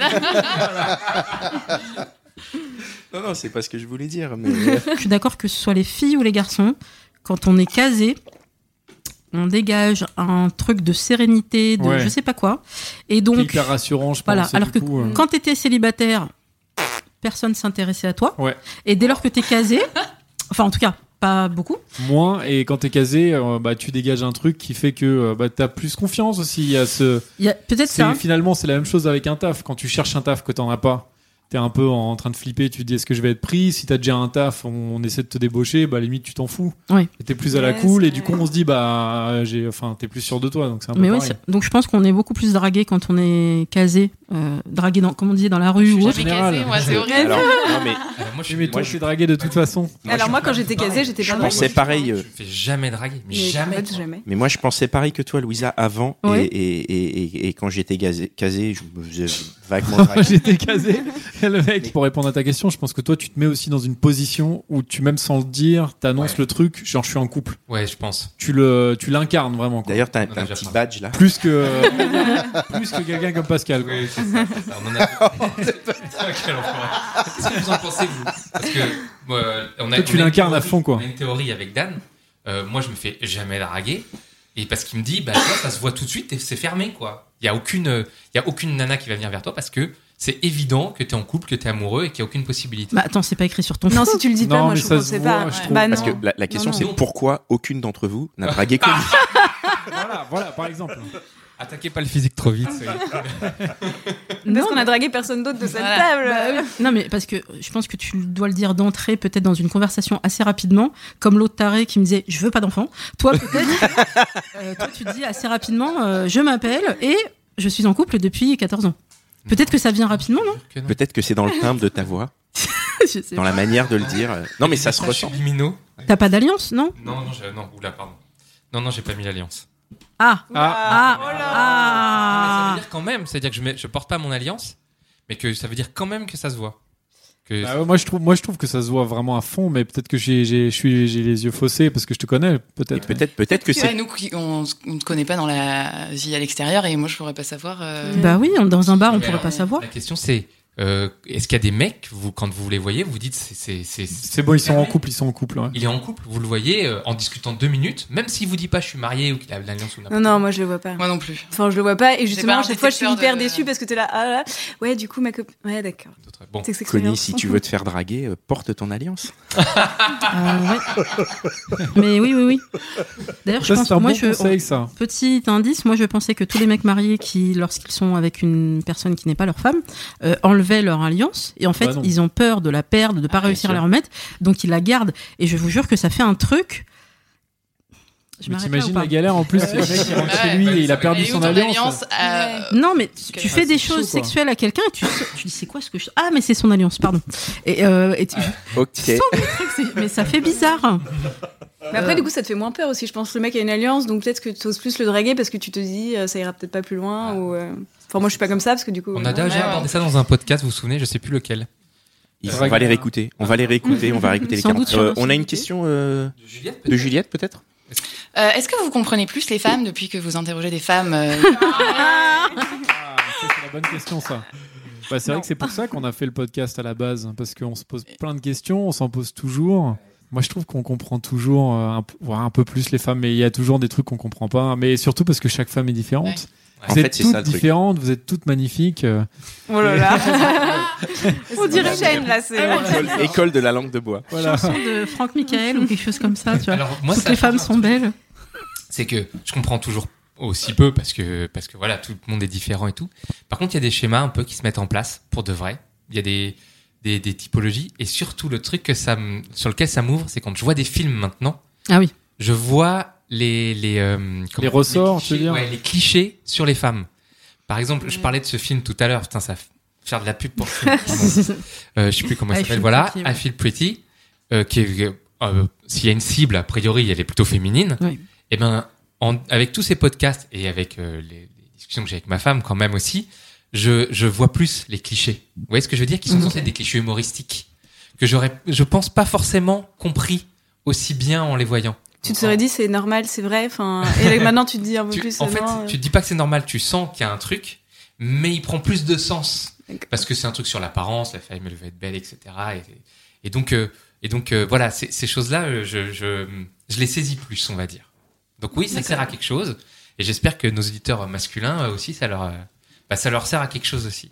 Non, non, c'est pas ce que je voulais dire. Mais... euh,
Je suis d'accord que ce soit les filles ou les garçons, quand on est casé, on dégage un truc de sérénité, de
Ouais.
je sais pas quoi. Et
C'est
donc,
hyper rassurant, je pense.
voilà.
et
Alors
du
que
coup, euh,
quand t'étais célibataire, personne s'intéressait à toi.
Ouais.
Et dès lors que t'es casé, enfin en tout cas pas beaucoup.
moins et quand t'es casé, euh, bah tu dégages un truc qui fait que euh, bah t'as plus confiance aussi. Il y a ce,
Il y a peut-être
c'est-
ça.
finalement c'est la même chose avec un taf. Quand tu cherches un taf que t'en as pas, t'es un peu en train de flipper. Tu te dis est-ce que je vais être pris Si t'as déjà un taf, on, on essaie de te débaucher. Bah à la limite tu t'en fous.
Ouais.
Et T'es plus à la
Ouais,
cool
c'est
et du coup
vrai.
on se dit bah euh, j'ai, enfin t'es plus sûr de toi donc c'est un peu
Mais oui,
pareil.
c'est- donc je pense qu'on est beaucoup plus dragué quand on est casé, euh, dragué dans, comme on disait, dans la rue
Je
ou
suis
autre.
jamais
général.
casée, moi, c'est horrible.
Alors, non, mais
Ah,
alors moi, je
Oui,
suis
mais toi
je
je
suis
suis dragué de toute façon.
Alors,
je-
moi, quand j'étais casée, j'étais
je
pas
pensais pareil. euh,
Je fais jamais draguer, mais,
Mais
jamais.
en fait,
quoi.
jamais.
Mais moi, je pensais pareil que toi, Louisa, avant. et-
Ouais.
Et, et, et- et quand j'étais gazé- casé, je me faisais vaguement draguer.
J'étais casé. Et le mec, pour répondre à ta question, je pense que toi, tu te mets aussi dans une position où tu, même sans le dire, t'annonces
Ouais.
le truc, genre je suis en couple.
Ouais, je pense.
Tu le, tu l'incarnes vraiment. quoi.
D'ailleurs, t'as
Non,
t'as un
déjà
petit
pas.
badge là.
Plus que, plus que quelqu'un comme Pascal. quoi.
Oui, c'est ça, c'est ça, on en a. Putain, quel enfoiré. Qu'est-ce que vous en pensez vous Parce que moi, euh, on a.
Toi, tu
on a une
l'incarnes à
théorie-
fond, quoi.
On a une théorie avec Dan. Euh, moi, je me fais jamais draguer. Et parce qu'il me dit, bah, toi, ça se voit tout de suite et c'est fermé, quoi. Il y a aucune, euh, il y a aucune nana qui va venir vers toi parce que c'est évident que t'es en couple, que t'es amoureux et qu'il y a aucune possibilité.
Bah attends, c'est pas écrit sur ton.
Non,
front.
si tu le dis
Non,
pas, moi,
mais
je
ça
trouve
se
c'est
voit,
pas.
je
Ouais.
trouve.
Bah,
Parce que
non.
la, la question,
non.
c'est pourquoi aucune d'entre vous n'a dragué que lui
Voilà, Ah, voilà, par exemple.
Attaquez pas le physique trop vite.
Parce qu'on a dragué personne d'autre de cette
Voilà.
table.
Non, mais parce que je pense que tu dois le dire d'entrée, peut-être dans une conversation assez rapidement, comme l'autre taré qui me disait Je veux pas d'enfant. Toi, peut-être, euh, toi, tu dis assez rapidement euh, Je m'appelle et je suis en couple depuis 14 ans. Peut-être que ça vient rapidement, non
Que non.
Peut-être que c'est dans le timbre de ta voix,
Je sais
dans la manière de le dire. Non, mais ça se ressent.
Subliminaux.
pas. T'as pas d'alliance, non
Non, non, j'ai- non, oula, pardon. Non, non, j'ai pas mis l'alliance.
Ah
Ah,
Ah
Oh
Non, mais ça
Ah
veut dire quand même, c'est-à-dire que je, mets- je porte pas mon alliance, mais que ça veut dire quand même que ça se voit. Que
bah ouais, moi, je trouve, moi, je trouve que ça se voit vraiment à fond, mais peut-être que j'ai, j'ai, je suis- j'ai les yeux faussés parce que je te connais,
Et
peut-être.
peut-être, peut-être que
Ouais,
c'est.
nous, qui- on ne connaît pas dans la vie à l'extérieur et moi, je pourrais pas savoir. euh,
Bah oui, on- dans un bar, on
Mais
pourrait
alors,
pas savoir.
La question c'est Euh, Est-ce qu'il y a des mecs, vous, quand vous les voyez, vous dites c'est- c'est c'est-
C'est bon, ils sont en couple, ils sont en couple. ouais.
Il est en couple, vous le voyez euh, en discutant deux minutes, même s'il vous dit pas je suis marié ou qu'il a l'alliance ou n'importe
Non, non, moi je le vois pas.
Moi non plus.
Enfin, je le vois pas, et justement,
pas un
à chaque fois, je suis
détecteur
hyper
de-
déçue parce que t'es là, ah là, ouais, du coup, ma copine. Ouais, d'accord.
quoi d'autre. Bon,
C'est que c'est
Connie,
expérience.
si tu veux te faire draguer, euh, porte ton alliance.
Euh, ouais. Mais oui, oui, oui. D'ailleurs, je
Ça,
pense
c'est
que
un
moi,
bon
je,
conseil, ça.
Petit indice, moi je pensais que tous les mecs mariés qui, lorsqu'ils sont avec une personne qui n'est pas leur femme, euh, enlevaient leur alliance et en fait
Bah non.
ils ont peur de la perdre, de ne pas
bien
réussir à
sûr.
la remettre, donc ils la gardent. Et je vous jure que ça fait un truc. Je
Mais
m'arrête là ou
t'imagines
pas bah,
la galère en plus, le mec il rentre chez
Bah,
lui et il a
Elle
perdu
est
Et où
son
ton
alliance.
euh,
Non, mais tu-
Quel-
tu fais
Ah, c'est
des
chaud,
choses
quoi.
sexuelles à quelqu'un et tu, tu dis c'est quoi ce que je. Ah, mais c'est son alliance, pardon. Et, euh, et tu-
Ok.
Sans le truc, c'est- mais ça fait bizarre.
Mais après, du coup, ça te fait moins peur aussi. Je pense que le mec a une alliance, donc peut-être que tu oses plus le draguer parce que tu te dis euh, ça ira peut-être pas plus loin.
Ah.
Ou, euh, Enfin, moi je suis pas comme ça parce que du coup.
on
euh,
a déjà
ouais.
abordé ça dans un podcast, vous vous souvenez, je sais plus lequel.
Il-
C'est
on
vrai
va
que-
les réécouter. On va les réécouter. On va réécouter les
Sans
40.
doute sur
Euh,
nos
on a une
sonorités.
question euh,
De Juliette
de Juliette, peut-être
Euh, Est-ce que vous comprenez plus les femmes depuis que vous interrogez des femmes euh,
Ah, ça, c'est la bonne question, ça. Bah, c'est vrai que c'est pour ça qu'on a fait le podcast à la base, parce qu'on se pose plein de questions, on s'en pose toujours. Moi, je trouve qu'on comprend toujours euh, un, p- voire un peu plus les femmes, mais il y a toujours des trucs qu'on comprend pas. Mais surtout parce que chaque femme est différente.
Ouais.
Vous
En fait,
êtes
c'est
toutes
ça, le truc.
différentes, vous êtes toutes magnifiques. euh.
Oh là là On dirait Shane là, c'est.
École- École de la langue de bois.
Voilà.
Chanson de Franck Michael ou quelque chose comme ça, tu vois.
Alors moi,
Toutes
ça
les
change
femmes
un
sont belles.
c'est que je comprends toujours aussi peu parce que parce que voilà tout le monde est différent et tout par contre il y a des schémas un peu qui se mettent en place pour de vrai il y a des des, des typologies et surtout le truc que ça me- sur lequel ça m'ouvre c'est quand je vois des films maintenant
Ah oui.
je vois les les euh, comment-
ressorts,
clichés,
tu veux dire
ouais, les clichés sur les femmes par exemple je parlais de ce film tout à l'heure putain ça f- faire de la pub pour ce film. Pardon. Euh, je sais plus comment
I
il s'appelle,
Ah, Feel
voilà,
Pretty, ouais.
I Feel Pretty, euh, qui est, euh, euh, s'il y a une cible, a priori, elle est plutôt féminine.
Oui.
Et ben, en- avec tous ces podcasts et avec euh, les, les discussions que j'ai avec ma femme quand même aussi, je, je vois plus les clichés. Vous voyez ce que je veux dire Qui
Mhm.
sont censés être des clichés humoristiques que j'aurais, je pense pas forcément compris aussi bien en les voyant.
Tu te serais dit c'est normal, c'est vrai. Enfin, et là, maintenant tu te dis un peu
Tu-
plus.
en
euh,
fait,
non, euh,
tu te dis pas que c'est normal, tu sens qu'il y a un truc, mais il prend plus de sens.
D'accord.
Parce que c'est un truc sur l'apparence, la femme, elle veut être belle, etc. Et, et donc, euh, et donc euh, voilà, ces, ces choses-là, euh, je, je, je les saisis plus, on va dire. Donc oui, ça sert à quelque chose. Et j'espère que nos auditeurs masculins euh, aussi, ça leur, euh, bah, ça leur sert à quelque chose aussi.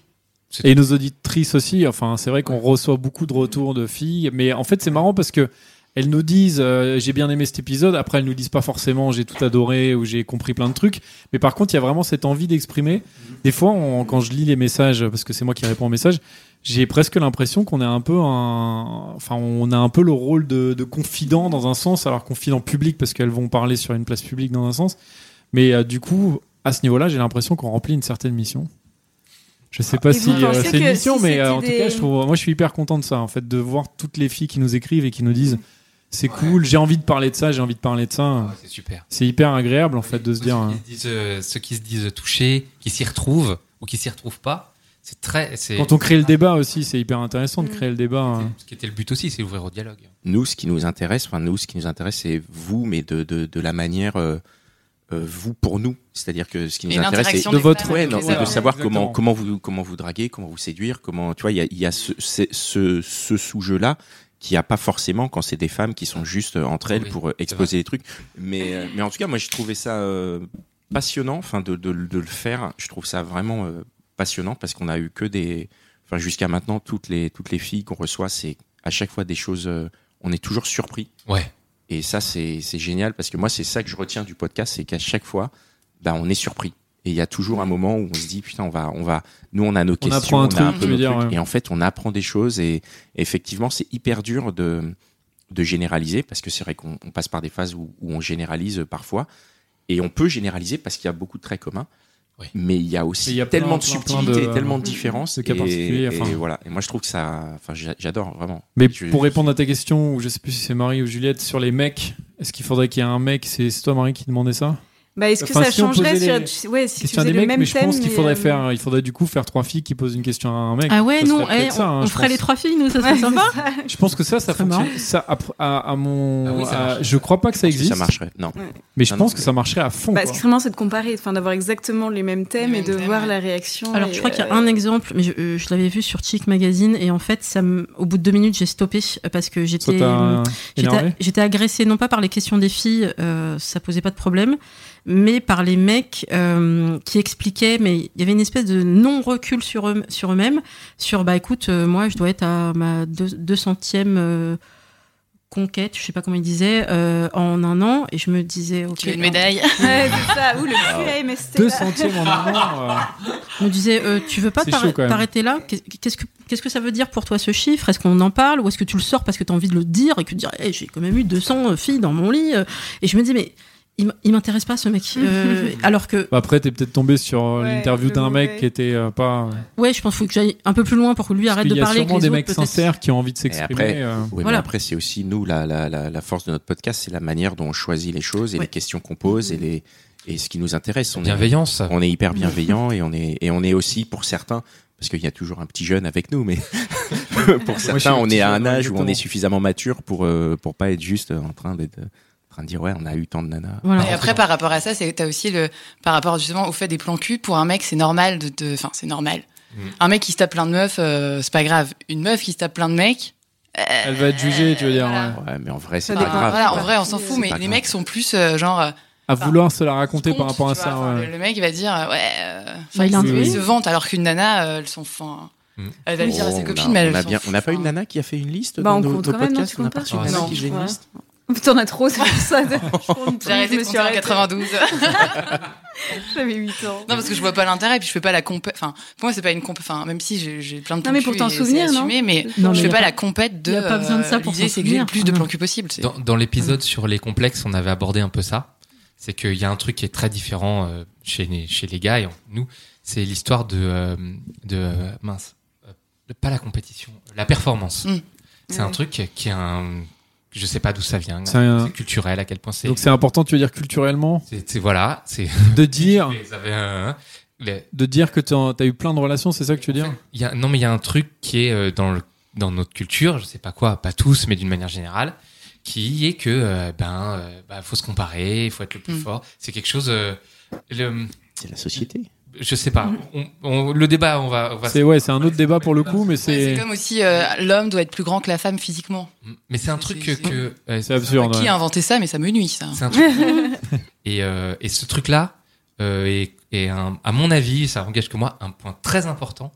Et nos auditrices aussi, enfin, c'est vrai qu'on reçoit beaucoup de retours de filles, mais en fait, c'est marrant parce que elles nous disent euh, j'ai bien aimé cet épisode, après elles nous disent pas forcément j'ai tout adoré ou j'ai compris plein de trucs, mais par contre, il y a vraiment cette envie d'exprimer. Des fois, on- quand je lis les messages parce que c'est moi qui réponds aux messages, j'ai presque l'impression qu'on est un peu un enfin, on a un peu le rôle de, de confident dans un sens, alors confident public parce qu'elles vont parler sur une place publique dans un sens, mais euh, du coup, à ce niveau-là, j'ai l'impression qu'on remplit une certaine mission. Je sais pas
Et
si
vous
euh,
pensez
c'est une
que
mission,
si
mais euh,
c'était
en tout
des-
cas, je trouve, moi, je suis hyper content de ça, en fait, de voir toutes les filles qui nous écrivent et qui nous disent c'est cool, j'ai envie de parler de ça, j'ai envie de parler de ça.
Ouais, c'est super.
C'est hyper agréable, en fait, de se dire. hein.
Ceux qui se disent, euh, ceux qui se disent touchés, qui s'y retrouvent ou qui s'y retrouvent pas, c'est très. c'est-
Quand on crée le débat aussi, c'est hyper intéressant de créer le débat. hein.
c'est- Ce qui était le but aussi, c'est ouvrir au dialogue.
nous, ce qui nous intéresse, enfin nous, ce qui nous intéresse, c'est vous, mais de, de, de la manière euh, euh, vous pour nous. C'est-à-dire que ce qui nous
et
intéresse, c'est
l'interaction
de
des
votre-
femmes
Ouais,
avec
non,
les
c'est de
hommes
savoir
Exactement.
comment comment vous comment vous draguer, comment vous séduire, comment tu vois il y a, il y a ce c'est- ce, ce sous-jeu là qui a pas forcément quand c'est des femmes qui sont juste euh, entre elles
Oui,
pour euh, exposer les trucs. Mais euh, mais en tout cas moi je trouvais ça euh, passionnant, enfin de, de de le faire, je trouve ça vraiment euh, passionnant parce qu'on a eu que des enfin jusqu'à maintenant toutes les toutes les filles qu'on reçoit c'est à chaque fois des choses euh, on est toujours surpris
Ouais.
et ça, c'est c'est génial parce que moi, c'est ça que je retiens du podcast, c'est qu'à chaque fois, bah, on est surpris. Et il y a toujours un moment où on se dit, putain, on va, on va, nous, on a nos questions,
apprend un
on
truc,
a un
tu
peu
veux
nos
dire,
trucs.
ouais.
Et en fait, on apprend des choses et effectivement, c'est hyper dur de, de généraliser parce que c'est vrai qu'on on passe par des phases où, où on généralise parfois et on peut généraliser parce qu'il y a beaucoup de traits communs.
Oui.
Mais il y a
Mais
aussi
il y a plein,
tellement de
plein, plein
subtilités,
de-
tellement de différences.
de cas
et,
particuliers,
et
enfin.
voilà. Et moi, je trouve que ça, enfin, j'a- j'adore vraiment.
Mais
Je-
pour répondre à ta question, ou je sais plus si c'est Marie ou Juliette, sur les mecs, est-ce qu'il faudrait qu'il y ait un mec C'est c'est toi, Marie, qui demandait ça
Bah, est-ce que
Enfin,
ça
si on
changerait
posait les
si, tu- ouais, si tu
Question
faisais
des
le
mecs,
même
mais je
thème
pense qu'il faudrait
euh,
faire, il faudrait du coup faire trois filles qui posent une question à un mec.
Ah ouais,
Ça
non,
serait peut-être
eh, on,
ça, hein,
on
je
ferait les
pense.
trois filles, nous, ça serait
Ouais,
sympa.
c'est ça. Bah,
Je pense que ça, ça
Très marrant.
fonctionne. Ça, à, à- à mon,
Ah oui, ça
à-
marche.
je crois pas que ça existe.
Ça marcherait. Non.
Mais je
Non,
pense
non,
que ça marcherait à fond.
Bah,
quoi.
ce qui est vraiment, c'est de comparer, enfin, d'avoir exactement les mêmes thèmes
Les
et de
mêmes
voir
thèmes,
la réaction.
Alors,
et,
je crois qu'il y a
euh,
un exemple, mais je, euh, je l'avais vu sur Chic Magazine, et en fait, ça me- au bout de deux minutes, j'ai stoppé euh, parce que
Ça
j'étais.
t'a énervé
J'étais j'étais agressée non pas par les questions des filles, euh, ça posait pas de problème, mais par les mecs euh, qui expliquaient, mais il y avait une espèce de non-recul sur eux- sur eux-mêmes, sur, bah écoute, euh, moi je dois être à ma deux, 200e euh, conquête, je sais pas comment ils disaient, euh, en un an, et je me disais, ok,
Tu veux une médaille
Ouais, c'est ça. Ou le QAMST.
Deux
là.
centièmes en un an. euh,
Je me disais, euh, tu veux pas
C'est
t'arr-
chaud, quand même.
t'arrêter là Qu'est- Qu'est-ce que qu'est-ce que ça veut dire pour toi ce chiffre Est-ce qu'on en parle ou est-ce que tu le sors parce que tu as envie de le dire et que tu dis Eh, j'ai quand même eu 200 filles dans mon lit euh. Et je me dis mais il m- il m'intéresse pas ce mec. Euh, alors que
bah, après, t'es peut-être tombé sur euh,
Ouais,
l'interview
le
d'un mec
mauvais.
qui était euh, pas.
ouais, je pense qu'il faut que j'aille un peu plus loin pour que lui arrête
Il
de
y a
parler.
sûrement
avec les
des
autres,
mecs
peut-être.
sincères qui ont envie de s'exprimer.
après,
euh,
Oui, mais
Voilà.
après, c'est aussi nous, la, la, la, la force de notre podcast, c'est la manière dont on choisit les choses et
Ouais.
les questions qu'on pose et, les, et ce qui nous intéresse. On est,
Bienveillance.
on est hyper bienveillant et on est, et on est aussi, pour certains, parce qu'il y a toujours un petit jeune avec nous, mais pour
je suis
certains, on
le petit
est à un
jeune,
âge où on
exactement.
est suffisamment mature pour, euh, pour pas être juste en train, d'être, en train de dire, ouais, on a eu tant de nanas.
Voilà.
Et après, par rapport à ça, c'est t'as aussi le par rapport justement au fait des plans cul. Pour un mec, c'est normal de, de- enfin, c'est normal.
Mm.
Un mec qui se tape plein de meufs, euh, c'est pas grave. Une meuf qui se tape plein de mecs, euh,
Elle va être jugée, tu veux dire.
voilà.
ouais.
Ouais, mais en vrai, c'est
Ça
pas
dépend.
grave.
voilà, en
quoi.
vrai, on s'en
C'est
fout, mais
pas
les
grave.
mecs sont plus euh, genre. euh,
Ah.
À vouloir se la raconter par
contre,
rapport à
tu vois,
ça.
enfin,
ouais.
le, le mec il va dire euh, ouais, euh,
Bah, il a
ils se-
un-
ils se vantent alors qu'une nana, euh, elles sont. enfin,
Mm.
Elle va le dire à
Oh,
ses
on a-
copines, mais elles
on a
s'en
bien, on n'a
foutent, hein.
pas une
enfin.
nana qui a fait une liste
Bah,
dans
on
nos,
compte
nos
quand même, non,
podcasts.
tu
on a
comptes
parti
pas
une
Ah,
nana
non,
qui fait une
voilà.
liste.
T'en as trop, c'est pour ça. de- je compte plus,
J'ai arrêté
je
de
me suis
compter en
arrêtée.
92.
J'avais 8 ans.
Non, parce que je vois pas l'intérêt, puis je fais pas la compète. Enfin, pour moi, c'est pas une compète. Enfin, même si j'ai j'ai plein de
Non, mais
plans
pour
cul
t'en
et c'est
souvenir, non
assumé, mais
Non, mais
je
y
fais
a
pas
pas-
la compète de.
y a pas besoin de ça
euh,
pour
L'idée,
s'en
c'est que j'ai
souvenir.
le plus de
Ah non.
plans cul possible. c'est-
Dans, dans l'épisode sur les complexes, on avait abordé un peu ça. C'est qu'il y a un truc qui est très différent euh, chez, les- chez les gars et en- nous. C'est l'histoire de, euh, de euh, mince, euh, pas la compétition, la performance.
Mm.
C'est un
Ouais.
truc qui est un, je sais pas d'où ça vient.
C'est un-
C'est culturel à quel point c'est.
Donc c'est important, tu veux dire culturellement,
c'est- c'est- voilà, c'est.
de dire,
Vous avez un- hein, le-
de dire que t'en- t'as eu plein de relations, c'est ça que tu veux
En
dire
fait, il y a- Non, mais il y a un truc qui est euh, dans, le- dans notre culture, je sais pas quoi, pas tous, mais d'une manière générale, qui est que euh, ben euh, bah, faut se comparer, il faut être le plus
Mm.
fort. C'est quelque chose. euh, le-
C'est la société.
je sais pas. On- on- le débat, on va. on va-
C'est ouais, c'est un autre débat pour le coup, mais
C'est
c'est
comme aussi euh, l'homme doit être plus grand que la femme physiquement.
mais c'est un
c'est-
truc
c'est-
que. euh,
c'est absurde.
Qui
ouais.
a inventé ça, mais ça me nuit, ça.
C'est un truc. et, euh, et ce truc-là euh, est, est un- à mon avis, ça engage que moi, un point très important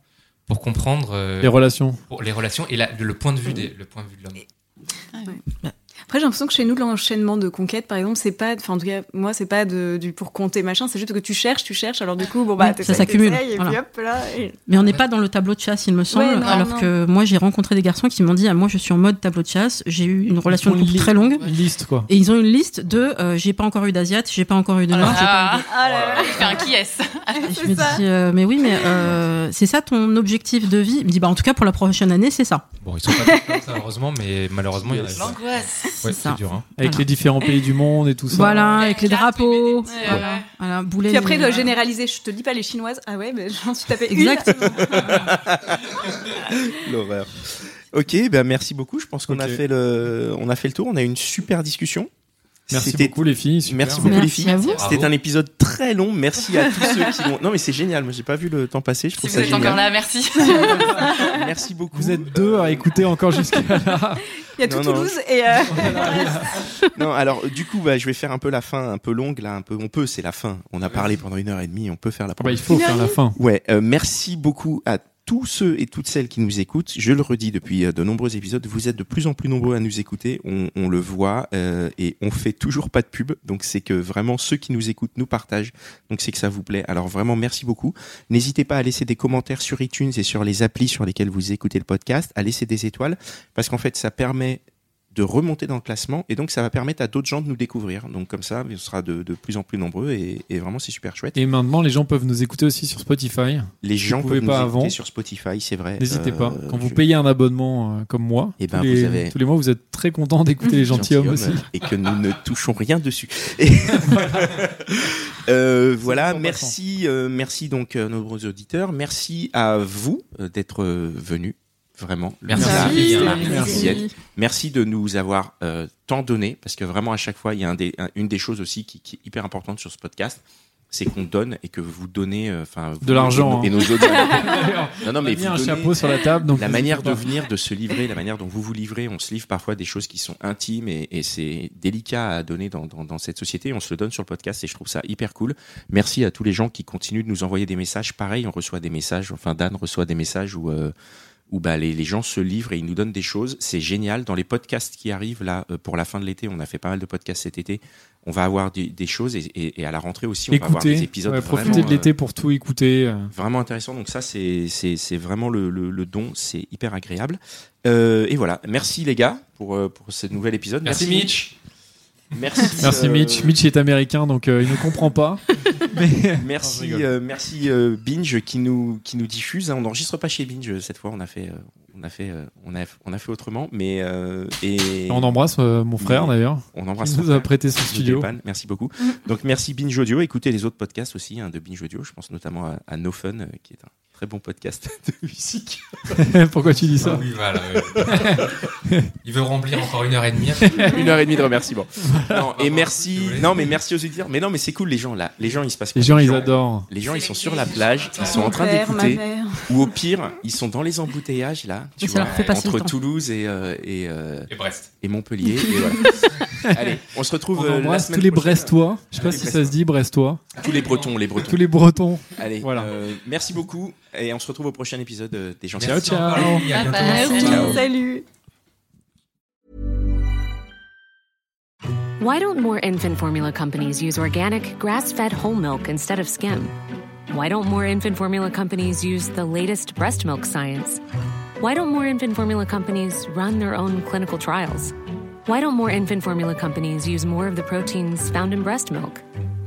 pour comprendre euh,
Les relations.
pour les relations et la- le point de vue des, le point de vue de l'homme.
Après, j'ai l'impression que chez nous, l'enchaînement de conquêtes, par exemple, c'est pas, enfin, en tout cas, moi, c'est pas de, du pour compter machin, c'est juste que tu cherches, tu cherches, alors du coup, bon, bah,
Oui,
t'essayes,
ça s'accumule,
t'essayes, Et
voilà.
puis hop, là. et-
Mais on n'est pas dans le tableau de chasse, il me semble.
Ouais, non,
alors
non.
que moi, j'ai rencontré des garçons qui m'ont dit ah, moi, je suis en mode tableau de chasse. J'ai eu une relation de
Ils font
couple
une
très longue.
Une liste quoi.
Et ils ont une liste de euh, j'ai pas encore eu d'asiate, j'ai pas encore eu de
Ah,
noir, j'ai pas
ah,
Ah là là,
il fait un qui est-ce
Ah, Je me
c'est ça.
dis, euh, mais oui, mais euh, c'est ça ton objectif de vie Il me dit, bah, en tout cas, pour la prochaine année, c'est ça.
Bon, ils sont pas tous comme ça, heureusement, mais malheureusement, il y en a.
L'angoisse.
Ouais,
ça.
c'est dur. hein.
Avec
Voilà.
les différents pays du monde et tout ça.
Voilà,
Ouais.
avec les
Carte,
drapeaux.
mais des- Ouais,
Voilà,
ouais.
voilà, boulet.
Puis après, il
de-
doit généraliser. Je te dis pas les chinoises. Ah ouais, mais j'en suis tapé une.
Exactement.
L'horreur. Ok, ben merci beaucoup. Je pense qu'on
Ok.
a fait le, on a fait le tour. On a eu une super discussion.
Merci
C'était-
beaucoup les filles. super.
Merci beaucoup les
Merci
filles.
à vous.
C'était
Bravo.
un épisode très long. Merci à tous ceux qui l'ont. Non mais c'est génial. Moi j'ai pas vu le temps passer. Je
Si
trouve
vous
ça
êtes encore
génial.
là, merci.
Merci beaucoup. Euh,
Vous êtes deux à écouter encore jusqu'à là.
Il y a tout
Non, non.
Toulouse et. euh,
Non, alors du coup, bah, je vais faire un peu la fin, un peu longue là, un peu. On peut, c'est la fin. On a parlé pendant une heure et demie. On peut faire la fin.
Bah, il faut faire la fin.
Ouais, euh, merci beaucoup à tous ceux et toutes celles qui nous écoutent. Je le redis depuis euh, de nombreux épisodes, vous êtes de plus en plus nombreux à nous écouter. On, on le voit euh, et on fait toujours pas de pub. Donc c'est que vraiment ceux qui nous écoutent nous partagent. Donc c'est que ça vous plaît. Alors vraiment merci beaucoup. N'hésitez pas à laisser des commentaires sur iTunes et sur les applis sur lesquelles vous écoutez le podcast, à laisser des étoiles parce qu'en fait ça permet de remonter dans le classement. Et donc, ça va permettre à d'autres gens de nous découvrir. Donc, comme ça, on sera de, de plus en plus nombreux et, et vraiment, c'est super chouette.
Et maintenant, les gens peuvent nous écouter aussi sur Spotify.
Les gens
pouvez
peuvent nous
pas
écouter
avant.
sur Spotify, c'est vrai.
N'hésitez
Euh,
pas. Quand vous
je-
payez un abonnement euh, comme moi,
Eh ben,
tous, les,
vous avez-
tous les mois, vous êtes très content d'écouter les gentilshommes aussi.
gentilhomme, Et que nous ne touchons rien dessus. Et- Euh, voilà,
important.
merci, euh, merci donc à nos nombreux auditeurs. Merci à vous euh, d'être euh, venus. Vraiment. Le
Merci.
gala,
Merci.
il y en a
Merci.
qui y êtes. Merci de nous avoir euh, tant donné, parce que vraiment à chaque fois, il y a un des- un- une des choses aussi qui, qui est hyper importante sur ce podcast, c'est qu'on donne et que vous donnez, euh, enfin, vous-
De l'argent,
et
hein.
nos auditeurs. non, non,
On a
mais
mis
vous
un
donnez-
chapeau sur la table. Donc
la manière de venir, de se livrer, la manière dont vous vous livrez, on se livre parfois des choses qui sont intimes et, et c'est délicat à donner dans, dans- dans cette société. On se le donne sur le podcast et je trouve ça hyper cool. Merci à tous les gens qui continuent de nous envoyer des messages. Pareil, on reçoit des messages. Enfin, Dan reçoit des messages où, euh, où bah, les, les gens se livrent et ils nous donnent des choses. C'est génial. Dans les podcasts qui arrivent là euh, pour la fin de l'été, on a fait pas mal de podcasts cet été. On va avoir des, des choses et, et- et à la rentrée aussi, on va avoir des
Écoutez,
épisodes
ouais,
vraiment,
profitez de
euh,
l'été pour tout écouter. euh.
vraiment intéressant. Donc ça, c'est c'est c'est vraiment le, le, le don, c'est hyper agréable. Euh, et voilà, merci les gars pour euh, pour ce nouvel épisode.
Merci Mitch.
Merci,
Merci
euh,
Mitch. Mitch est américain, donc euh, il ne comprend pas. Non, Oh, je
Merci
rigole.
euh, merci euh, Binge qui nous qui nous diffuse. hein. On n'enregistre pas chez Binge euh, cette fois. On a fait euh, on a fait euh, on a on a fait autrement. Mais euh, et
On embrasse euh, mon frère d'ailleurs,
on
qui
embrasse.
nous
son
a
frère.
prêté son
Nous
studio.
dépanne. Merci beaucoup. Donc merci Binge Audio. Écoutez les autres podcasts aussi hein, de Binge Audio. Je pense notamment à, à No Fun euh, qui est un très bon podcast de musique.
Pourquoi tu dis
Ah
ça
oui, voilà, ouais. Il veut remplir encore une heure et demie.
Une heure et demie de remerciements. Non, et
Vraiment, si vous
merci.
voulez.
Non, mais merci aux auditeurs. Mais non, mais c'est cool les gens là. Les gens, ils se passent.
Les gens, ils adorent.
Les gens,
C'est
ils sont
les
sur la
filles.
plage, ils sont en
Mon
train
père, ma
d'écouter.
mère.
Ou au pire, ils sont dans les embouteillages là. Tu
Mais ça
vois,
leur fait passer le
entre
temps.
Toulouse et, euh, et, euh,
Et Brest.
et Montpellier. et voilà. Allez, on se retrouve.
On
euh, la
embrasse
semaine
tous les
prochaine.
Brestois. Je sais pas
Les
si ça se dit Brestois.
Tous les Bretons, les Bretons.
Tous les Bretons.
Allez,
Voilà.
euh, merci beaucoup et on se retrouve au prochain épisode euh, des gens.
Ciao, ciao.
encore, Lily, à bientôt.
Bye bye.
Merci,
Ciao.
salut.
Why don't more infant formula companies use organic, grass fed whole milk instead of skim? Why don't more infant formula companies use the latest breast milk science? Why don't more infant formula companies run their own clinical trials? Why don't more infant formula companies use more of the proteins found in breast milk?